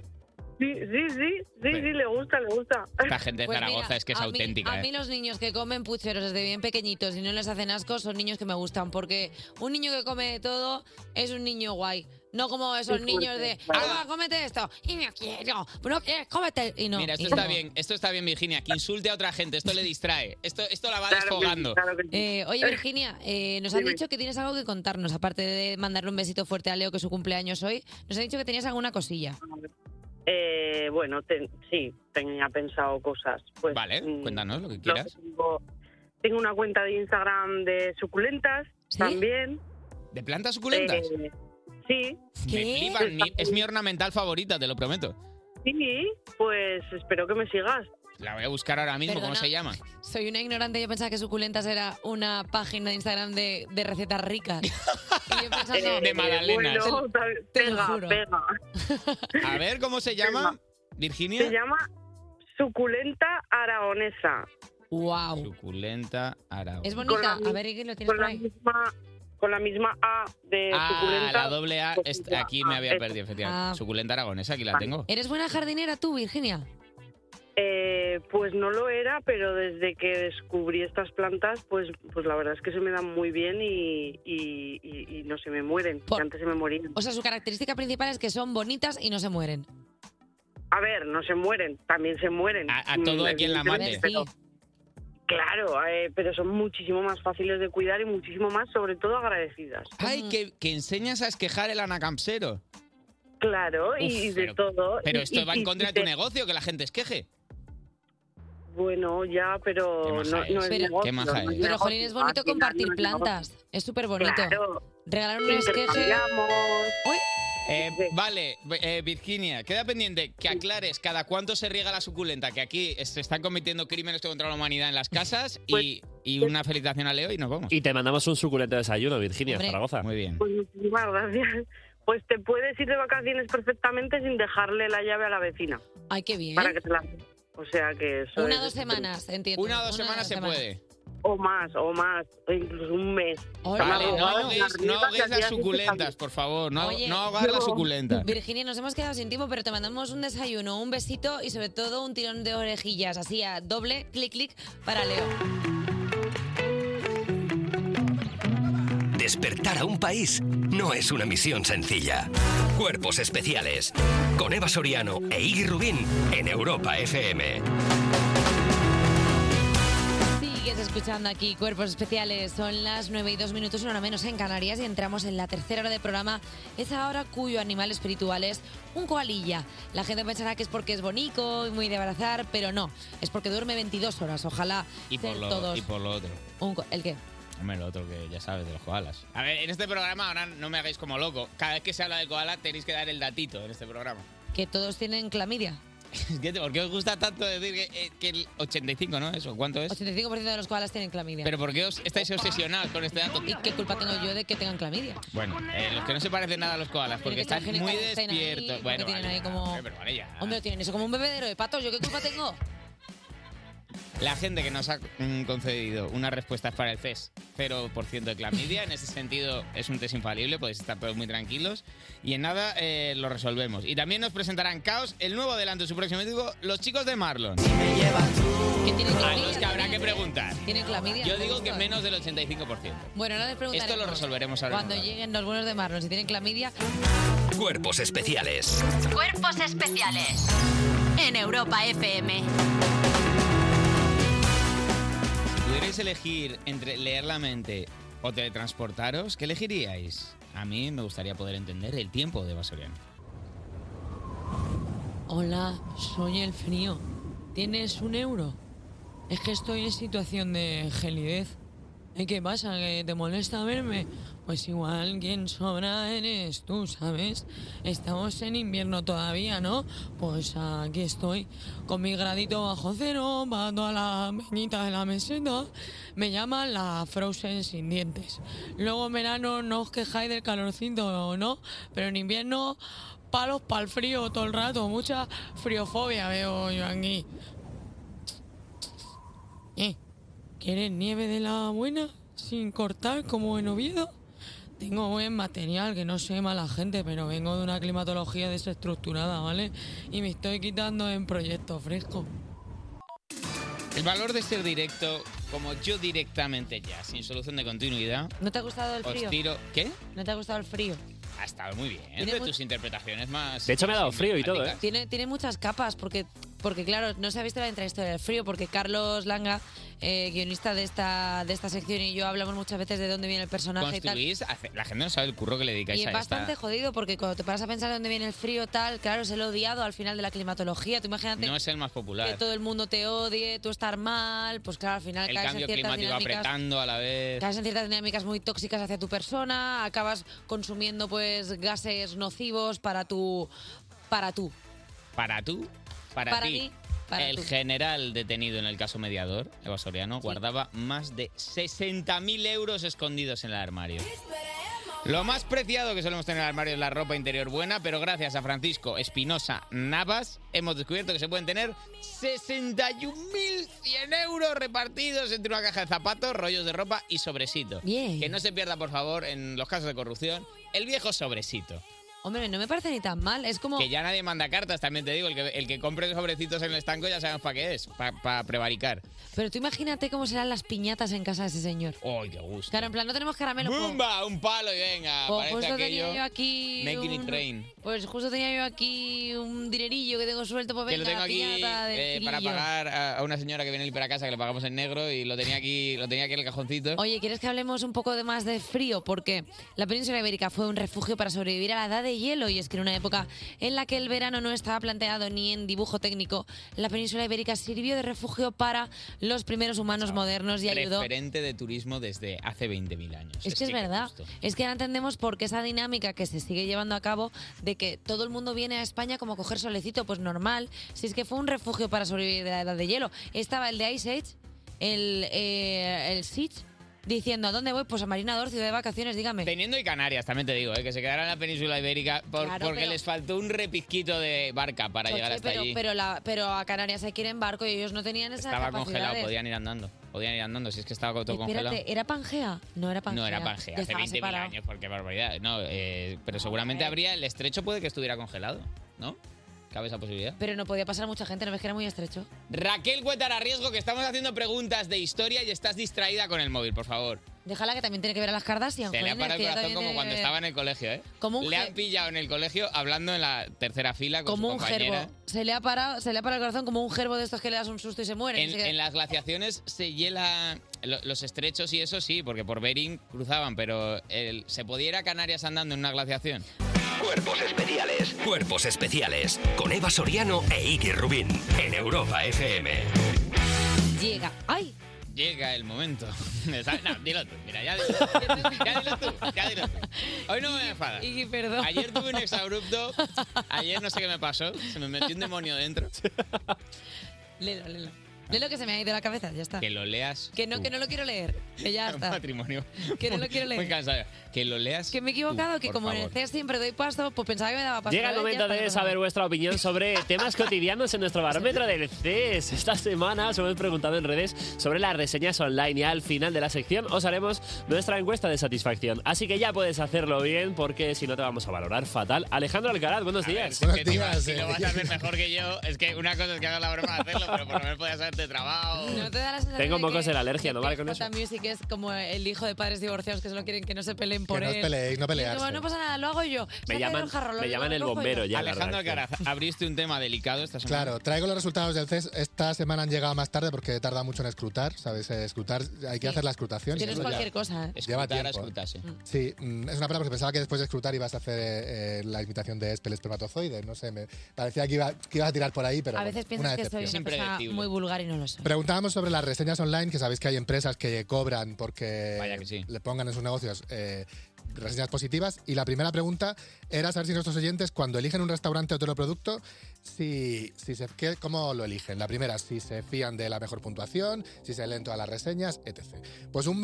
Speaker 17: sí, sí, sí, sí, le gusta, le gusta.
Speaker 2: Esta gente de
Speaker 1: Pues
Speaker 2: Zaragoza
Speaker 1: mira,
Speaker 2: es que es
Speaker 1: a mí-
Speaker 2: auténtica.
Speaker 1: A
Speaker 2: ¿eh?
Speaker 1: mí los niños que comen pucheros desde bien pequeñitos y no les hacen asco son niños que me gustan porque un niño que come de todo es un niño guay. No como esos
Speaker 2: Sí,
Speaker 1: niños
Speaker 2: porque-
Speaker 1: de, ah, cómete esto, y no quiero, no quieres, cómete, y no.
Speaker 2: Mira,
Speaker 1: y
Speaker 2: esto está
Speaker 1: no.
Speaker 2: bien, esto está bien, Virginia. Que insulte a otra gente, esto le distrae. Esto, esto la va desfogando.
Speaker 1: Eh, oye, Virginia, eh, nos han
Speaker 2: Dime.
Speaker 1: dicho que tienes algo que contarnos, aparte de mandarle un besito fuerte a Leo, que es su cumpleaños hoy. Nos han dicho que tenías alguna cosilla.
Speaker 17: Eh, bueno, ten- sí, tenía pensado cosas. Pues,
Speaker 2: Vale,
Speaker 17: mm,
Speaker 2: cuéntanos lo que
Speaker 17: lo
Speaker 2: quieras.
Speaker 17: que tengo, tengo una cuenta de Instagram de suculentas también.
Speaker 2: ¿De plantas suculentas?
Speaker 17: Eh, sí.
Speaker 2: Me flipan, mi- es mi ornamental favorita, te lo prometo.
Speaker 17: Sí, pues espero que me sigas.
Speaker 2: La voy a buscar ahora mismo, ¿cómo
Speaker 1: Perdona.
Speaker 2: se llama?
Speaker 1: Soy una ignorante, yo pensaba que Suculentas era una página de Instagram de, de recetas ricas. Y yo pensando-
Speaker 2: De magdalenas.
Speaker 17: bueno, tal-
Speaker 1: Te lo
Speaker 17: pega,
Speaker 1: juro.
Speaker 17: pega.
Speaker 2: A ver, ¿cómo se llama? Virginia.
Speaker 17: Se llama suculenta aragonesa.
Speaker 1: Wow.
Speaker 2: Suculenta Aragón.
Speaker 1: Es bonita. A ver, ¿y lo
Speaker 17: con
Speaker 1: tienes por
Speaker 17: la
Speaker 1: ahí?
Speaker 17: misma con la misma A de
Speaker 2: Ah,
Speaker 17: eh, suculenta.
Speaker 2: la doble A.
Speaker 17: pues,
Speaker 2: est-
Speaker 17: la
Speaker 2: aquí me
Speaker 17: A,
Speaker 2: había
Speaker 17: esta.
Speaker 2: perdido, efectivamente.
Speaker 1: Ah.
Speaker 2: Suculenta aragonesa, aquí la tengo.
Speaker 1: ¿Eres buena jardinera tú, Virginia?
Speaker 17: Eh, pues no lo era, pero desde que descubrí estas plantas, pues, pues la verdad es que se me dan muy bien y, y- y- y no se me mueren, que antes se me morían.
Speaker 1: O sea, su característica principal es que son bonitas y no se mueren.
Speaker 17: A ver, no se mueren, también se mueren.
Speaker 2: A todo a quien la mate.
Speaker 17: Pero- Claro, eh, pero son muchísimo más fáciles de cuidar y muchísimo más, sobre todo, agradecidas.
Speaker 2: Ay, que, que enseñas a esquejar el anacampsero.
Speaker 17: Claro, y,
Speaker 2: Uf,
Speaker 17: y de
Speaker 2: pero-
Speaker 17: todo.
Speaker 2: Pero
Speaker 17: y-
Speaker 2: esto
Speaker 17: y-
Speaker 2: va en
Speaker 17: y-
Speaker 2: contra
Speaker 17: y
Speaker 2: de tu
Speaker 17: te-
Speaker 2: negocio, que la gente esqueje.
Speaker 17: Bueno, ya, pero no, no es
Speaker 1: Pero-
Speaker 17: negocio.
Speaker 2: Qué maja
Speaker 17: no es
Speaker 2: eres.
Speaker 1: Pero, Jolín, es
Speaker 17: negocio,
Speaker 1: bonito
Speaker 17: al final
Speaker 1: compartir
Speaker 17: no es negocio.
Speaker 1: plantas. Es súper bonito.
Speaker 17: Claro.
Speaker 1: Regalar un esqueje.
Speaker 17: Intercambiamos.
Speaker 2: Eh, vale, eh, Virginia, queda pendiente que aclares cada cuánto se riega la suculenta, que aquí se están cometiendo crímenes contra la humanidad en las casas
Speaker 17: Pues,
Speaker 2: y, y una felicitación a Leo y nos vamos.
Speaker 6: Y te mandamos un suculento desayuno, Virginia,
Speaker 17: Hombre.
Speaker 6: Zaragoza.
Speaker 2: Muy bien.
Speaker 17: Pues muchísimas gracias. Pues te puedes ir de vacaciones perfectamente sin dejarle la llave a la vecina.
Speaker 1: Ay, qué bien.
Speaker 17: Para que te la... O sea que eso
Speaker 1: Una
Speaker 17: es-
Speaker 1: o dos semanas, entiendo.
Speaker 17: Una o dos
Speaker 2: semanas se puede.
Speaker 17: O más, o más, o incluso un mes.
Speaker 2: Vale, no
Speaker 17: Abogados,
Speaker 2: ahoguéis, no
Speaker 17: arriba, que
Speaker 2: ahoguéis
Speaker 17: al día
Speaker 2: las
Speaker 17: siguiente
Speaker 2: suculentas, por favor. No,
Speaker 1: Oye,
Speaker 2: no ahogar las suculentas.
Speaker 1: Virginia, nos hemos quedado sin tiempo, pero te mandamos un desayuno, un besito y sobre todo un tirón de orejillas, así a doble clic clic para Leo.
Speaker 4: Despertar a un país no es una misión sencilla. Cuerpos especiales. Con Eva Soriano e Iggy Rubín en Europa FM.
Speaker 1: Sigues escuchando aquí Cuerpos Especiales. Son las 9 y 2 minutos, una hora menos en Canarias y entramos en la tercera hora del programa. Es ahora cuyo animal espiritual es un coalilla. La gente pensará que es porque es bonito y muy de abrazar, pero no. Es porque duerme 22 horas. Ojalá
Speaker 2: Y por,
Speaker 1: ser
Speaker 2: lo,
Speaker 1: todos
Speaker 2: y por lo otro.
Speaker 1: un co- ¿El qué?
Speaker 2: Hombre, lo otro que ya sabes de los koalas. A ver, en este programa ahora no me hagáis como loco. Cada vez que se habla de koala tenéis que dar el datito en este programa.
Speaker 1: Que todos tienen clamidia.
Speaker 2: Es que, ¿Por qué os gusta tanto decir que, eh, que el 85, no? ¿Eso? ¿Cuánto es?
Speaker 1: 85% de los koalas tienen clamidia.
Speaker 2: ¿Pero por qué os estáis obsesionados con este dato?
Speaker 1: ¿Y qué culpa tengo yo de que tengan clamidia?
Speaker 2: Bueno, eh, los que no se parecen nada a los koalas, porque
Speaker 1: Pero que
Speaker 2: están
Speaker 1: esta gente
Speaker 2: muy
Speaker 1: está ahí,
Speaker 2: despiertos.
Speaker 1: que
Speaker 2: Bueno,
Speaker 1: tienen
Speaker 2: vale,
Speaker 1: ahí
Speaker 2: ya,
Speaker 1: como-
Speaker 2: hombre, vale, ya.
Speaker 1: Hombre, tienen eso como un bebedero de patos. ¿Yo qué culpa tengo?
Speaker 2: La gente que nos ha mm, concedido unas respuestas para el CES, 0% de clamidia. En ese sentido, es un test infalible, podéis estar todos muy tranquilos. Y en nada, eh, lo resolvemos. Y también nos presentarán Caos, el nuevo adelanto de su próximo disco, Los Chicos de Marlon. A los que habrá que preguntar.
Speaker 1: Tienen clamidia.
Speaker 2: Ah, Yo
Speaker 1: me
Speaker 2: digo
Speaker 1: gusta.
Speaker 2: que menos del 85%.
Speaker 1: Bueno, ahora les preguntaré.
Speaker 2: Esto lo resolveremos ahora.
Speaker 1: Cuando lleguen los buenos de Marlon, si tienen clamidia,
Speaker 4: Cuerpos especiales.
Speaker 5: Cuerpos especiales en Europa FM.
Speaker 2: Si pudierais elegir entre leer la mente o teletransportaros, ¿qué elegiríais? A mí me gustaría poder entender el tiempo de Basoriano.
Speaker 1: Hola, soy el frío. ¿Tienes un euro? Es que estoy en situación de gelidez. ¿Eh, ¿Qué pasa? ¿Que te molesta verme? Pues igual quien sobra eres tú, ¿sabes? Estamos en invierno todavía, ¿no? Pues aquí estoy, con mi gradito bajo cero, bando a la peñita de la meseta. Me llaman la Frozen sin dientes. Luego en verano no os quejáis del calorcito, ¿no? Pero en invierno palos para el frío todo el rato, mucha friofobia veo yo aquí. Eh, ¿Quieres nieve de la buena sin cortar como en Oviedo? Tengo buen material, que no soy mala gente, pero vengo de una climatología desestructurada, ¿vale? Y me estoy quitando en proyectos frescos.
Speaker 2: El valor de ser directo, como yo directamente ya, sin solución de continuidad,
Speaker 1: ¿No te ha gustado el
Speaker 2: os
Speaker 1: frío?
Speaker 2: tiro. ¿Qué?
Speaker 1: ¿No te ha gustado el frío?
Speaker 2: Ha estado muy bien.
Speaker 1: Tiene
Speaker 2: De
Speaker 1: mu-
Speaker 2: tus interpretaciones más.
Speaker 6: De hecho, me ha dado frío y todo, ¿eh?
Speaker 1: Tiene, tiene muchas capas, porque, porque claro, no se ha visto la intrahistoria del frío, porque Carlos Langa, eh, guionista de esta, de esta sección, y yo hablamos muchas veces de dónde viene el personaje y tal.
Speaker 2: Construís. hace- La gente no sabe el curro que le dedicáis
Speaker 1: Y
Speaker 2: a
Speaker 1: es bastante
Speaker 2: esta.
Speaker 1: jodido porque cuando te paras a pensar de dónde viene el frío, tal, claro, es el odiado al final de la climatología. Tú imagínate
Speaker 2: No es el más
Speaker 1: que
Speaker 2: popular.
Speaker 1: todo el mundo te odie, tú estar mal, pues claro, al final
Speaker 2: El
Speaker 1: caes
Speaker 2: cambio
Speaker 1: en ciertas
Speaker 2: climático
Speaker 1: dinámicas.
Speaker 2: apretando a la vez.
Speaker 1: Caes en ciertas dinámicas muy tóxicas hacia tu persona, acabas consumiendo pues gases nocivos para tu para tú.
Speaker 2: Para tú, para,
Speaker 1: Para
Speaker 2: ti.
Speaker 1: mí, para
Speaker 2: el
Speaker 1: tú.
Speaker 2: general detenido en el caso mediador, Eva Soriano, guardaba más de 60.000 euros escondidos en el armario. Lo más preciado que solemos tener en el armario es la ropa interior buena, pero gracias a Francisco Espinosa Navas hemos descubierto que se pueden tener 61.100 euros repartidos entre una caja de zapatos, rollos de ropa y sobresito. Que no se pierda, por favor, en los casos de corrupción, el viejo sobresito.
Speaker 1: Hombre, no me parece ni tan mal. Es como.
Speaker 2: Que ya nadie manda cartas, también te digo. El que, el que compre sobrecitos en el estanco ya sabemos para qué es, para prevaricar.
Speaker 1: Pero tú imagínate cómo serán las piñatas en casa de ese señor.
Speaker 2: ¡Ay, qué gusto!
Speaker 1: Claro, en plan, no tenemos caramelo. po.
Speaker 2: ¡Bumba! Un palo y venga.
Speaker 1: Po,
Speaker 2: parece
Speaker 1: justo
Speaker 2: aquello.
Speaker 1: tenía yo aquí.
Speaker 2: Making it
Speaker 1: un-
Speaker 2: rain.
Speaker 1: Pues justo tenía yo aquí un dinerillo que tengo suelto. Pues
Speaker 2: Que
Speaker 1: venga,
Speaker 2: lo tengo aquí
Speaker 1: piñata del
Speaker 2: eh, para
Speaker 1: filillo.
Speaker 2: pagar a, a una señora que viene para casa, que le pagamos en negro y lo tenía aquí, lo tenía aquí en el cajoncito.
Speaker 1: Oye, ¿quieres que hablemos un poco de más de frío? Porque la península ibérica fue un refugio para sobrevivir a la edad de hielo y es que en una época en la que el verano no estaba planteado ni en dibujo técnico, la península ibérica sirvió de refugio para los primeros humanos modernos y ayudó
Speaker 2: Referente de turismo desde hace 20.000 años.
Speaker 1: Es que es
Speaker 2: que qué
Speaker 1: verdad.
Speaker 2: gusto.
Speaker 1: Es que ahora entendemos por qué esa dinámica que se sigue llevando a cabo de que todo el mundo viene a España como a coger solecito, pues normal. Si es que fue un refugio para sobrevivir de la edad de hielo. Estaba el de Ice Age, el, eh, el Siege, diciendo, ¿a dónde voy? Pues a Marinador, ciudad de vacaciones, dígame.
Speaker 2: Teniendo y Canarias, también te digo, eh, que se quedaron en la península ibérica por-
Speaker 1: Claro,
Speaker 2: porque
Speaker 1: pero-
Speaker 2: les faltó un repizquito de barca para
Speaker 1: Choche,
Speaker 2: llegar hasta
Speaker 1: pero,
Speaker 2: allí.
Speaker 1: pero, la- pero a Canarias hay que ir en barco y ellos no tenían esa
Speaker 2: estaba
Speaker 1: capacidad.
Speaker 2: congelado, podían ir andando. Podían ir andando, si es que estaba todo congelado.
Speaker 1: Espérate, ¿era Pangea? No era Pangea.
Speaker 2: No era Pangea, hace
Speaker 1: Ya estaba
Speaker 2: 20.000
Speaker 1: separado.
Speaker 2: años, porque barbaridad. No, eh, pero seguramente habría, el estrecho puede que estuviera congelado, ¿no? Cabe esa posibilidad.
Speaker 1: Pero no podía pasar mucha gente, no ves que era muy estrecho.
Speaker 2: Raquel Cuétara Riesgo, que estamos haciendo preguntas de historia y estás distraída con el móvil, por favor.
Speaker 1: Déjala que también tiene que ver a las Kardashian.
Speaker 2: Se le ha
Speaker 1: jolines,
Speaker 2: parado
Speaker 1: que
Speaker 2: el
Speaker 1: ya
Speaker 2: corazón
Speaker 1: también
Speaker 2: como
Speaker 1: tiene
Speaker 2: cuando
Speaker 1: que ver.
Speaker 2: estaba en el colegio, ¿eh?
Speaker 1: Como un
Speaker 2: le
Speaker 1: ge-
Speaker 2: han pillado en el colegio hablando en la tercera fila con
Speaker 1: como
Speaker 2: su
Speaker 1: un
Speaker 2: compañera.
Speaker 1: gerbo. Se le ha parado, se le ha parado el corazón como un gerbo de estos que le das un susto y se muere.
Speaker 2: En,
Speaker 1: Así que-
Speaker 2: en las glaciaciones se hiela lo- los estrechos y eso sí, porque por Bering cruzaban, pero el- se podía ir a Canarias andando en una glaciación.
Speaker 4: Cuerpos especiales. Cuerpos especiales. Con Eva Soriano e Iggy Rubín. En Europa FM.
Speaker 1: Llega. ¡Ay!
Speaker 2: Llega el momento. Me sale- No, dilo tú. Mira, ya dilo, ya dilo tú. Ya dilo tú. Hoy no me voy a enfadar.
Speaker 1: Iggy, perdón.
Speaker 2: Ayer tuve un exabrupto. Ayer no sé qué me pasó. Se me metió un demonio dentro.
Speaker 1: Léelo, léelo. Léelo que se me ha ido la cabeza, ya está.
Speaker 2: Que lo leas.
Speaker 1: Que no,
Speaker 2: tú.
Speaker 1: que no lo quiero leer. Que ya
Speaker 2: Un
Speaker 1: está.
Speaker 2: matrimonio.
Speaker 1: Que no lo
Speaker 2: muy-
Speaker 1: quiero leer.
Speaker 2: Muy cansado. Que lo leas.
Speaker 1: Que me he equivocado, que
Speaker 2: por
Speaker 1: como en el
Speaker 2: favor.
Speaker 1: CES siempre doy pasto, pues pensaba que me daba pasto.
Speaker 6: Llega el
Speaker 1: ¿eh? Ya
Speaker 6: momento
Speaker 1: está,
Speaker 6: de
Speaker 1: perdón.
Speaker 6: saber vuestra opinión sobre temas cotidianos en nuestro barómetro del CES. Esta semana os hemos preguntado en redes sobre las reseñas online y al final de la sección os haremos nuestra encuesta de satisfacción. Así que ya puedes hacerlo bien porque si no te vamos a valorar fatal. Alejandro Alcaraz, buenos días.
Speaker 2: Que tú vas- si lo vas a hacer mejor que yo, es que una cosa es que hagas la broma de hacerlo, pero por lo menos podías haberte trabajo.
Speaker 1: No te da la sensación
Speaker 6: Tengo
Speaker 1: de
Speaker 6: mocos
Speaker 1: que-
Speaker 6: de la alergia, ¿no vale con eso?
Speaker 1: Jota Music es como el hijo de padres divorciados que solo quieren que no se peleen por
Speaker 6: no os
Speaker 1: él.
Speaker 6: peleéis, no
Speaker 1: Y es como,
Speaker 6: pelearse.
Speaker 1: no pasa nada, lo hago yo. Sácale
Speaker 6: llaman-
Speaker 1: el jarro,
Speaker 6: me
Speaker 1: lo hago-
Speaker 6: llaman
Speaker 1: lo
Speaker 6: el
Speaker 1: hago yo.
Speaker 6: bombero ya, la
Speaker 2: Alejandro
Speaker 6: redacción.
Speaker 2: Alcaraz, abriste un tema delicado esta semana.
Speaker 18: Claro, traigo los resultados del CES. Esta semana han llegado más tarde porque tarda mucho en escrutar, ¿sabes? Eh, Escrutar, hay que
Speaker 1: Sí.
Speaker 18: hacer la escrutación.
Speaker 1: Que no es
Speaker 18: Eso ya-
Speaker 1: cualquier cosa, ¿eh?
Speaker 2: Escrutar
Speaker 18: Lleva
Speaker 2: a
Speaker 18: tiempo.
Speaker 2: escrutarse.
Speaker 18: Sí, mm, es una pena porque pensaba que después de escrutar ibas a hacer eh, eh, la invitación de Espel espermatozoide. No sé, me parecía que, iba, que ibas a tirar por ahí, pero
Speaker 1: a
Speaker 18: bueno,
Speaker 1: veces
Speaker 18: una
Speaker 1: piensas que soy
Speaker 18: decepción.
Speaker 1: una persona muy vulgar y no lo soy.
Speaker 18: Preguntábamos sobre las reseñas online, que sabéis que hay empresas que cobran porque le pongan en sus negocios eh, reseñas positivas. Y la primera pregunta era saber si nuestros oyentes, cuando eligen un restaurante o teleproducto, si, si se, qué- ¿cómo lo eligen? La primera, si se fían de la mejor puntuación, si se leen todas las reseñas, etc. Pues un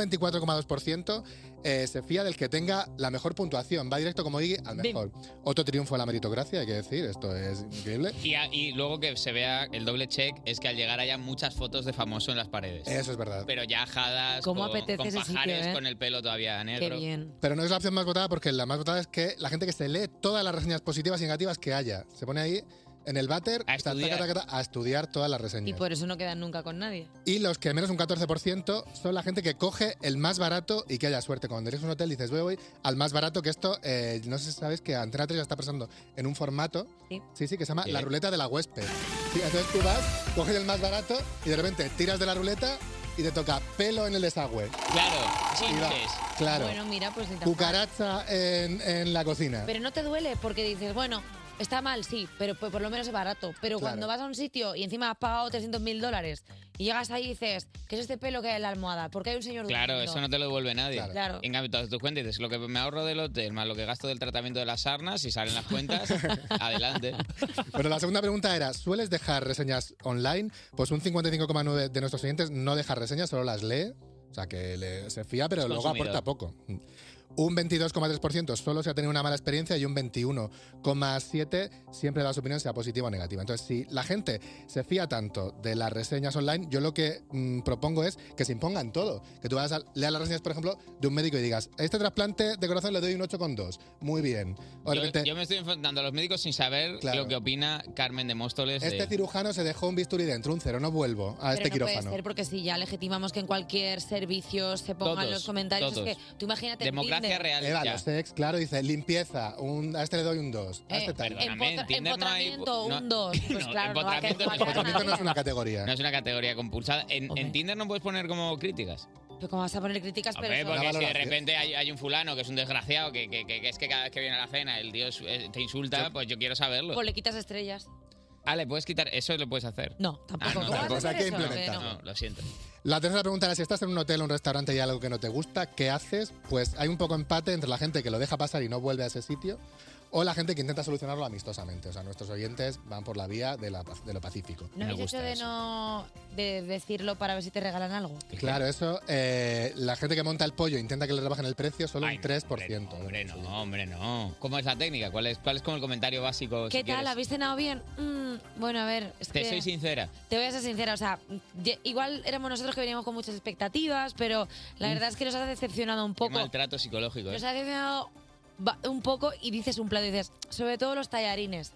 Speaker 18: 24,2% eh, se fía del que tenga la mejor puntuación. Va directo, como dije, al
Speaker 2: Bim.
Speaker 18: mejor. Otro triunfo a la meritocracia, hay que decir. Esto es increíble.
Speaker 2: Y, a- y luego que se vea el doble check es que al llegar haya muchas fotos de famoso en las paredes.
Speaker 18: Eso es verdad.
Speaker 2: Pero ya jadas,
Speaker 18: Cómo
Speaker 2: con,
Speaker 18: apetece
Speaker 2: con
Speaker 18: ese
Speaker 2: pajares,
Speaker 18: sitio, ¿eh?
Speaker 2: con el pelo todavía negro.
Speaker 18: Pero no es la opción más votada porque la más votada es que la gente que se lee todas las reseñas positivas y negativas que haya. Se pone ahí en el váter a
Speaker 1: estudiar.
Speaker 18: a estudiar todas las reseñas.
Speaker 1: Y por eso no quedan nunca con nadie.
Speaker 18: Y los que menos un 14% son la gente que coge el más barato y que haya suerte. Cuando eres un hotel dices, voy, voy al más barato, que esto, eh, no sé si sabes que Antena 3 ya está pasando en un formato, sí, sí, que se llama
Speaker 19: Sí.
Speaker 18: la ruleta de la huésped. Sí, entonces tú vas, coges el más barato y de repente tiras de la ruleta y te toca pelo en el desagüe.
Speaker 2: Claro,
Speaker 18: Y va,
Speaker 2: chistes.
Speaker 18: claro.
Speaker 1: Bueno, mira, pues ni tan mal.
Speaker 18: Cucaracha en, en la cocina.
Speaker 1: Pero no te duele porque dices, bueno, está mal, sí, pero pues, por lo menos es barato. Pero
Speaker 18: Claro.
Speaker 1: cuando vas a un sitio y encima has pagado 300 mil dólares y llegas ahí y dices, ¿qué es este pelo que hay en la almohada? Porque hay un señor
Speaker 2: Claro,
Speaker 1: durmiendo.
Speaker 2: eso no te lo devuelve nadie.
Speaker 1: Claro. Claro.
Speaker 2: En cambio, todas tus cuentas dices lo que me ahorro del hotel más lo que gasto del tratamiento de las sarnas y salen las cuentas, adelante.
Speaker 18: Bueno, la segunda pregunta era, ¿sueles dejar reseñas online? Pues un 55,9 de nuestros clientes no deja reseñas, solo las lee. O sea, que le- se fía, pero
Speaker 19: Es
Speaker 18: luego
Speaker 19: consumidor.
Speaker 18: aporta poco. Un 22,3% solo se ha tenido una mala experiencia y un 21,7% siempre la opinión sea positiva o negativa. Entonces, si la gente se fía tanto de las reseñas online, yo lo que mm, propongo es que se impongan todo. Que tú vas a leer las reseñas, por ejemplo, de un médico y digas, este trasplante de corazón le doy un 8,2. Muy bien. O de
Speaker 2: Yo,
Speaker 18: repente,
Speaker 2: yo me estoy enfrentando a los médicos sin saber
Speaker 18: Claro.
Speaker 2: lo que opina Carmen de Móstoles.
Speaker 18: este cirujano se dejó un bisturí dentro, un cero, no vuelvo a este
Speaker 1: Pero no
Speaker 18: quirófano.
Speaker 1: puede ser porque si ya legitimamos que en cualquier servicio se pongan
Speaker 18: Todos,
Speaker 1: los comentarios,
Speaker 18: todos.
Speaker 1: es que tú imagínate en Tinder.
Speaker 18: Eva, los ex, Eh, claro, dice limpieza, un, a este le doy un 2. A
Speaker 1: Eh,
Speaker 18: este tal.
Speaker 1: empota- empotramiento, un 2. Pues claro, no va a
Speaker 2: empotramiento
Speaker 1: quedar-
Speaker 2: no.
Speaker 18: Esto no es una categoría.
Speaker 2: No es una categoría compulsada. En, en Tinder no puedes poner como críticas.
Speaker 1: Pero ¿Cómo vas a poner críticas? Pero
Speaker 2: Hombre,
Speaker 1: eso-
Speaker 2: porque si de repente hay, hay un fulano que es un desgraciado, que, que- que- que es que cada vez que viene a la cena el dios te insulta, pues yo quiero saberlo.
Speaker 1: Pues le quitas estrellas.
Speaker 2: Ah, le puedes quitar, eso lo puedes hacer. Ah,
Speaker 1: No, tampoco.
Speaker 2: no,
Speaker 1: ¿Cómo vas a
Speaker 18: tampoco. O sea,
Speaker 1: hacer
Speaker 18: que
Speaker 1: eso?
Speaker 18: implementa.
Speaker 1: Que no.
Speaker 2: No, lo siento.
Speaker 18: La tercera pregunta era si estás en un hotel o un restaurante y hay algo que no te gusta, ¿qué haces? Pues hay un poco empate entre la gente que lo deja pasar y no vuelve a ese sitio o la gente que intenta solucionarlo amistosamente. O sea, nuestros oyentes van por la vía de, la- de lo pacífico.
Speaker 1: ¿No habéis hecho de no de decirlo para ver si te regalan algo?
Speaker 18: Claro, eso, eh, la gente que monta el pollo e intenta que le rebajen el precio solo un 3%.
Speaker 2: Hombre, no, hombre, no. ¿Cómo es la técnica? ¿Cuál es, cuál es como el comentario básico? si
Speaker 1: ¿Qué tal?
Speaker 2: quieres?
Speaker 1: ¿Habéis cenado bien? Mm, bueno, a ver, es
Speaker 2: Te
Speaker 1: que-
Speaker 2: soy sincera.
Speaker 1: Te voy a ser sincera, o sea, ye- igual éramos nosotros que veníamos con muchas expectativas, pero la verdad es que nos ha decepcionado un
Speaker 2: Qué
Speaker 1: poco.
Speaker 2: maltrato psicológico. ¿eh?
Speaker 1: Nos ha decepcionado ba- un poco y dices un plato y dices, sobre todo los tallarines,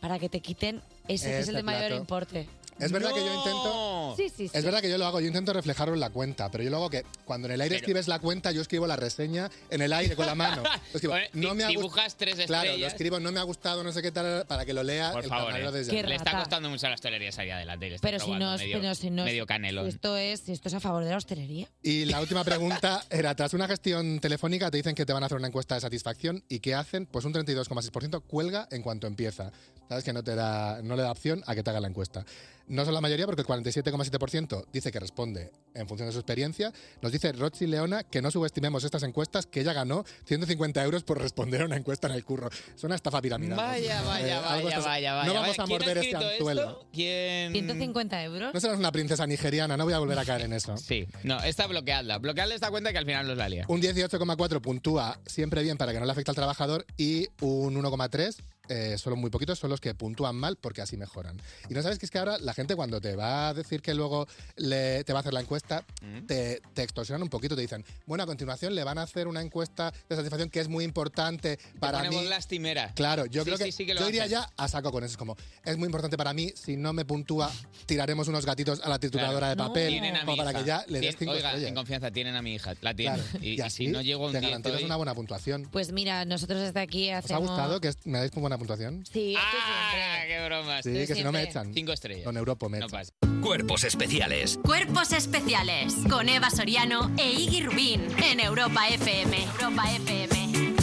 Speaker 1: para que te quiten ese que es
Speaker 18: Ese
Speaker 1: el de mayor
Speaker 18: plato.
Speaker 1: importe.
Speaker 18: Es verdad que yo intento.
Speaker 1: Sí, sí, sí.
Speaker 18: Es verdad que yo lo hago, yo intento reflejarlo en la cuenta, pero yo lo hago que cuando en el aire
Speaker 2: Pero-
Speaker 18: escribes la cuenta, yo escribo la reseña en el aire con la mano. Lo escribo,
Speaker 2: Bueno,
Speaker 18: no
Speaker 2: di-
Speaker 18: me ha gust-
Speaker 2: dibujas tres
Speaker 18: Claro, lo
Speaker 2: estrellas.
Speaker 18: escribo, no me ha gustado, no sé qué tal, para que lo lea
Speaker 2: Por
Speaker 18: el
Speaker 2: favor,
Speaker 18: camarero
Speaker 2: eh.
Speaker 18: desde
Speaker 2: le está
Speaker 1: rata.
Speaker 2: costando mucho a las hostelerías salir adelante. le está
Speaker 1: Pero si
Speaker 2: probando
Speaker 1: no es-
Speaker 2: medio,
Speaker 1: pero si no es-
Speaker 2: medio canelón.
Speaker 1: Si esto es, si esto es a favor de la hostelería.
Speaker 18: Y la última pregunta era, tras una gestión telefónica te dicen que te van a hacer una encuesta de satisfacción y ¿qué hacen? Pues un 32,6% cuelga en cuanto empieza. Sabes que no, te da, no le da opción a que te haga la encuesta. No son la mayoría porque el 47,7% dice que responde en función de su experiencia. Nos dice Rochi Leona que no subestimemos estas encuestas, que ella ganó 150 euros por responder a una encuesta en el curro. Es una estafa piramidal.
Speaker 2: Vaya, vaya,
Speaker 18: Eh, algo
Speaker 2: vaya,
Speaker 18: estás-
Speaker 2: vaya, vaya.
Speaker 18: No vamos
Speaker 2: vaya.
Speaker 18: a
Speaker 2: ¿Quién ha
Speaker 18: morder este
Speaker 2: escrito
Speaker 18: anzuelo.
Speaker 2: esto? ¿Quién?
Speaker 1: 150 euros.
Speaker 18: No serás una princesa nigeriana, no voy a volver a caer en eso.
Speaker 2: Sí. No, esta bloqueadla. Bloqueadla esta cuenta que al final los la lía.
Speaker 18: Un 18,4 puntúa siempre bien para que no le afecte al trabajador y un 1,3, eh, solo muy poquitos, son los que puntúan mal porque así mejoran. Y no sabes que es que ahora la gente cuando te va a decir que luego le- te va a hacer la encuesta,
Speaker 2: Mm.
Speaker 18: te, te extorsionan un poquito, te dicen, bueno, a continuación le van a hacer una encuesta de satisfacción que es muy importante para
Speaker 2: Ponemos
Speaker 18: mí.
Speaker 2: lastimera.
Speaker 18: Claro, yo
Speaker 2: Sí,
Speaker 18: creo que,
Speaker 2: sí, sí que lo
Speaker 18: yo iría
Speaker 2: hacen.
Speaker 18: ya a saco con eso. Es como, es muy importante para mí, si no me puntúa, tiraremos unos gatitos a la trituradora de papel
Speaker 2: Tienen a mi
Speaker 18: como para
Speaker 2: hija.
Speaker 18: que ya le des
Speaker 2: Tien-
Speaker 18: cinco
Speaker 2: Oiga,
Speaker 18: estrellas.
Speaker 2: en confianza, tienen a mi hija. La tienen.
Speaker 18: Claro.
Speaker 2: Y,
Speaker 18: Y
Speaker 2: y
Speaker 18: así
Speaker 2: si no llego a un
Speaker 18: te
Speaker 2: 10
Speaker 18: garantizas
Speaker 2: hoy-
Speaker 18: una buena puntuación.
Speaker 1: Pues mira, nosotros desde aquí
Speaker 18: ¿Os ha
Speaker 1: hacemos...
Speaker 18: gustado que me dais buena puntuación?
Speaker 1: Sí, esto
Speaker 2: Ah, qué bromas.
Speaker 18: Sí, que si no me echan.
Speaker 2: Cinco estrellas.
Speaker 18: Con Europa me echan.
Speaker 4: Cuerpos especiales
Speaker 5: Cuerpos especiales con Eva Soriano e Iggy Rubín en Europa FM. Europa FM.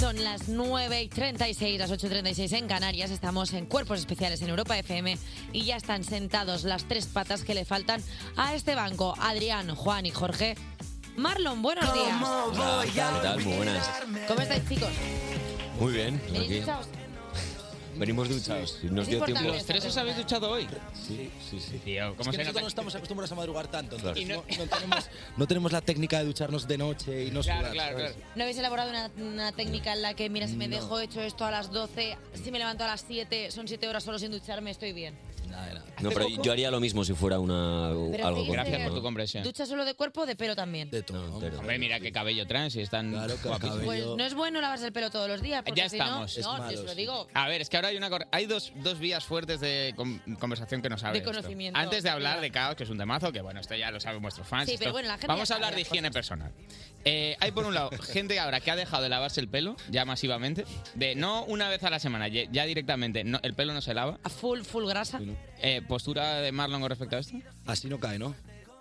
Speaker 1: Son las 9 y 36, las 8 y 36 en Canarias. Estamos en Cuerpos Especiales en Europa FM y ya están sentados las tres patas que le faltan a este banco. Adrián, Juan y Jorge. Marlon, buenos días.
Speaker 20: Hola, ¿qué tal? Muy buenas.
Speaker 1: ¿Cómo estáis, chicos?
Speaker 20: Muy bien.
Speaker 1: ¿Venís
Speaker 20: aquí.
Speaker 1: duchados?
Speaker 20: Venimos duchados. Nos dio tiempo.
Speaker 2: ¿Los tres os habéis duchado hoy?
Speaker 20: Sí, sí, sí.
Speaker 2: ¿cómo
Speaker 21: es que
Speaker 2: se
Speaker 21: nosotros
Speaker 2: nota?
Speaker 21: no estamos acostumbrados a madrugar tanto.
Speaker 20: Claro.
Speaker 21: entonces
Speaker 1: Y
Speaker 21: no,
Speaker 1: no-
Speaker 21: no tenemos, no tenemos la técnica de ducharnos de noche y no
Speaker 2: Claro,
Speaker 21: sudar.
Speaker 2: claro,
Speaker 21: ¿sabes?
Speaker 1: ¿No habéis elaborado una, una técnica en la que, mira, si me dejo hecho esto a las 12, si me levanto a las 7, son 7 horas solo sin ducharme, estoy bien?
Speaker 20: No, pero
Speaker 1: poco-
Speaker 20: yo haría lo mismo si fuera una,
Speaker 1: Pero
Speaker 20: algo
Speaker 1: sí,
Speaker 20: con
Speaker 1: gracias
Speaker 20: pelo,
Speaker 1: por
Speaker 20: ¿no?
Speaker 1: tu Ducha solo de cuerpo, de pelo también.
Speaker 20: No, pero-
Speaker 2: Hombre, mira qué cabello trans y están guapísimos.
Speaker 1: Pues no es bueno lavarse el pelo todos los días, porque
Speaker 2: Ya
Speaker 1: si no-
Speaker 2: estamos.
Speaker 1: No, yo os lo digo.
Speaker 2: A ver, es que ahora hay una cor- hay dos, dos vías fuertes de com- conversación que nos abre.
Speaker 1: De
Speaker 2: esto.
Speaker 1: conocimiento,
Speaker 2: Antes de hablar
Speaker 1: claro.
Speaker 2: de caos, que es un temazo, que bueno, esto ya lo saben vuestros fans.
Speaker 1: Sí, pero
Speaker 2: esto-
Speaker 1: bueno, la gente
Speaker 2: Vamos a
Speaker 1: ya
Speaker 2: hablar
Speaker 1: sabe
Speaker 2: de
Speaker 1: las
Speaker 2: higiene personal. Eh, hay por un lado gente ahora que ha dejado de lavarse el pelo ya masivamente, de no una vez a la semana, ye- ya directamente no- el pelo no se lava.
Speaker 1: A full, full grasa.
Speaker 2: Eh, postura de Marlon con respecto a esto.
Speaker 21: Así no cae, ¿no?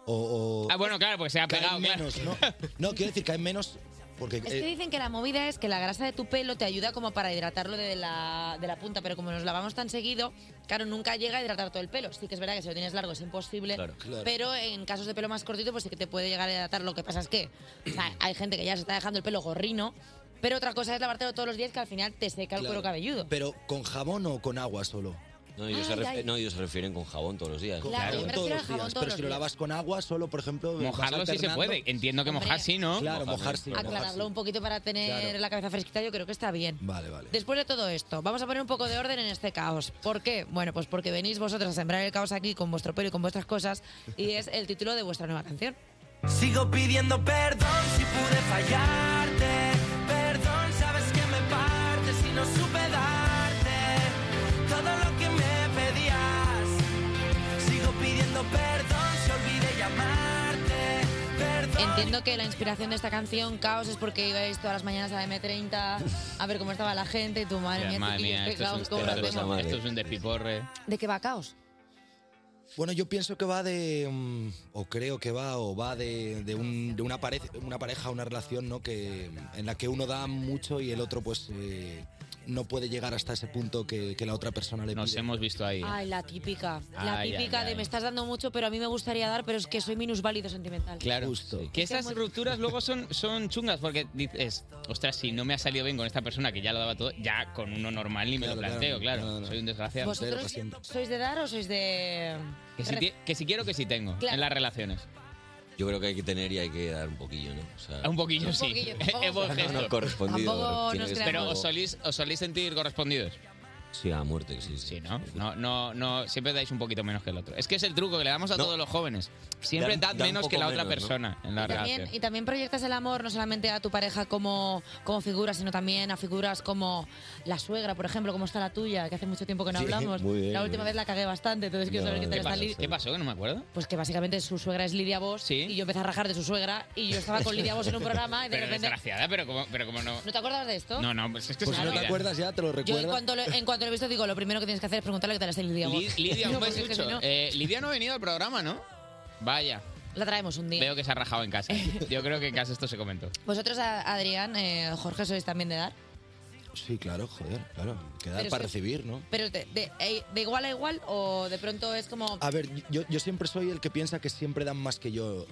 Speaker 21: O, o-
Speaker 2: Ah, bueno, claro, porque se ha
Speaker 21: caen
Speaker 2: pegado. claro.
Speaker 21: menos, ¿no? No, quiero decir, caen menos porque...
Speaker 1: Es que
Speaker 21: eh,
Speaker 1: dicen que la movida es que la grasa de tu pelo te ayuda como para hidratarlo de la, de la punta, pero como nos lavamos tan seguido, claro, nunca llega a hidratar todo el pelo. Sí que es verdad que si lo tienes largo es imposible,
Speaker 21: Claro, claro.
Speaker 1: pero en casos de pelo más cortito pues sí que te puede llegar a hidratar. Lo que pasa es que o sea, hay gente que ya se está dejando el pelo gorrino, pero otra cosa es lavártelo todos los días que al final te seca el
Speaker 21: Claro.
Speaker 1: cuero cabelludo.
Speaker 21: Pero con jabón o con agua solo.
Speaker 20: No, ellos,
Speaker 21: Ay,
Speaker 20: se, ref-
Speaker 21: ay.
Speaker 20: no, ellos se refieren con jabón todos los días.
Speaker 21: Con jabón todos los días, pero si lo lavas con agua, solo, por ejemplo... vas
Speaker 2: Mojarlo sí se
Speaker 21: alternando.
Speaker 2: puede. Entiendo que mojar sí, ¿no?
Speaker 21: Claro, mojar sí.
Speaker 1: Aclararlo un poquito para tener
Speaker 2: Claro.
Speaker 1: la cabeza fresquita, yo creo que está bien.
Speaker 21: Vale, vale.
Speaker 1: Después de todo esto, vamos a poner un poco de orden en este caos. ¿Por qué? Bueno, pues porque venís vosotras a sembrar el caos aquí con vuestro pelo y con vuestras cosas y es el título de vuestra nueva canción.
Speaker 3: Sigo pidiendo perdón si pude fallarte. Perdón, sabes que me partes y no supe darte todo lo que me pedías. Sigo pidiendo perdón si olvidé llamarte. Perdón.
Speaker 1: Entiendo que la inspiración de esta canción, Caos, es porque ibais todas las mañanas a M30 a ver cómo estaba la gente y tu madre mía,
Speaker 2: Madre
Speaker 1: chiquillos,
Speaker 2: mía,
Speaker 1: qué
Speaker 2: esto es un-
Speaker 1: caos, cómo lo hacemos.
Speaker 2: esto es un despiporre.
Speaker 1: ¿De qué va Caos?
Speaker 21: Bueno, yo pienso que va de. mm, o creo que va, o va de, de un- de una, pareja, una pareja, una relación, ¿no? Que, mm, en la que uno da mucho y el otro, pues. eh, no puede llegar hasta ese punto que, que la otra persona le pide. Nos
Speaker 2: hemos visto ahí.
Speaker 1: Ay, la típica. La
Speaker 21: Ay, ay,
Speaker 1: típica de
Speaker 21: ay.
Speaker 1: me estás dando mucho, pero a mí me gustaría dar, pero es que soy minusválido sentimental.
Speaker 2: Claro. Que
Speaker 1: Es que
Speaker 2: esas
Speaker 1: hemos-
Speaker 2: rupturas luego son, son chungas porque dices, ostras, si no me ha salido bien con esta persona que ya lo daba todo, ya con uno normal ni me lo
Speaker 21: Claro,
Speaker 2: planteo,
Speaker 21: claro.
Speaker 2: claro.
Speaker 21: No, no, no.
Speaker 2: Soy un desgraciado.
Speaker 1: ¿Vosotros sois de dar o sois de...?
Speaker 2: Que si, ti- que si quiero, que si tengo.
Speaker 1: Claro.
Speaker 2: En las relaciones.
Speaker 20: Yo creo que hay que tener y hay que dar un poquillo, ¿no? O sea,
Speaker 2: Un poquillo,
Speaker 1: Un
Speaker 2: sí.
Speaker 1: poquillo, tampoco-
Speaker 2: Es buen
Speaker 20: No, no,
Speaker 2: gesto.
Speaker 20: correspondido, Tampoco tiene nos que ser
Speaker 2: Pero
Speaker 20: algo-
Speaker 2: os solís, os solís sentir correspondidos.
Speaker 20: Sí, a muerte, sí, sí.
Speaker 2: ¿no? No, no, no, siempre dais un poquito menos que el otro. Es que es el truco que le damos a todos los jóvenes. Siempre
Speaker 20: Da-
Speaker 2: dad
Speaker 20: da un
Speaker 2: menos que
Speaker 20: poco
Speaker 2: la otra
Speaker 20: menos, ¿no?
Speaker 2: persona en la
Speaker 1: Y también,
Speaker 2: relación.
Speaker 1: y también proyectas el amor no solamente a tu pareja como, como figura, sino también a figuras como la suegra, por ejemplo, como está la tuya, que hace mucho tiempo que no
Speaker 2: Sí,
Speaker 1: hablamos.
Speaker 2: muy bien,
Speaker 1: la
Speaker 2: muy
Speaker 1: última
Speaker 2: bien.
Speaker 1: vez la cagué bastante, entonces quiero saber qué tal
Speaker 2: ¿Qué
Speaker 1: está
Speaker 2: pasó?
Speaker 1: Lidia.
Speaker 2: ¿Qué pasó? Que no me acuerdo.
Speaker 1: Pues que básicamente su suegra es Lidia Vos y yo empecé a rajar de su suegra y yo estaba con Lidia Vos en un programa y de
Speaker 2: Pero
Speaker 1: repente...
Speaker 2: desgraciada, pero como, pero como no...
Speaker 1: ¿No te acuerdas de esto?
Speaker 2: No, no, pues es que
Speaker 21: Pues
Speaker 2: se
Speaker 21: si no
Speaker 2: me
Speaker 21: te
Speaker 2: olvida.
Speaker 21: acuerdas ya, te lo
Speaker 1: Yo en
Speaker 21: recuerdo.
Speaker 1: cuanto, lo, en cuanto lo he visto digo, lo primero que tienes que hacer es preguntarle qué tal está Lidia
Speaker 2: Li-
Speaker 1: Vos.
Speaker 2: Lidia, un
Speaker 1: No, porque es que si
Speaker 2: besucho.
Speaker 1: no,
Speaker 2: Eh, Lidia no ha venido al programa, ¿no? Vaya.
Speaker 1: La traemos un día.
Speaker 2: Veo que se ha rajado en casa. Yo creo que en casa esto se comentó.
Speaker 1: Vosotros, a- Adrián, eh, Jorge, sois también de dar.
Speaker 21: Sí, claro, joder, claro. Quedar
Speaker 1: Pero
Speaker 21: para
Speaker 1: sí.
Speaker 21: recibir, ¿no?
Speaker 1: Pero de, de- eh, de igual a igual o de pronto es como...
Speaker 21: A ver, yo, yo siempre soy el que piensa que siempre dan más que yo.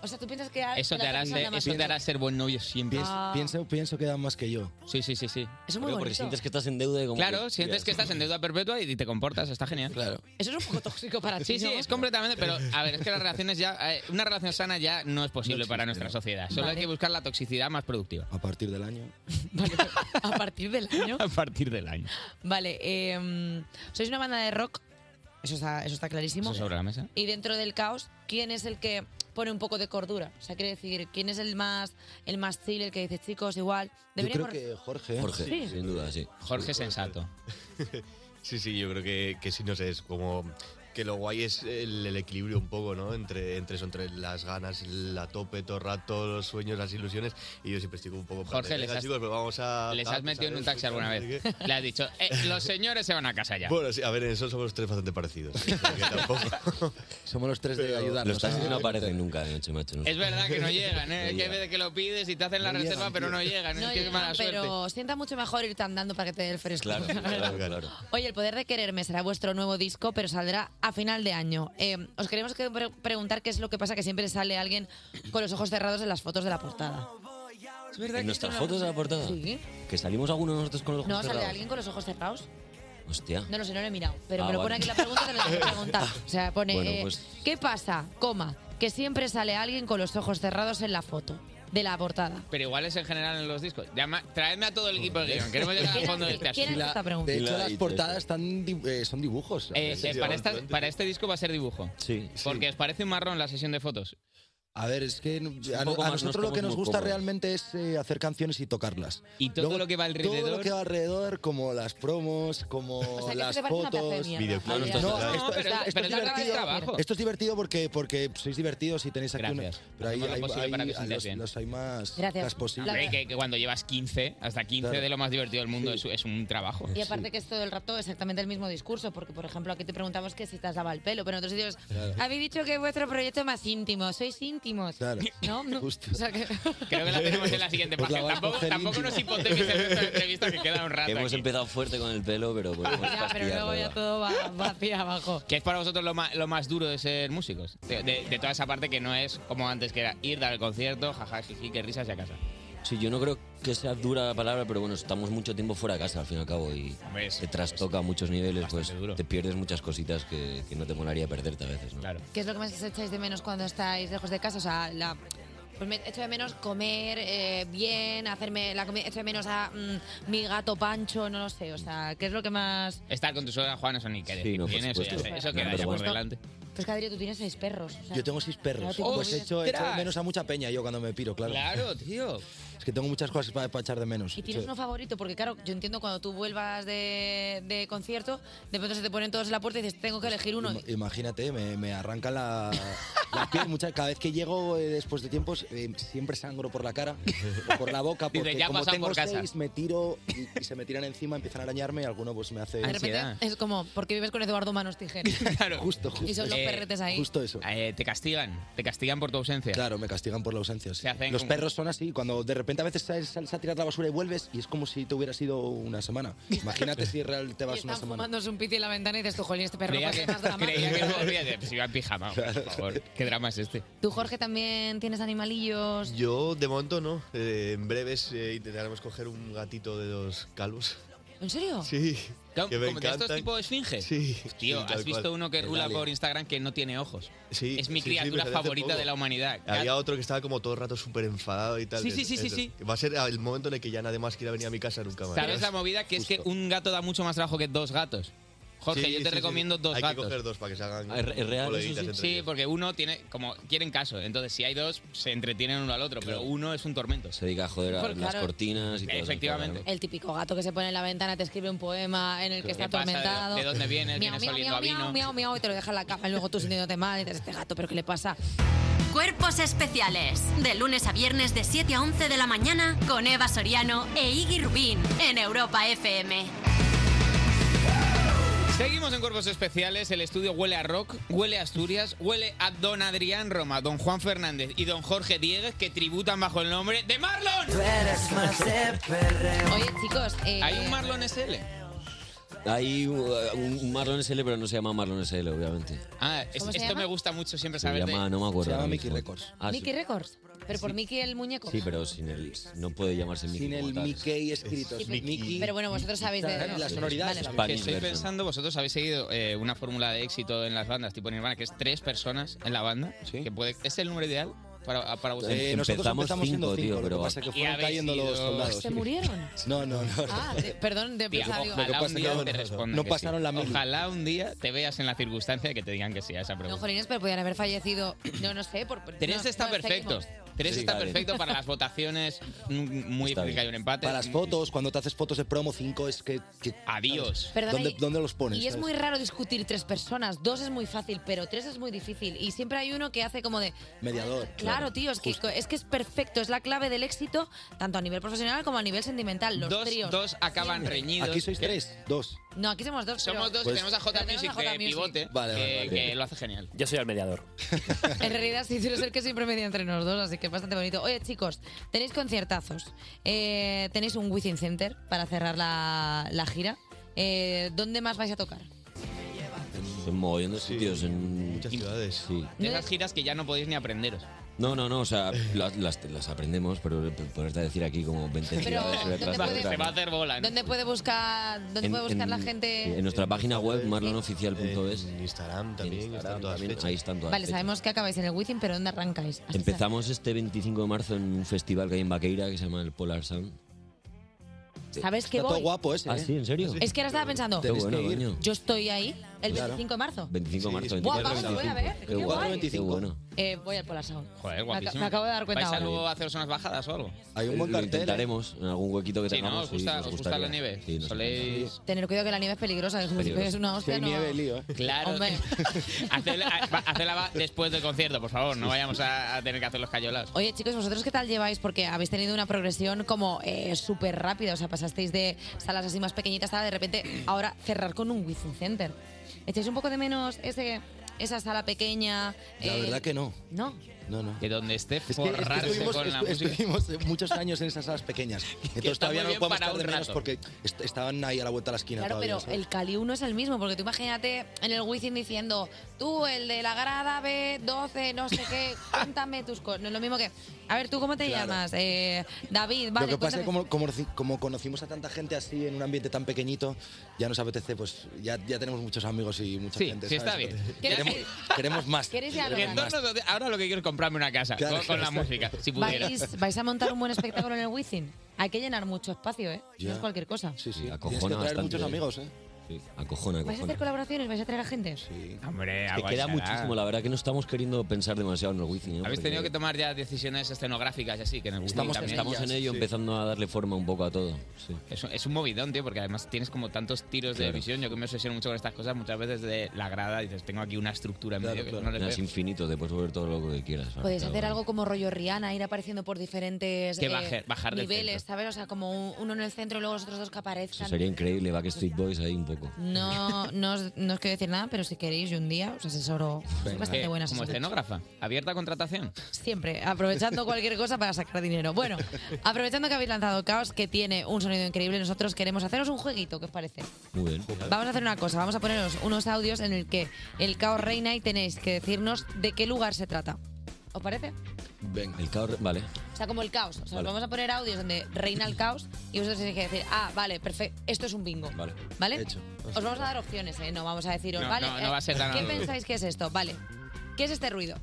Speaker 1: O sea, tú piensas que... a-
Speaker 2: Eso
Speaker 1: que la
Speaker 2: te hará
Speaker 1: persona
Speaker 2: ser,
Speaker 1: ama más
Speaker 2: eso
Speaker 1: que
Speaker 2: te
Speaker 1: tú?
Speaker 2: hará ser buen novio siempre.
Speaker 1: Pienso- Ah.
Speaker 21: Pienso, pienso que dan más que yo.
Speaker 2: Sí, sí, sí, sí.
Speaker 1: Eso es muy
Speaker 20: Porque
Speaker 1: bonito.
Speaker 20: sientes que estás en deuda y como
Speaker 2: Claro,
Speaker 20: que-
Speaker 2: sientes que estás en deuda perpetua y te comportas, está genial.
Speaker 21: Claro.
Speaker 1: Eso es un poco tóxico para ti,
Speaker 2: Sí, sí,
Speaker 1: ¿no?
Speaker 2: es completamente, pero a ver, es que las relaciones ya, eh, una relación sana ya no es posible para nuestra sociedad. Solo hay que buscar la toxicidad más productiva.
Speaker 21: A partir del año.
Speaker 1: A partir del año.
Speaker 2: A partir del año.
Speaker 1: Vale, eh, sois una banda de rock, eso está, eso está clarísimo.
Speaker 2: Eso sobre la mesa.
Speaker 1: Y dentro del caos, ¿quién es el que pone un poco de cordura? O sea, quiere decir, ¿quién es el más el más chill, el que dice, chicos, igual... deberíamos-"
Speaker 19: ¿eh?
Speaker 21: Jorge.
Speaker 20: Jorge,
Speaker 1: Sí.
Speaker 20: sin duda, sí.
Speaker 2: Jorge sensato.
Speaker 19: Sí, sí, yo creo que, que sí, no sé, es como que lo guay es el, el equilibrio un poco, ¿no? Entre, entre eso, entre las ganas, la tope todo el rato, los sueños, las ilusiones, y yo siempre estoy como un poco... en plan
Speaker 2: Jorge,
Speaker 19: de,
Speaker 2: les
Speaker 19: "Venga,
Speaker 2: has-
Speaker 19: chicos, pero vamos a...
Speaker 2: ¿Les
Speaker 19: tal,
Speaker 2: has metido en
Speaker 19: ¿sabes?
Speaker 2: un taxi alguna vez? Le has dicho, "Eh, los señores se van a casa ya.
Speaker 19: Bueno, sí, a ver, en eso somos tres bastante parecidos. ¿eh?
Speaker 21: Somos los tres de ayudarnos.
Speaker 20: Los taxis
Speaker 21: ¿no?
Speaker 20: no aparecen nunca de noche, macho. no sé.
Speaker 2: Es verdad que no llegan, ¿eh?
Speaker 20: No
Speaker 2: Es que hay veces que lo pides y te hacen la
Speaker 20: No
Speaker 2: reserva,
Speaker 20: llegan,
Speaker 2: pero
Speaker 20: tío.
Speaker 2: no llegan.
Speaker 1: No
Speaker 2: es que
Speaker 1: llegan,
Speaker 2: es mala suerte.
Speaker 1: pero sienta mucho mejor irte andando para que te dé el fresco.
Speaker 20: Claro, claro, claro.
Speaker 1: Oye, El Poder de Quererme será vuestro nuevo disco, pero saldrá a final de año. Eh, os queremos que pre- preguntar qué es lo que pasa que siempre sale alguien con los ojos cerrados en las fotos de la portada.
Speaker 20: ¿En nuestras fotos de la portada?
Speaker 1: Sí.
Speaker 20: ¿Que salimos algunos nosotros con los ojos
Speaker 1: ¿No sale
Speaker 20: cerrados?
Speaker 1: alguien con los ojos cerrados?
Speaker 20: Hostia.
Speaker 1: No lo sé, no lo he mirado. Pero
Speaker 20: Ah,
Speaker 1: me lo
Speaker 20: vale.
Speaker 1: pone aquí la pregunta, te lo tengo que preguntar. O sea, pone,
Speaker 20: Bueno,
Speaker 1: eh,
Speaker 20: pues-
Speaker 1: ¿qué pasa, coma, que siempre sale alguien con los ojos cerrados en la foto de la portada?
Speaker 2: Pero igual es en general en los discos. Llama, traedme a todo el equipo de guión. Queremos llegar al fondo de este
Speaker 1: ¿Quién hace
Speaker 2: asunto.
Speaker 1: esta pregunta?
Speaker 21: ¿Eh? De
Speaker 2: Y
Speaker 21: hecho,
Speaker 2: la-
Speaker 21: las
Speaker 2: y todo
Speaker 21: portadas están di- eh, son dibujos.
Speaker 2: Eh, eh, para, esta- para este disco va a ser dibujo.
Speaker 20: Sí.
Speaker 2: Porque os parece un marrón la sesión de fotos.
Speaker 21: A ver, es que a,
Speaker 2: poco
Speaker 21: a
Speaker 2: más, no
Speaker 21: nosotros lo que
Speaker 2: estamos muy
Speaker 21: nos gusta
Speaker 2: cómodos.
Speaker 21: realmente es eh, hacer canciones y tocarlas.
Speaker 2: Y todo lo que va alrededor.
Speaker 21: Todo lo que va alrededor, como las promos, como
Speaker 2: sea, que
Speaker 21: las
Speaker 2: esto te parece una pedazo de
Speaker 21: fotos.
Speaker 2: mierda. Videoclips,
Speaker 21: No,
Speaker 2: no,
Speaker 21: esto-
Speaker 2: no,
Speaker 21: esto-
Speaker 2: pero
Speaker 21: esto-
Speaker 2: está-
Speaker 21: esto
Speaker 2: pero
Speaker 21: es
Speaker 2: está acabado el
Speaker 21: divertido.
Speaker 2: trabajo.
Speaker 21: Esto es divertido porque, porque sois divertidos y tenéis aquí una. Pero ahí
Speaker 2: Hacemos lo
Speaker 21: hay,
Speaker 2: posible para
Speaker 21: hay-
Speaker 2: que os
Speaker 21: hay-
Speaker 2: sintáis
Speaker 21: los,
Speaker 2: bien.
Speaker 21: los hay más,
Speaker 1: Gracias.
Speaker 21: más posibles.
Speaker 2: Hombre, que, que cuando llevas 15, hasta 15
Speaker 21: Claro.
Speaker 2: de lo más divertido del mundo es, es un trabajo.
Speaker 20: Pues
Speaker 1: Y aparte que es todo el rato exactamente el mismo discurso, porque por ejemplo aquí te preguntamos que si te has dado el pelo, pero en otros sitios
Speaker 2: Claro.
Speaker 1: habéis dicho que es vuestro proyecto más íntimo, sois íntimos.
Speaker 2: Claro.
Speaker 1: ¿No? No. O sea que-
Speaker 2: Pues Creo que la tenemos en la siguiente
Speaker 20: Os la
Speaker 2: página.
Speaker 20: vais a
Speaker 2: Tampoco,
Speaker 20: coger
Speaker 2: tampoco
Speaker 20: íntima.
Speaker 2: nos hipoteques el resto de la entrevista que queda un rato.
Speaker 20: Hemos
Speaker 2: aquí.
Speaker 20: empezado fuerte con el pelo, pero podemos
Speaker 1: Ya, pero luego ya todo va, va hacia abajo.
Speaker 2: ¿Qué es para vosotros lo más, lo más duro de ser músicos? De, de- de toda esa parte que no es como antes, que era ir, dar el concierto, jaja, jiji, que risas y a casa.
Speaker 20: Sí, yo no creo que sea dura la palabra, pero bueno, estamos mucho tiempo fuera de casa al fin y al cabo y te trastoca a muchos niveles, pues te pierdes muchas cositas que, que no te molaría perderte a veces, ¿no? Claro.
Speaker 1: ¿Qué es lo que más echáis de menos cuando estáis lejos de casa? O sea, la, pues me echo de menos comer eh, bien, hacerme la comida, echo de menos a mm, mi gato Pancho, no lo sé. O sea, ¿qué es lo que más...?
Speaker 2: Estar con tu suegra Juana son ni que
Speaker 20: Sí,
Speaker 2: decir,
Speaker 20: no, por
Speaker 2: tiene eso, ya
Speaker 20: supuesto.
Speaker 2: sé, eso que
Speaker 20: Number
Speaker 2: vaya por
Speaker 20: one.
Speaker 2: delante.
Speaker 1: Pues que Adri, tú tienes seis perros. o sea,
Speaker 21: Yo tengo seis perros.
Speaker 1: Claro,
Speaker 21: pues
Speaker 1: tío.
Speaker 21: echo, echo de
Speaker 1: ¡Ostras!
Speaker 21: menos a mucha peña yo cuando me piro, claro.
Speaker 1: Claro, tío.
Speaker 21: Es que tengo muchas cosas para echar de menos.
Speaker 1: ¿Y tienes
Speaker 21: Echo-
Speaker 1: uno favorito? Porque claro, yo entiendo cuando tú vuelvas de, de concierto, de pronto se te ponen todos en la puerta y dices, tengo que
Speaker 21: Pues,
Speaker 1: elegir uno.
Speaker 21: Im- Imagínate, me, me arranca la, la piel. mucha- cada vez que llego eh, después de tiempos, eh, siempre sangro por la cara o por la boca.
Speaker 2: Dice,
Speaker 21: Porque
Speaker 2: "Ya ha
Speaker 21: como
Speaker 2: pasado
Speaker 21: tengo
Speaker 2: por casa".
Speaker 21: seis, me tiro y, y se me tiran encima, empiezan a arañarme y alguno pues me hace.
Speaker 1: de repente es como, porque vives con Eduardo Manos Tijeras.
Speaker 2: Claro.
Speaker 21: Justo,
Speaker 1: Y son los perretes ahí.
Speaker 21: Justo eso.
Speaker 2: Eh, te castigan, te castigan por tu ausencia.
Speaker 21: Claro, me castigan por la ausencia. sí.
Speaker 2: hacen
Speaker 21: Los
Speaker 2: un-
Speaker 21: perros son así, cuando de repente a veces sales, sales a tirar la basura y vuelves y es como si te hubiera sido una semana. Imagínate si real te
Speaker 1: Y
Speaker 21: vas una
Speaker 1: están
Speaker 21: semana.
Speaker 1: fumándose un piti en la ventana y dices, tú, jolín, este perro
Speaker 2: Creía
Speaker 1: no
Speaker 2: que,
Speaker 1: más dramático.
Speaker 2: creía que no volvía de- si iba en pijama, por favor. ¿Qué drama es este?
Speaker 1: Tú, Jorge, también tienes animalillos.
Speaker 19: Yo, de momento, no. Eh, en breves eh, intentaremos coger un gatito de los calvos.
Speaker 1: ¿En serio?
Speaker 19: Sí.
Speaker 2: Claro,
Speaker 19: que me
Speaker 2: como de estos
Speaker 19: encantan.
Speaker 2: tipo de esfinges.
Speaker 19: Sí.
Speaker 2: Tío,
Speaker 19: sí, tal
Speaker 2: ¿has visto
Speaker 19: cual.
Speaker 2: uno que
Speaker 19: El
Speaker 2: rula
Speaker 19: alien.
Speaker 2: por Instagram que no tiene ojos?
Speaker 19: Sí,
Speaker 2: Es mi
Speaker 19: sí, sí, me
Speaker 2: criatura
Speaker 21: salió hace
Speaker 2: favorita
Speaker 21: poco.
Speaker 2: de la humanidad.
Speaker 19: Había otro que estaba como todo el rato súper enfadado y tal.
Speaker 2: Sí, sí, sí, sí,
Speaker 19: Eso.
Speaker 2: sí.
Speaker 19: Va a ser el momento en el que ya nadie más quiera venir a mi casa nunca más.
Speaker 2: ¿Sabes la movida? Que es que un gato da mucho más trabajo que dos gatos. Jorge,
Speaker 19: Sí,
Speaker 2: yo te
Speaker 19: sí, sí.
Speaker 2: recomiendo dos
Speaker 19: Hay que
Speaker 2: gatos.
Speaker 19: coger dos para que se hagan
Speaker 20: Ah, ¿es- es real eso,
Speaker 19: coleguitas
Speaker 20: sí?
Speaker 19: entre
Speaker 2: Sí,
Speaker 19: ellos.
Speaker 2: porque uno tiene, como quieren caso, entonces si hay dos, se entretienen uno al otro, pero uno es un tormento.
Speaker 20: Se dedica a joder a
Speaker 1: Claro.
Speaker 20: las cortinas y todo eso.
Speaker 2: Efectivamente.
Speaker 1: El típico gato que se pone en la ventana, te escribe un poema en el que
Speaker 2: ¿Qué
Speaker 1: está
Speaker 2: pasa? ¿De-
Speaker 1: atormentado.
Speaker 2: de dónde vienes?
Speaker 1: Miau,
Speaker 2: ¿Vienes
Speaker 1: miau,
Speaker 2: oliendo a
Speaker 1: miau, miau,
Speaker 2: vino?
Speaker 1: miau, miau, y te lo deja en la cama y luego tú sintiéndote mal y dices, este gato, ¿pero qué le pasa?
Speaker 5: Cuerpos especiales. De lunes a viernes de 7 a 11 de la mañana con Eva Soriano e Iggy Rubín en Europa FM.
Speaker 2: Seguimos en Cuerpos Especiales, el estudio huele a rock, huele a Asturias, huele a don Adrián Roma, don Juan Fernández y don Jorge Diegues que tributan bajo el nombre de Marlon.
Speaker 1: Oye, chicos, eh,
Speaker 2: Hay un Marlon SL.
Speaker 20: Hay uh, un Marlon SL, pero no se llama Marlon SL, obviamente.
Speaker 2: Ah, es-
Speaker 1: ¿Cómo se
Speaker 2: esto
Speaker 1: llama?
Speaker 2: me gusta mucho siempre
Speaker 20: Se
Speaker 2: saber de-
Speaker 20: llama, no me acuerdo.
Speaker 21: Se llama
Speaker 20: ahora
Speaker 21: Mickey
Speaker 20: mismo.
Speaker 21: Records.
Speaker 20: Ah, sí.
Speaker 1: Mickey Records, pero por Mickey el muñeco.
Speaker 20: Sí, pero sin el. No puede llamarse Mickey.
Speaker 21: Sin el
Speaker 20: como tal.
Speaker 21: Mickey escrito.
Speaker 1: Sí, pero- Pero bueno, vosotros sabéis de...
Speaker 21: Claro, la sonoridad
Speaker 1: Vale.
Speaker 21: es la
Speaker 2: Que
Speaker 20: Spanish
Speaker 2: estoy
Speaker 20: version.
Speaker 2: pensando, vosotros habéis seguido eh, una fórmula de éxito en las bandas, tipo Nirvana, que es tres personas en la banda. Que puede, ¿Es el número ideal para, para vosotros?
Speaker 21: Eh, nosotros empezamos siendo cinco, lo que pasa es que
Speaker 2: Y
Speaker 21: fueron
Speaker 2: habéis
Speaker 21: cayendo
Speaker 2: sido-
Speaker 21: los soldados.
Speaker 1: ¿Se murieron?
Speaker 21: No, no, no.
Speaker 1: Ah, de- perdón, de
Speaker 2: Tía,
Speaker 1: pensar, digo,
Speaker 2: ojalá
Speaker 21: Lo que pasa
Speaker 2: un
Speaker 21: es que
Speaker 2: día
Speaker 21: no-
Speaker 2: te respondan
Speaker 21: no
Speaker 2: que
Speaker 21: pasaron
Speaker 2: sí.
Speaker 21: la mili.
Speaker 2: Ojalá un día te veas en la circunstancia que te digan que sí a esa
Speaker 1: No,
Speaker 2: pregunta.
Speaker 1: jolines, pero podían haber fallecido. No, no sé. Por,
Speaker 2: Tres
Speaker 1: no,
Speaker 2: está
Speaker 1: no,
Speaker 2: perfecto.
Speaker 1: seguimos.
Speaker 2: Tres
Speaker 21: Sí,
Speaker 2: está
Speaker 21: vale.
Speaker 2: perfecto para las votaciones. mm, Muy
Speaker 21: Está
Speaker 2: difícil que
Speaker 21: bien.
Speaker 2: haya un empate.
Speaker 21: Para las fotos, cuando te haces fotos de promo, cinco es que. que-
Speaker 2: Adiós.
Speaker 21: ¿sabes?
Speaker 1: Perdona,
Speaker 21: ¿Dónde,
Speaker 1: y-
Speaker 21: dónde los pones?
Speaker 1: Y es
Speaker 21: sabes?
Speaker 1: muy raro discutir tres personas. Dos es muy fácil, pero tres es muy difícil. Y siempre hay uno que hace como de.
Speaker 21: Mediador.
Speaker 1: ¿eh? Claro, tío, es que, es que es perfecto. Es la clave del éxito, tanto a nivel profesional como a nivel sentimental. Los
Speaker 2: Dos,
Speaker 1: tríos.
Speaker 2: dos acaban reñidos.
Speaker 21: Aquí sois
Speaker 2: que-
Speaker 21: tres, dos. Pues
Speaker 1: No, aquí somos dos.
Speaker 2: Somos
Speaker 1: pero- Pues
Speaker 2: dos y tenemos a J
Speaker 1: pero tenemos
Speaker 2: Music
Speaker 1: a J
Speaker 2: de
Speaker 1: Music.
Speaker 2: pivote,
Speaker 6: Vale,
Speaker 2: que,
Speaker 6: vale, vale.
Speaker 2: que lo hace genial.
Speaker 6: Yo soy el mediador.
Speaker 1: En realidad, sí, quiero ser que siempre media entre los dos, así que es bastante bonito. Oye, chicos, tenéis conciertazos. Eh, tenéis un Within Center para cerrar la, la gira. Eh, ¿Dónde más vais a tocar?
Speaker 20: En mogollón de sitios, en muchas
Speaker 19: ciudades.
Speaker 20: Sí.
Speaker 2: De esas giras que ya no podéis ni aprenderos.
Speaker 20: No, no, no, o sea, las, las, las aprendemos, pero p- ponerte a decir aquí como 20
Speaker 1: Pero,
Speaker 20: ciudades,
Speaker 1: ¿dónde
Speaker 20: otras,
Speaker 1: puede-
Speaker 20: otras,
Speaker 1: Se va a
Speaker 20: ¿no?
Speaker 2: hacer bola,
Speaker 1: ¿Dónde puede buscar, dónde
Speaker 20: En-
Speaker 1: puede buscar
Speaker 20: en-
Speaker 1: la gente?
Speaker 20: En nuestra página web, marlonoficial.es. En
Speaker 19: Instagram también,
Speaker 20: están todas ahí están todas
Speaker 1: Vale,
Speaker 20: fechas.
Speaker 1: sabemos que acabáis en el Within, pero ¿dónde arrancáis? Así
Speaker 20: Empezamos este 25 de marzo en un festival que hay en Vaqueira que se llama el Polar Sound. Este,
Speaker 1: ¿Sabes que voy?
Speaker 20: ¿Ah,
Speaker 1: ¿eh?
Speaker 20: sí? ¿En serio?
Speaker 1: Es que ahora estaba pensando, este,
Speaker 20: Qué bueno, coño.
Speaker 1: yo estoy ahí el
Speaker 20: Claro.
Speaker 1: 25 de marzo.
Speaker 20: 25 de marzo,
Speaker 1: Buah,
Speaker 20: 24
Speaker 1: vamos, voy a ver,
Speaker 20: 25.
Speaker 1: qué guay.
Speaker 20: Qué bueno.
Speaker 1: Eh, voy al Polar Sound.
Speaker 2: Joder,
Speaker 1: Me, ac-
Speaker 2: guapísimo.
Speaker 1: me acabo de dar cuenta
Speaker 2: ¿Vais a
Speaker 1: ahora.
Speaker 2: luego a haceros unas bajadas o algo?
Speaker 21: Hay un buen
Speaker 20: Lo
Speaker 21: cartel, ¿eh?
Speaker 20: intentaremos en algún huequito que
Speaker 2: Sí, ¿no?
Speaker 20: tengamos.
Speaker 2: ¿Os gusta,
Speaker 20: nos
Speaker 2: os gusta la
Speaker 20: gustaría.
Speaker 2: nieve?
Speaker 20: Sí, nos
Speaker 2: ¿Soléis...?
Speaker 1: Tener cuidado que la nieve es peligrosa, que como si
Speaker 2: Peligrosa.
Speaker 1: pegues una hostia.
Speaker 2: Si hay
Speaker 1: no-
Speaker 2: nieve, lío, ¿eh? Claro.
Speaker 1: Hombre,
Speaker 2: Hacedla hacedla va- después del concierto, por favor. No vayamos a, a tener que hacer los cayolados.
Speaker 1: Oye, chicos, ¿vosotros qué tal lleváis? Porque habéis tenido una progresión como eh, súper rápida. O sea, pasasteis de salas así más pequeñitas a de repente ahora cerrar con un Within Center. ¿Echáis un poco de menos ese, esa sala pequeña?
Speaker 21: La
Speaker 1: eh,
Speaker 21: verdad que no.
Speaker 1: No.
Speaker 21: No, no.
Speaker 2: Que donde esté
Speaker 21: Es que, es que
Speaker 2: forrarse
Speaker 21: estuvimos,
Speaker 2: con la
Speaker 21: estu-
Speaker 2: música.
Speaker 21: estuvimos, eh, muchos años en esas salas pequeñas. Entonces
Speaker 2: está
Speaker 21: todavía
Speaker 2: muy
Speaker 21: no
Speaker 2: bien
Speaker 21: podemos
Speaker 2: para
Speaker 21: estar de
Speaker 2: un
Speaker 21: menos
Speaker 2: rato.
Speaker 21: porque est- estaban ahí a la vuelta de la esquina
Speaker 1: Claro,
Speaker 21: todavía.
Speaker 1: pero
Speaker 21: ¿sabes?
Speaker 1: el Cali 1 es el mismo, porque tú imagínate en el Within diciendo, tú, el de la grada B12, no sé qué, cuéntame tus cosas. No es lo mismo que, A ver, ¿tú cómo te
Speaker 21: Claro.
Speaker 1: llamas? Eh, David, vale.
Speaker 21: lo que pasa es que
Speaker 1: cuéntame.
Speaker 21: como, como, reci- como conocimos a tanta gente así en un ambiente tan pequeñito, ya nos apetece, pues ya, ya tenemos muchos amigos y mucha
Speaker 2: Sí,
Speaker 21: gente.
Speaker 2: sí, está
Speaker 21: ¿sabes?
Speaker 2: bien.
Speaker 21: Entonces, Queremos, queremos más.
Speaker 1: ¿Quieres
Speaker 21: queremos
Speaker 2: En
Speaker 21: más.
Speaker 2: torno de- ahora lo que quiero es comprarme una casa
Speaker 21: Claro,
Speaker 2: con, con la
Speaker 21: claro.
Speaker 2: música, si pudiera.
Speaker 1: ¿Vais, vais a montar un buen espectáculo en el Wizzing. Hay que llenar mucho espacio, ¿eh? No
Speaker 20: Ya.
Speaker 1: es cualquier cosa.
Speaker 21: Sí, sí.
Speaker 20: Acojona
Speaker 21: Tienes que traer
Speaker 20: bastante,
Speaker 21: muchos
Speaker 20: ¿eh?
Speaker 21: amigos, ¿eh?
Speaker 20: Sí, acojona,
Speaker 1: ¿Vais a
Speaker 20: acojona.
Speaker 1: hacer colaboraciones? ¿Vais a traer a gente? Sí.
Speaker 2: Hombre,
Speaker 20: Es que
Speaker 2: algo
Speaker 20: queda
Speaker 2: será.
Speaker 20: muchísimo, la verdad que no estamos queriendo pensar demasiado en el wifi. ¿no?
Speaker 2: Habéis
Speaker 20: Porque
Speaker 2: tenido que tomar ya decisiones escenográficas y así, que nos gustan
Speaker 20: estamos,
Speaker 2: también.
Speaker 20: estamos en ello,
Speaker 2: Sí.
Speaker 20: empezando a darle forma un poco a todo. sí.
Speaker 2: Es, un- es un movidón, tío, porque además tienes como tantos tiros de
Speaker 20: Claro.
Speaker 2: visión. Yo que me obsesiono mucho con estas cosas, muchas veces de la grada dices, tengo aquí una estructura en medio que no le
Speaker 20: Nada,
Speaker 2: veo.
Speaker 20: Es infinito, te puedes volver todo lo que quieras.
Speaker 1: Podéis
Speaker 20: Claro.
Speaker 1: hacer algo como rollo Rihanna, ir apareciendo por diferentes eh,
Speaker 20: Que baje- bajar del
Speaker 1: niveles, ¿sabes? O sea, como un- uno en el centro y luego los otros dos que
Speaker 20: Eso
Speaker 1: aparezcan.
Speaker 20: sería increíble,
Speaker 1: Pues
Speaker 20: Backstreet Boys ahí un poco.
Speaker 1: No, no os, no os quiero decir nada, pero si queréis, yo un día os asesoro. Soy bastante
Speaker 2: Eh,
Speaker 1: buena
Speaker 2: como
Speaker 1: asesora.
Speaker 2: escenógrafa, abierta a contratación.
Speaker 1: Siempre, aprovechando cualquier cosa para sacar dinero. Bueno, aprovechando que habéis lanzado Caos, que tiene un sonido increíble, nosotros queremos haceros un jueguito, ¿qué os parece?
Speaker 20: Muy bien.
Speaker 1: Vamos a hacer una cosa, vamos a poneros unos audios en el que el Caos reina y tenéis que decirnos de qué lugar se trata. ¿Os parece?
Speaker 20: Venga. El caos, vale.
Speaker 1: O sea, como el caos. O sea,
Speaker 20: Vale.
Speaker 1: vamos a poner audios donde reina el caos y vosotros tenéis que decir, ah, vale, perfecto, esto es un bingo.
Speaker 20: Vale.
Speaker 1: ¿Vale?
Speaker 20: Hecho.
Speaker 1: Os vamos a dar opciones, ¿eh? No vamos a deciros,
Speaker 2: Pues No,
Speaker 1: vale.
Speaker 2: no, no va a ser
Speaker 1: eh,
Speaker 2: tan
Speaker 1: ¿Qué
Speaker 2: agudo.
Speaker 1: pensáis que es esto? Vale. ¿Qué es este ruido?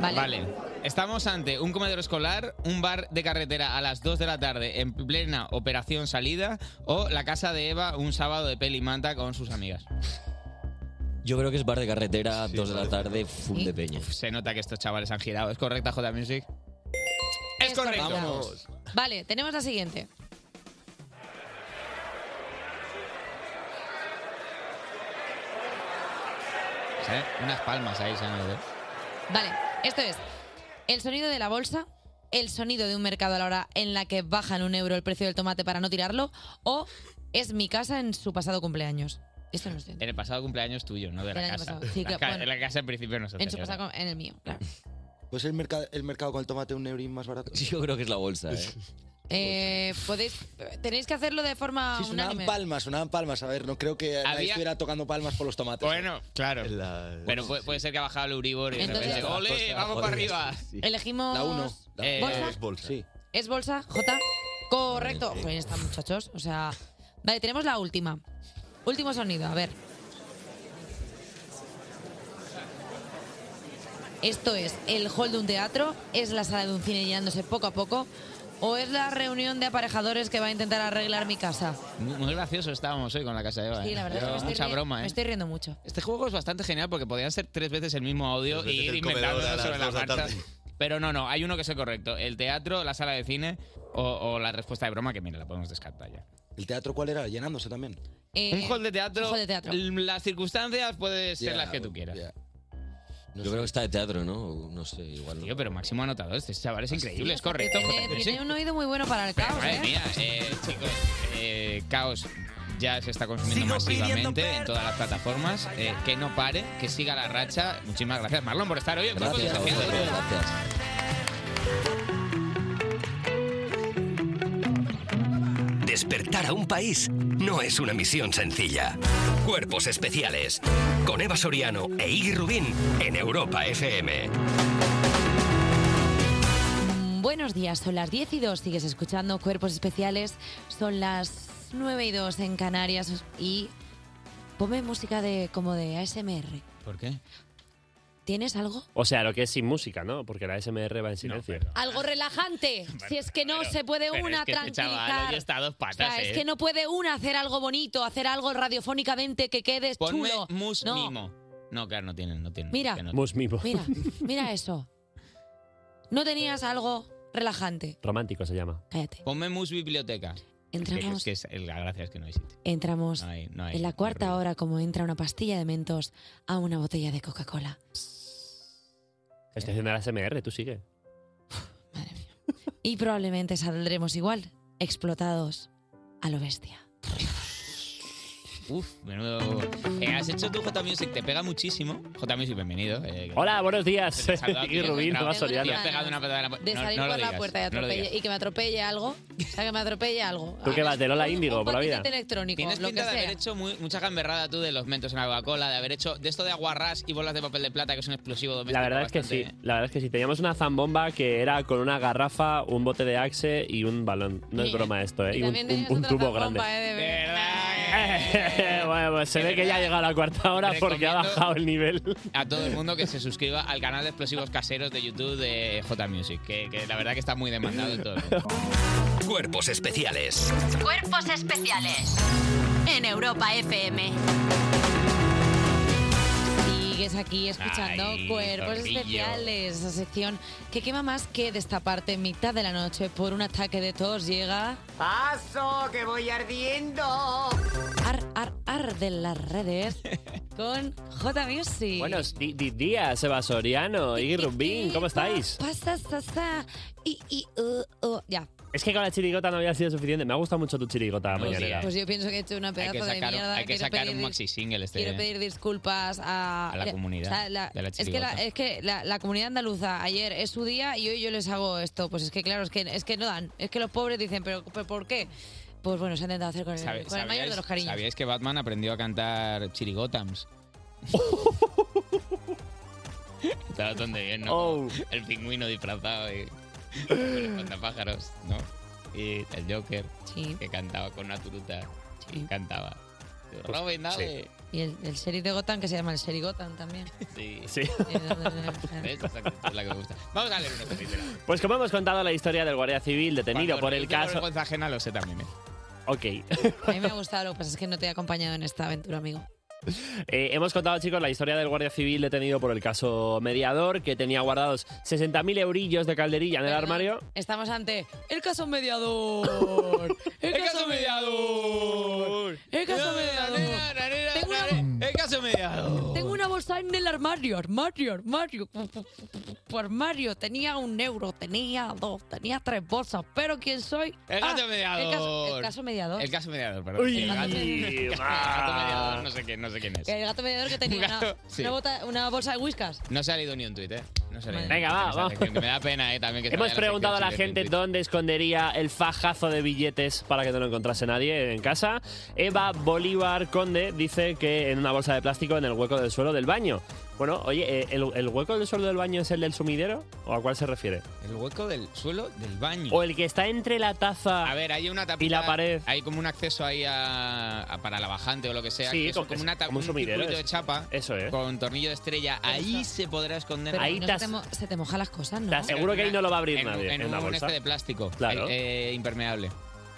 Speaker 1: Vale.
Speaker 2: Estamos ante un comedor escolar, un bar de carretera a las 2 de la tarde en plena operación salida o la casa de Eva un sábado de peli y manta con sus amigas.
Speaker 20: Yo creo que es bar de carretera, 2 de la tarde, full de peña.
Speaker 2: Se nota que estos chavales han girado. ¿Es correcta J Music? Es correcto.
Speaker 20: Vamos.
Speaker 1: Vale, tenemos la siguiente.
Speaker 2: ¿Sabes? Unas palmas ahí, se han oído.
Speaker 1: Vale, esto es el sonido de la bolsa, el sonido de un mercado a la hora en la que bajan un euro el precio del tomate para no tirarlo, o es mi casa en su pasado cumpleaños. Esto no es
Speaker 2: En el pasado cumpleaños tuyo, no de
Speaker 1: Del
Speaker 2: la
Speaker 1: año
Speaker 2: casa.
Speaker 1: pasado. Sí,
Speaker 2: La
Speaker 1: claro,
Speaker 2: ca-
Speaker 1: bueno.
Speaker 2: la casa en principio no se
Speaker 1: En su
Speaker 2: celebra.
Speaker 1: pasado, en el mío, claro.
Speaker 21: Pues el, mercado el mercado con el tomate un eurín más barato.
Speaker 20: Yo creo que es la bolsa, ¿eh?
Speaker 1: Eh, podéis, tenéis que hacerlo de forma
Speaker 21: Sí, sonaban
Speaker 1: unánime.
Speaker 21: palmas, sonaban palmas. A ver, no creo que nadie
Speaker 2: Había-
Speaker 21: estuviera tocando palmas por los tomates. ¿eh?
Speaker 2: Bueno, claro. Pero puede, puede ser que ha bajado el Uribor y de
Speaker 21: Entonces-
Speaker 2: repente, ¡Ole! ¡Vamos para arriba!
Speaker 1: Elegimos.
Speaker 21: La uno.
Speaker 2: Eh,
Speaker 1: ¿Bolsa?
Speaker 2: es bolsa. Sí.
Speaker 1: ¿Es bolsa? ¿J? Correcto. Pues ya está, muchachos. O sea. Vale, tenemos la última. Último sonido, a ver. Esto es el hall de un teatro, es la sala de un cine llenándose poco a poco, o es la reunión de aparejadores que va a intentar arreglar mi casa.
Speaker 2: Muy muy gracioso estábamos hoy con la casa de Eva.
Speaker 1: Sí,
Speaker 2: ¿eh?
Speaker 1: la verdad es que me estoy,
Speaker 2: Mucha
Speaker 1: ri-
Speaker 2: broma,
Speaker 1: me
Speaker 2: ¿eh?
Speaker 1: estoy riendo mucho.
Speaker 2: Este juego es bastante genial porque podían ser tres veces el mismo audio
Speaker 19: Tres
Speaker 2: y
Speaker 19: veces
Speaker 2: ir
Speaker 19: el comedor a
Speaker 2: inventándolo
Speaker 19: las
Speaker 2: sobre la
Speaker 19: dos de la
Speaker 2: marcha.
Speaker 19: tarde.
Speaker 2: Pero no, no, hay uno que es el correcto. El teatro, la sala de cine o, o la respuesta de broma que, mira, la podemos descartar ya.
Speaker 21: ¿El teatro cuál era? Llenándose también.
Speaker 2: un hall de teatro,
Speaker 1: un hall de teatro.
Speaker 2: Las circunstancias pueden ser
Speaker 20: Ya,
Speaker 2: las que tú quieras.
Speaker 20: Yo creo que está de teatro, ¿no? No sé, igual.
Speaker 2: Tío, pero máximo anotador, este chaval es increíble, es correcto.
Speaker 1: Tiene,
Speaker 2: J. Music.
Speaker 1: tiene un oído muy bueno para el caos,
Speaker 2: Madre
Speaker 1: ¿eh?
Speaker 2: mía, eh, chicos, eh, caos ya se está consumiendo masivamente en todas las plataformas. Eh, que no pare, que siga la racha. Muchísimas gracias, Marlon, por estar hoy. en Cuerpos
Speaker 20: Gracias a
Speaker 2: Especiales.
Speaker 20: vosotros, gracias.
Speaker 4: Despertar a un país no es una misión sencilla. Cuerpos especiales con Eva Soriano e Iggy Rubín en Europa FM.
Speaker 1: Buenos días, son las 10 y 2, sigues escuchando Cuerpos Especiales, son las 9 y 2 en Canarias y ponme música de como de ASMR.
Speaker 2: ¿Por qué?
Speaker 1: ¿Tienes algo?
Speaker 6: O sea, lo que es sin música, ¿no? Porque la SMR va en silencio.
Speaker 2: Ah.
Speaker 1: Algo relajante. si es que no se puede
Speaker 6: pero
Speaker 1: una
Speaker 6: es que este chaval
Speaker 1: tranquilizar.
Speaker 6: hoy
Speaker 2: está a dos
Speaker 1: O sea,
Speaker 2: patas,
Speaker 1: es
Speaker 2: ¿eh?
Speaker 1: que no puede una hacer algo bonito, hacer algo radiofónicamente que quede
Speaker 2: Ponme
Speaker 1: chulo.
Speaker 2: mus
Speaker 1: No.
Speaker 2: mimo. No, claro, no tienen, no tienen.
Speaker 1: Mira.
Speaker 2: que no-
Speaker 6: Mus mimo.
Speaker 1: Mira, mira eso. No tenías algo relajante.
Speaker 6: Romántico se llama.
Speaker 1: Cállate.
Speaker 2: Ponme mus biblioteca.
Speaker 1: Entramos.
Speaker 2: Es que es, el- la gracia es que no existe.
Speaker 1: Entramos
Speaker 2: No hay- no hay-
Speaker 1: en la cuarta hora como entra una pastilla de mentos a una botella de Coca-Cola.
Speaker 6: Estoy haciendo la SMR, tú sigue.
Speaker 1: Y probablemente saldremos igual, explotados a lo bestia.
Speaker 2: Uf, menudo. Eh, has hecho tu J Music, te pega muchísimo. J Music, bienvenido. Eh,
Speaker 6: Hola, buenos días.
Speaker 2: Te saludo a ti,
Speaker 6: Y Rubín,
Speaker 2: Raúl.
Speaker 6: Tomás
Speaker 2: Te
Speaker 6: Soriano.
Speaker 2: has pegado una patada en la pu-
Speaker 1: De
Speaker 2: No,
Speaker 1: salir
Speaker 2: no lo
Speaker 1: por la
Speaker 2: digas,
Speaker 1: puerta y,
Speaker 2: no lo
Speaker 1: atropelle-
Speaker 2: digas.
Speaker 1: y que me atropelle algo. O sea, que me atropelle algo.
Speaker 6: ¿Tú qué
Speaker 2: Ah,
Speaker 6: vas, de Lola Índigo por la vida?
Speaker 1: Patinete electrónico,
Speaker 2: Tienes
Speaker 1: lo que
Speaker 2: pinta de haber
Speaker 1: sea.
Speaker 2: hecho muy- mucha gamberrada tú de los mentos en la Coca-Cola, de haber hecho de esto de aguarrás y bolas de papel de plata, que es un explosivo doméstico.
Speaker 6: La verdad es que sí, la verdad es que sí. Teníamos una zambomba que era con una garrafa, un bote de axe y un balón. No es broma esto, ¿eh? Y un,
Speaker 1: también
Speaker 6: un-
Speaker 1: tenías
Speaker 6: un
Speaker 1: otra
Speaker 6: tubo grande.
Speaker 1: zambomba, ¿eh? De
Speaker 6: bueno, pues se ve que ya ha llegado la cuarta hora porque ha bajado el nivel.
Speaker 2: A todo el mundo que se suscriba al canal de explosivos caseros de YouTube de J Music, que, que la verdad que está muy demandado en todo el mundo.
Speaker 22: Cuerpos especiales.
Speaker 5: Cuerpos especiales en Europa FM.
Speaker 1: Sigues aquí escuchando
Speaker 5: Ay,
Speaker 1: Cuerpos
Speaker 5: zorrillo.
Speaker 1: Especiales, esa sección que quema más que destaparte en mitad de la noche por un ataque de tos llega
Speaker 10: ¡Paso, que voy ardiendo!
Speaker 1: ar, ar, ar de las redes con J Music.
Speaker 6: Buenos di- di- días, Eva Soriano y Rubín, ¿cómo estáis?
Speaker 1: Pasa, sa, sa, y, y, uh, uh, ya.
Speaker 6: Es que con la chirigota no había sido suficiente. Me ha gustado mucho tu chirigota mañanera.
Speaker 1: Pues yo pienso que he hecho una
Speaker 2: Hay
Speaker 1: pedazo
Speaker 2: que
Speaker 1: de
Speaker 2: sacar,
Speaker 1: mierda.
Speaker 2: hay que
Speaker 1: Quiero
Speaker 2: sacar
Speaker 1: pedir
Speaker 2: un
Speaker 1: dis-
Speaker 2: maxi single este.
Speaker 1: Quiero pedir disculpas a,
Speaker 2: A la comunidad de la
Speaker 1: es que, la,
Speaker 2: chirigota.
Speaker 1: es que la, la comunidad andaluza ayer es su día y hoy yo les hago esto. Pues es que claro, es que, es que no dan. Es que los pobres dicen, ¿pero, pero por qué? Pues bueno, se han intentado hacer con el,
Speaker 2: Sabe-
Speaker 1: con el mayor de los cariños.
Speaker 2: ¿Sabíais que Batman aprendió a cantar Chirigotams? Está bastante bien, ¿no?
Speaker 1: Oh.
Speaker 2: El pingüino disfrazado y con los espantapájaros, ¿no? Y el Joker, que cantaba con una turuta y cantaba.
Speaker 1: Pues,
Speaker 2: Robin, dale.
Speaker 1: Y el, el sheriff de Gotham, que se llama el sheriff Gotham también. Eh,
Speaker 2: Sí.
Speaker 6: Sí.
Speaker 2: ¿Ves? Esa actitud es la que me gusta. Vamos a leer una película.
Speaker 6: Pues como hemos contado la historia del guardia civil detenido por el caso...
Speaker 2: vergüenza ajena lo sé también, ¿eh?
Speaker 6: Ok.
Speaker 1: A mí me ha gustado, lo que pasa es que no te he acompañado en esta aventura, amigo.
Speaker 6: Eh, hemos contado, chicos, la historia del guardia civil detenido por el caso mediador, que tenía guardados 60.000 eurillos de calderilla en el armario.
Speaker 1: Estamos ante el caso mediador. El caso mediador. El caso mediador. Tengo una-
Speaker 2: El caso mediador.
Speaker 1: Tengo una bolsa en el armario, armario, armario. Por armario tenía un euro, tenía dos, tenía tres bolsas, pero ¿quién soy?
Speaker 2: El gato
Speaker 1: Ah,
Speaker 2: mediador.
Speaker 1: El caso, el caso mediador.
Speaker 2: El gato mediador, perdón.
Speaker 1: Uy.
Speaker 2: el gato, el gato
Speaker 6: va.
Speaker 2: mediador, no sé quién, no sé quién es.
Speaker 1: El gato mediador que tenía
Speaker 2: Un gato,
Speaker 1: una,
Speaker 2: sí.
Speaker 1: una bota- una bolsa de whiskas.
Speaker 2: No se ha leído ni un tuit, ¿eh? No se ha leído
Speaker 6: Venga,
Speaker 2: ni un
Speaker 6: va,
Speaker 2: tuit en esa
Speaker 6: va.
Speaker 2: sección, que me da pena, ¿eh? También que se
Speaker 6: Hemos
Speaker 2: vaya la
Speaker 6: preguntado a la
Speaker 2: sección sin
Speaker 6: gente
Speaker 2: leer ni un
Speaker 6: dónde escondería el fajazo de billetes para que no lo encontrase nadie en casa. Eva Bolívar Conde dice que en una bolsa de plástico en el hueco del suelo del baño. Bueno, oye, eh, ¿el, el hueco del suelo del baño es el del sumidero? ¿O a cuál se refiere?
Speaker 2: tuit. El hueco del suelo del baño.
Speaker 6: ¿O el que está entre la taza
Speaker 2: A ver, hay una tapita.
Speaker 6: y la pared?
Speaker 2: Hay como un acceso ahí a, a- para la bajante o lo que sea.
Speaker 6: Sí,
Speaker 2: que es
Speaker 6: como-
Speaker 2: como,
Speaker 6: es
Speaker 2: una ta-
Speaker 6: como un
Speaker 2: un
Speaker 6: sumidero,
Speaker 2: circuito
Speaker 6: es-
Speaker 2: de chapa.
Speaker 6: Eso eh. es.
Speaker 2: Con tornillo de estrella. Ahí se podrá esconder.
Speaker 1: Pero no se, te mo- se te mojan las cosas, ¿no?
Speaker 6: Te aseguro que ahí no lo va a abrir
Speaker 2: en, un-
Speaker 6: nadie.
Speaker 2: En,
Speaker 6: en una
Speaker 2: un
Speaker 6: bolsa.
Speaker 2: este de plástico.
Speaker 6: Claro.
Speaker 2: eh, impermeable.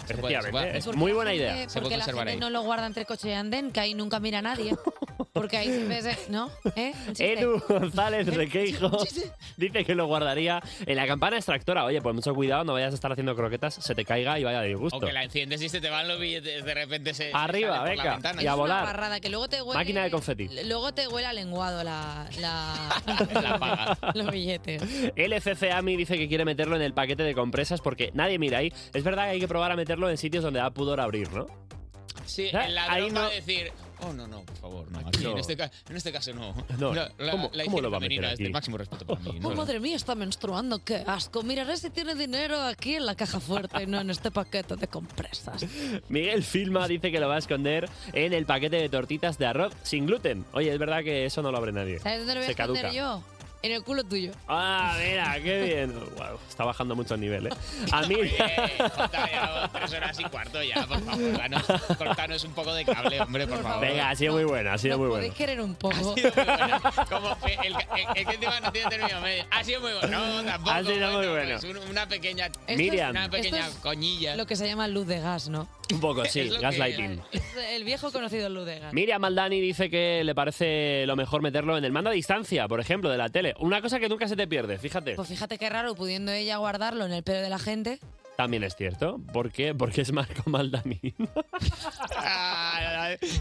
Speaker 2: Se puede- se puede
Speaker 6: Efectivamente,
Speaker 2: hacer.
Speaker 6: es muy buena idea.
Speaker 1: Eh,
Speaker 2: Se puede
Speaker 1: Porque la
Speaker 2: conservar
Speaker 1: gente
Speaker 2: ahí.
Speaker 1: no lo guarda entre coche y andén, que ahí nunca mira a nadie. Porque ahí siempre se... ¿No? ¿Eh? Un chiste.
Speaker 6: Edu González Requeijo dice que lo guardaría en la campana extractora. Oye, pues mucho cuidado, no vayas a estar haciendo croquetas, se te caiga y vaya de disgusto.
Speaker 2: O que la enciendes y se te van los billetes de repente se. se
Speaker 6: Arriba,
Speaker 2: salen por la
Speaker 6: venga,
Speaker 2: ventana.
Speaker 6: y a
Speaker 1: Es una
Speaker 6: volar.
Speaker 1: barrada, que luego te huele,
Speaker 6: Máquina de confeti.
Speaker 1: Luego te huele a lenguado la, la- los billetes.
Speaker 6: LFC AMI dice que quiere meterlo en el paquete de compresas porque nadie mira ahí. Es verdad que hay que probar a meterlo en sitios donde da pudor abrir, ¿no?
Speaker 2: Sí,
Speaker 6: Ah,
Speaker 2: en la
Speaker 6: ahí
Speaker 2: droga
Speaker 6: no.
Speaker 2: decir. Oh, no, no, por favor, no. Aquí,
Speaker 6: no.
Speaker 2: En, este ca- en este caso no.
Speaker 6: No,
Speaker 2: La- la-
Speaker 6: ¿cómo-
Speaker 2: la
Speaker 6: cómo
Speaker 2: higiene
Speaker 6: lo va a meter
Speaker 2: femenina es de
Speaker 6: aquí?
Speaker 2: máximo respeto para mí.
Speaker 1: Oh,
Speaker 2: no.
Speaker 1: madre mía, está menstruando, qué asco. Miraré si tiene dinero aquí en la caja fuerte, no en este paquete de compresas.
Speaker 6: Miguel Filma dice que lo va a esconder en el paquete de tortitas de arroz sin gluten. Oye, es verdad que eso no lo abre nadie.
Speaker 1: ¿Sabes dónde lo voy a
Speaker 6: Se caduca.
Speaker 1: esconder yo? En el culo tuyo.
Speaker 6: Ah, mira, qué bien. Guau, está bajando mucho el nivel, ¿eh? A mí...
Speaker 2: Tres horas y cuarto ya, por favor. danos- Cortanos un poco de cable, hombre, por favor.
Speaker 6: Venga, ha sido muy buena, ha sido muy buena.
Speaker 1: Podéis querer un poco.
Speaker 2: Como fe- el, el- el que encima no tiene término medio. Ha sido muy bueno. No, tampoco. pues,
Speaker 6: Ha sido muy bueno.
Speaker 2: es un- una pequeña.
Speaker 1: es- Miriam.
Speaker 2: Una pequeña
Speaker 1: esto es
Speaker 2: coñilla.
Speaker 1: Lo que se llama luz de gas, ¿no?
Speaker 6: Un poco, sí,
Speaker 2: Es lo que-
Speaker 6: gaslighting.
Speaker 1: Es el viejo conocido luz de gas.
Speaker 6: Miriam Maldani dice que le parece lo mejor meterlo en el mando a distancia, por ejemplo, de
Speaker 2: Pues
Speaker 6: la tele. Una cosa que nunca se te pierde, fíjate.
Speaker 1: Pues fíjate qué raro, pudiendo ella guardarlo en el pelo de la gente.
Speaker 6: También es cierto. ¿Por qué? Porque es Marco Maldani.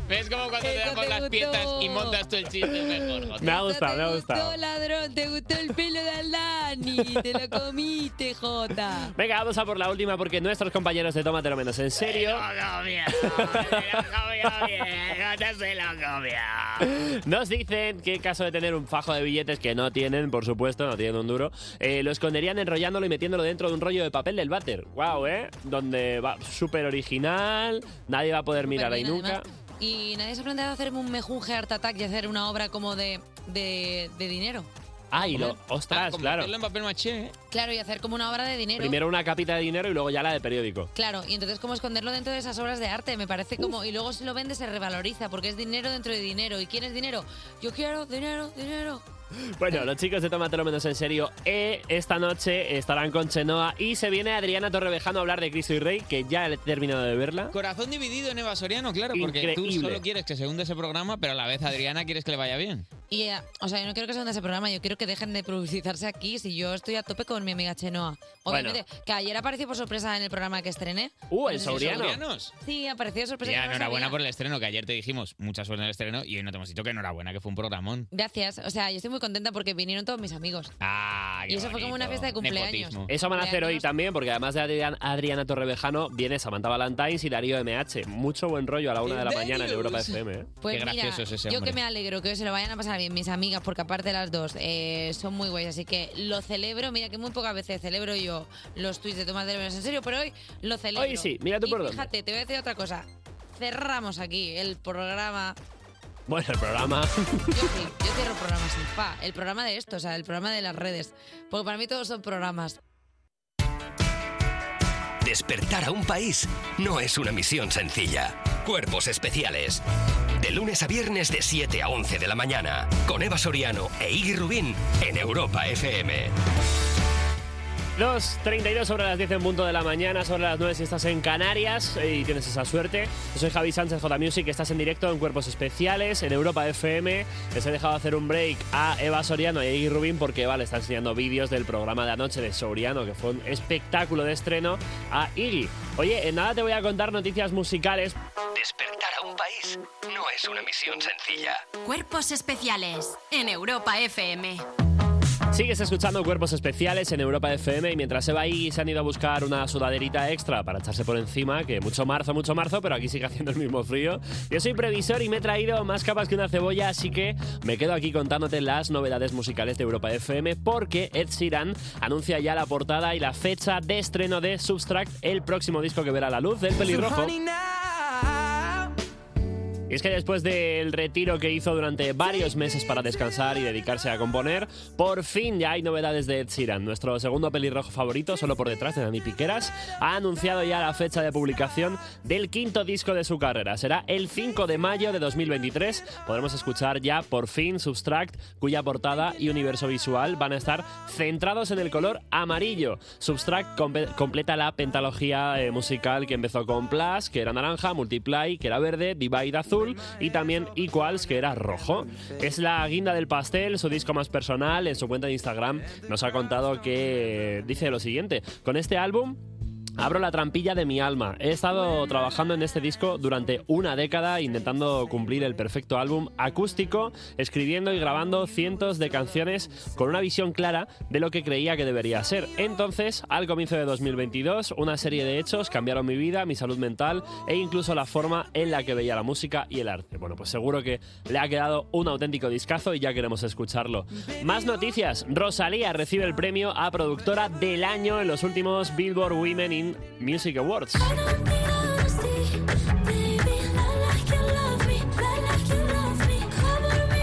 Speaker 2: ¿Ves como cuando te damos las piezas y montas tú el chiste mejor? Jota?
Speaker 6: me ha gustado, me ha gustado.
Speaker 1: Oh, ladrón, te gustó el pelo de Aldani. Te lo comiste, Jota.
Speaker 6: Venga, vamos a por la última porque nuestros compañeros de Tómatelo Menos en serio nos dicen que en caso de tener un fajo de billetes que no tienen, por supuesto, no tienen un duro, eh, lo esconderían enrollándolo y metiéndolo dentro de un rollo de papel del váter. Wow, ¿eh? Donde va súper original, nadie va a poder mirar ahí
Speaker 1: Pues Bien,
Speaker 6: nunca.
Speaker 1: además. Y nadie se ha planteado hacerme un mejunje Art Attack y hacer una obra como de, de, de dinero.
Speaker 6: Ah, y lo, ostras, claro.
Speaker 1: Claro, y hacer como una obra de dinero.
Speaker 6: Primero una capita de dinero y luego ya la de periódico.
Speaker 1: Claro, y entonces como esconderlo dentro de esas obras de arte, me parece como... Y luego si lo vende se revaloriza, porque es dinero dentro de dinero. ¿Y quién es dinero? Yo quiero dinero, dinero.
Speaker 6: Bueno, los chicos de Tómatelo Menos en Serio eh, esta noche estarán con Chenoa y se viene Adriana Torrevejano a hablar de Cristo y Rey, que ya he terminado de verla.
Speaker 2: Corazón dividido en Eva Soriano, claro, porque tú
Speaker 6: Increíble.
Speaker 2: solo quieres que se hunda ese programa, pero a la vez Adriana quieres que le vaya bien.
Speaker 1: Y, eh, o sea, yo no quiero que se venda ese programa, yo quiero que dejen de publicitarse aquí si yo estoy a tope con mi amiga Chenoa.
Speaker 6: Bueno.
Speaker 1: Obviamente, que ayer apareció por sorpresa en el programa que estrené.
Speaker 6: Uh,
Speaker 2: el Sauriano.
Speaker 1: Sí, apareció de sorpresa.
Speaker 2: Tía,
Speaker 1: yo Pues no lo
Speaker 2: enhorabuena
Speaker 1: sabía.
Speaker 2: por el estreno, que ayer te dijimos mucha suerte en el estreno y hoy no te hemos dicho que enhorabuena, que fue un programón.
Speaker 1: Gracias, o sea, yo estoy muy contenta porque vinieron todos mis amigos.
Speaker 2: Ah, qué
Speaker 1: Y eso fue como
Speaker 2: bonito.
Speaker 1: una fiesta de cumpleaños. Nepotismo.
Speaker 6: Eso van a hacer hoy también, porque además de Adrián- Adriana Torrevejano, viene Samantha Valentines y Darío MH. Mucho buen rollo a la una de la mañana en Europa FM. ¿eh?
Speaker 1: Pues mira, yo que me alegro que hoy se lo vayan a pasar bien mis amigas, porque aparte las dos eh, son muy guays, así que lo celebro. Mira que muy pocas veces celebro yo los tweets de Tomás de Leones en serio, pero hoy lo celebro.
Speaker 6: Hoy sí, mira tú
Speaker 1: Y
Speaker 6: por dónde.
Speaker 1: Fíjate, te voy a decir otra cosa. Cerramos aquí el programa.
Speaker 6: Bueno, el programa.
Speaker 1: Yo cierro el programa sin fa. El programa de esto, o sea, el programa de las redes. Porque para mí todos son programas.
Speaker 4: Despertar a un país no es una misión sencilla. Cuerpos especiales. De lunes a viernes de 7 a 11 de la mañana. Con Eva Soriano e Iggy Rubín en Europa FM.
Speaker 6: 2.32 sobre las 10 en punto de la mañana, sobre las 9 si estás en Canarias eh, y tienes esa suerte. Yo soy Javi Sánchez J Music, estás en directo en Cuerpos Especiales, en Europa FM. Les he dejado hacer un break a Eva Soriano y a Iggy Rubín porque Eva le está enseñando vídeos del programa de anoche de Soriano, que fue un espectáculo de estreno, a Iggy. Oye, en nada te voy a contar noticias musicales.
Speaker 4: Despertar a un país no es una misión sencilla.
Speaker 5: Cuerpos especiales en Europa FM.
Speaker 6: Sigues escuchando Cuerpos Especiales en Europa FM y mientras se va ahí se han ido a buscar una sudaderita extra para echarse por encima, que mucho marzo, mucho marzo, pero aquí sigue haciendo el mismo frío. Yo soy previsor y me he traído más capas que una cebolla, así que me quedo aquí contándote las novedades musicales de Europa FM porque Ed Sheeran anuncia ya la portada y la fecha de estreno de Substract, el próximo disco que verá la luz del pelirrojo. Y es que después del retiro que hizo durante varios meses para descansar y dedicarse a componer, por fin ya hay novedades de Ed Sheeran. Nuestro segundo pelirrojo favorito, solo por detrás de Dani Piqueras, ha anunciado ya la fecha de publicación del quinto disco de su carrera. Será el 5 de mayo de 2023. Podremos escuchar ya por fin Substract, cuya portada y universo visual van a estar centrados en el color amarillo. Substract compe- completa la pentalogía eh, musical que empezó con Plus, que era naranja, Multiply, que era verde, Divide azul y también Equals, que era rojo. Es la guinda del pastel, su disco más personal. En su cuenta de Instagram nos ha contado que eh, dice lo siguiente: con este álbum. Abro la trampilla de mi alma. He estado trabajando en este disco durante una década intentando cumplir el perfecto álbum acústico, escribiendo y grabando cientos de canciones con una visión clara de lo que creía que debería ser. Entonces, al comienzo de 2022, una serie de hechos cambiaron mi vida, mi salud mental e incluso la forma en la que veía la música y el arte. Bueno, pues seguro que le ha quedado un auténtico discazo y ya queremos escucharlo. Más noticias. Rosalía recibe el premio a productora del año en los últimos Billboard Women in Music Awards.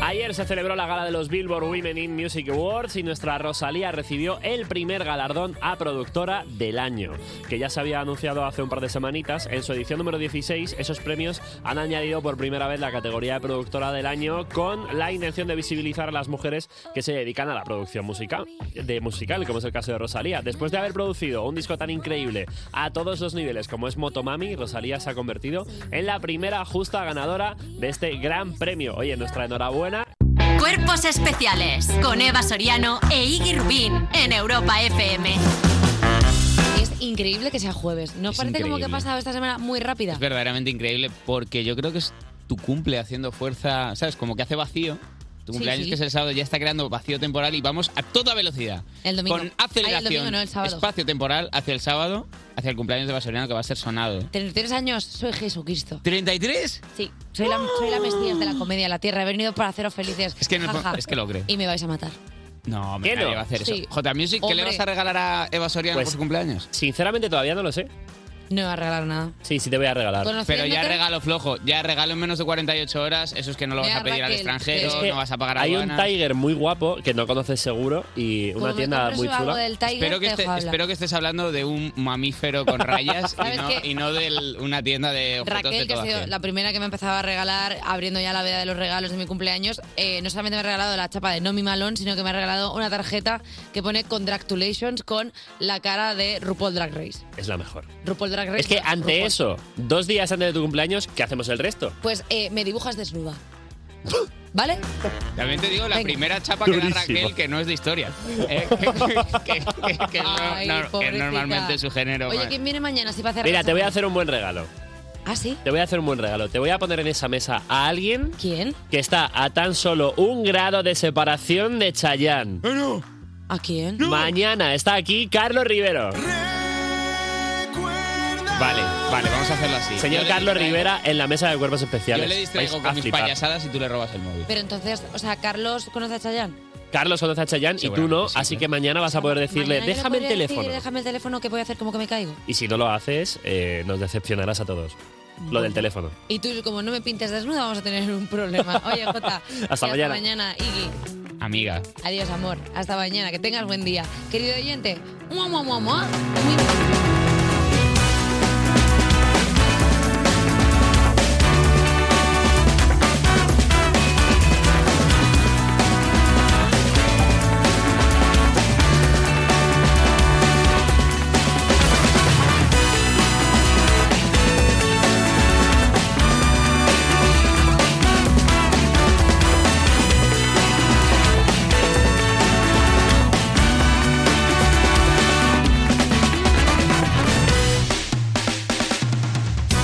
Speaker 6: Ayer se celebró la gala de los Billboard Women in Music Awards y nuestra Rosalía recibió el primer galardón a productora del año, que ya se había anunciado hace un par de semanitas. En su edición número 16, esos premios han añadido por primera vez la categoría de productora del año con la intención de visibilizar a las mujeres que se dedican a la producción musical, de musical, como es el caso de Rosalía. Después de haber producido un disco tan increíble a todos los niveles como es Motomami, Rosalía se ha convertido en la primera justa ganadora de este gran premio. Oye, nuestra enhorabuena.
Speaker 5: Cuerpos especiales con Eva Soriano e Iggy Rubín en Europa FM.
Speaker 1: Es increíble increíble que sea jueves. ¿No
Speaker 2: Es
Speaker 1: parece como que ha
Speaker 2: increíble.
Speaker 1: pasado esta semana muy rápida?
Speaker 2: Es verdaderamente increíble porque yo creo que es tu cumple haciendo fuerza, ¿sabes? Como que hace vacío. Tu
Speaker 1: Sí,
Speaker 2: cumpleaños,
Speaker 1: sí.
Speaker 2: que es el sábado, ya está creando vacío temporal y vamos a toda velocidad.
Speaker 1: El domingo.
Speaker 2: Con
Speaker 1: Ay, el
Speaker 2: aceleración,
Speaker 1: domingo, no, el sábado.
Speaker 2: espacio temporal hacia el sábado, hacia el cumpleaños de Basoriano que va a ser sonado.
Speaker 1: 33 años, soy Jesucristo.
Speaker 2: ¿33?
Speaker 1: Sí, soy la, soy la Mesías de la comedia, la tierra. He venido para haceros felices.
Speaker 2: Es que no-
Speaker 1: Ja, ja.
Speaker 2: es que lo creo.
Speaker 1: Y me vais a matar.
Speaker 2: No, me
Speaker 1: ¿Qué
Speaker 2: nadie
Speaker 1: no?
Speaker 2: va a hacer
Speaker 1: Sí.
Speaker 2: eso. J Music, ¿qué le
Speaker 1: Hombre.
Speaker 2: vas a regalar a Eva Soriano
Speaker 6: Pues,
Speaker 2: por su cumpleaños?
Speaker 6: Sinceramente todavía no lo sé.
Speaker 1: No me va a regalar nada.
Speaker 6: Sí, sí te voy a regalar.
Speaker 2: Pero ya
Speaker 1: Conociéndote-
Speaker 2: regalo flojo, ya regalo en menos de 48 horas, eso es que no lo vas
Speaker 1: Mira,
Speaker 2: a pedir al
Speaker 1: Raquel,
Speaker 2: extranjero,
Speaker 1: que-
Speaker 2: no vas a pagar
Speaker 6: Hay un
Speaker 2: aduanas.
Speaker 6: Tiger muy guapo que no conoces seguro y
Speaker 1: Como
Speaker 6: una
Speaker 1: me
Speaker 6: tienda
Speaker 1: compres
Speaker 6: muy
Speaker 1: algo
Speaker 6: chula.
Speaker 1: del Tiger,
Speaker 2: Espero que, este,
Speaker 1: te
Speaker 2: esté-
Speaker 1: dejo hablar.
Speaker 2: espero que estés hablando de un mamífero con rayas y
Speaker 1: ¿Sabes
Speaker 2: no,
Speaker 1: qué?
Speaker 2: y no de una tienda de objetos de
Speaker 1: Raquel, que ha
Speaker 2: toda
Speaker 1: sido
Speaker 2: acción.
Speaker 1: la primera que me empezaba a regalar, abriendo ya la veda de los regalos de mi cumpleaños, eh, no solamente me ha regalado la chapa de Nomi Malone, sino que me ha regalado una tarjeta que pone Congratulations con la cara de RuPaul Drag Race.
Speaker 6: Es la mejor.
Speaker 1: RuPaul Drag Race.
Speaker 6: Es que ante
Speaker 1: RuPaul.
Speaker 6: eso, dos días antes de tu cumpleaños, ¿qué hacemos el resto?
Speaker 1: Pues eh, me dibujas desnuda. ¿Vale?
Speaker 2: También te digo, la
Speaker 1: Venga.
Speaker 2: primera chapa que da
Speaker 6: Durísimo.
Speaker 2: Raquel que no es de historia. Eh, que, no-
Speaker 1: Ay,
Speaker 2: no- que
Speaker 1: pobrecita.
Speaker 2: normalmente es su género.
Speaker 1: Oye,
Speaker 2: más.
Speaker 1: ¿quién viene mañana si va a hacer
Speaker 6: Mira, te voy a hacer un buen regalo.
Speaker 1: ¿Ah, sí?
Speaker 6: Te voy a hacer un buen regalo. Te voy a poner en esa mesa a alguien.
Speaker 1: ¿Quién?
Speaker 6: Que está a tan solo un grado de separación de Chayanne.
Speaker 1: ¿A quién?
Speaker 6: Mañana está aquí Carlos Rivero.
Speaker 2: Vale, vale, vamos a hacerlo así. Yo
Speaker 6: Señor
Speaker 2: le
Speaker 6: Carlos
Speaker 2: distraigo-
Speaker 6: Rivera en la mesa de cuerpos especiales.
Speaker 2: Yo le distraigo
Speaker 6: Vais
Speaker 2: con
Speaker 6: a
Speaker 2: mis
Speaker 6: flipar.
Speaker 2: payasadas y tú le robas el móvil.
Speaker 1: Pero entonces, o sea, Carlos conoce a Chayanne.
Speaker 6: Carlos conoce a Chayanne y tú no, así que mañana vas a poder decirle,
Speaker 1: Mañana yo le
Speaker 6: déjame el
Speaker 1: podría decir,
Speaker 6: teléfono.
Speaker 1: déjame el teléfono que voy a hacer como que me caigo.
Speaker 6: Y si no lo haces, eh, nos decepcionarás a todos. Lo del teléfono.
Speaker 1: Y tú, como no me pintes desnuda, vamos a tener un problema. Oye, Jota. y hasta
Speaker 6: mañana.
Speaker 1: mañana, Iggy.
Speaker 2: Amiga.
Speaker 1: Adiós, amor. Hasta mañana. Que tengas buen día. Querido oyente, ¡mua, mua, mua, mua! Muy-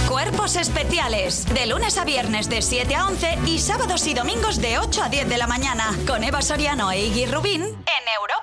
Speaker 5: Cuerpos especiales, de lunes a viernes de 7 a 11 y sábados y domingos de 8 a 10 de la mañana, con Eva Soriano e Iggy Rubín en Europa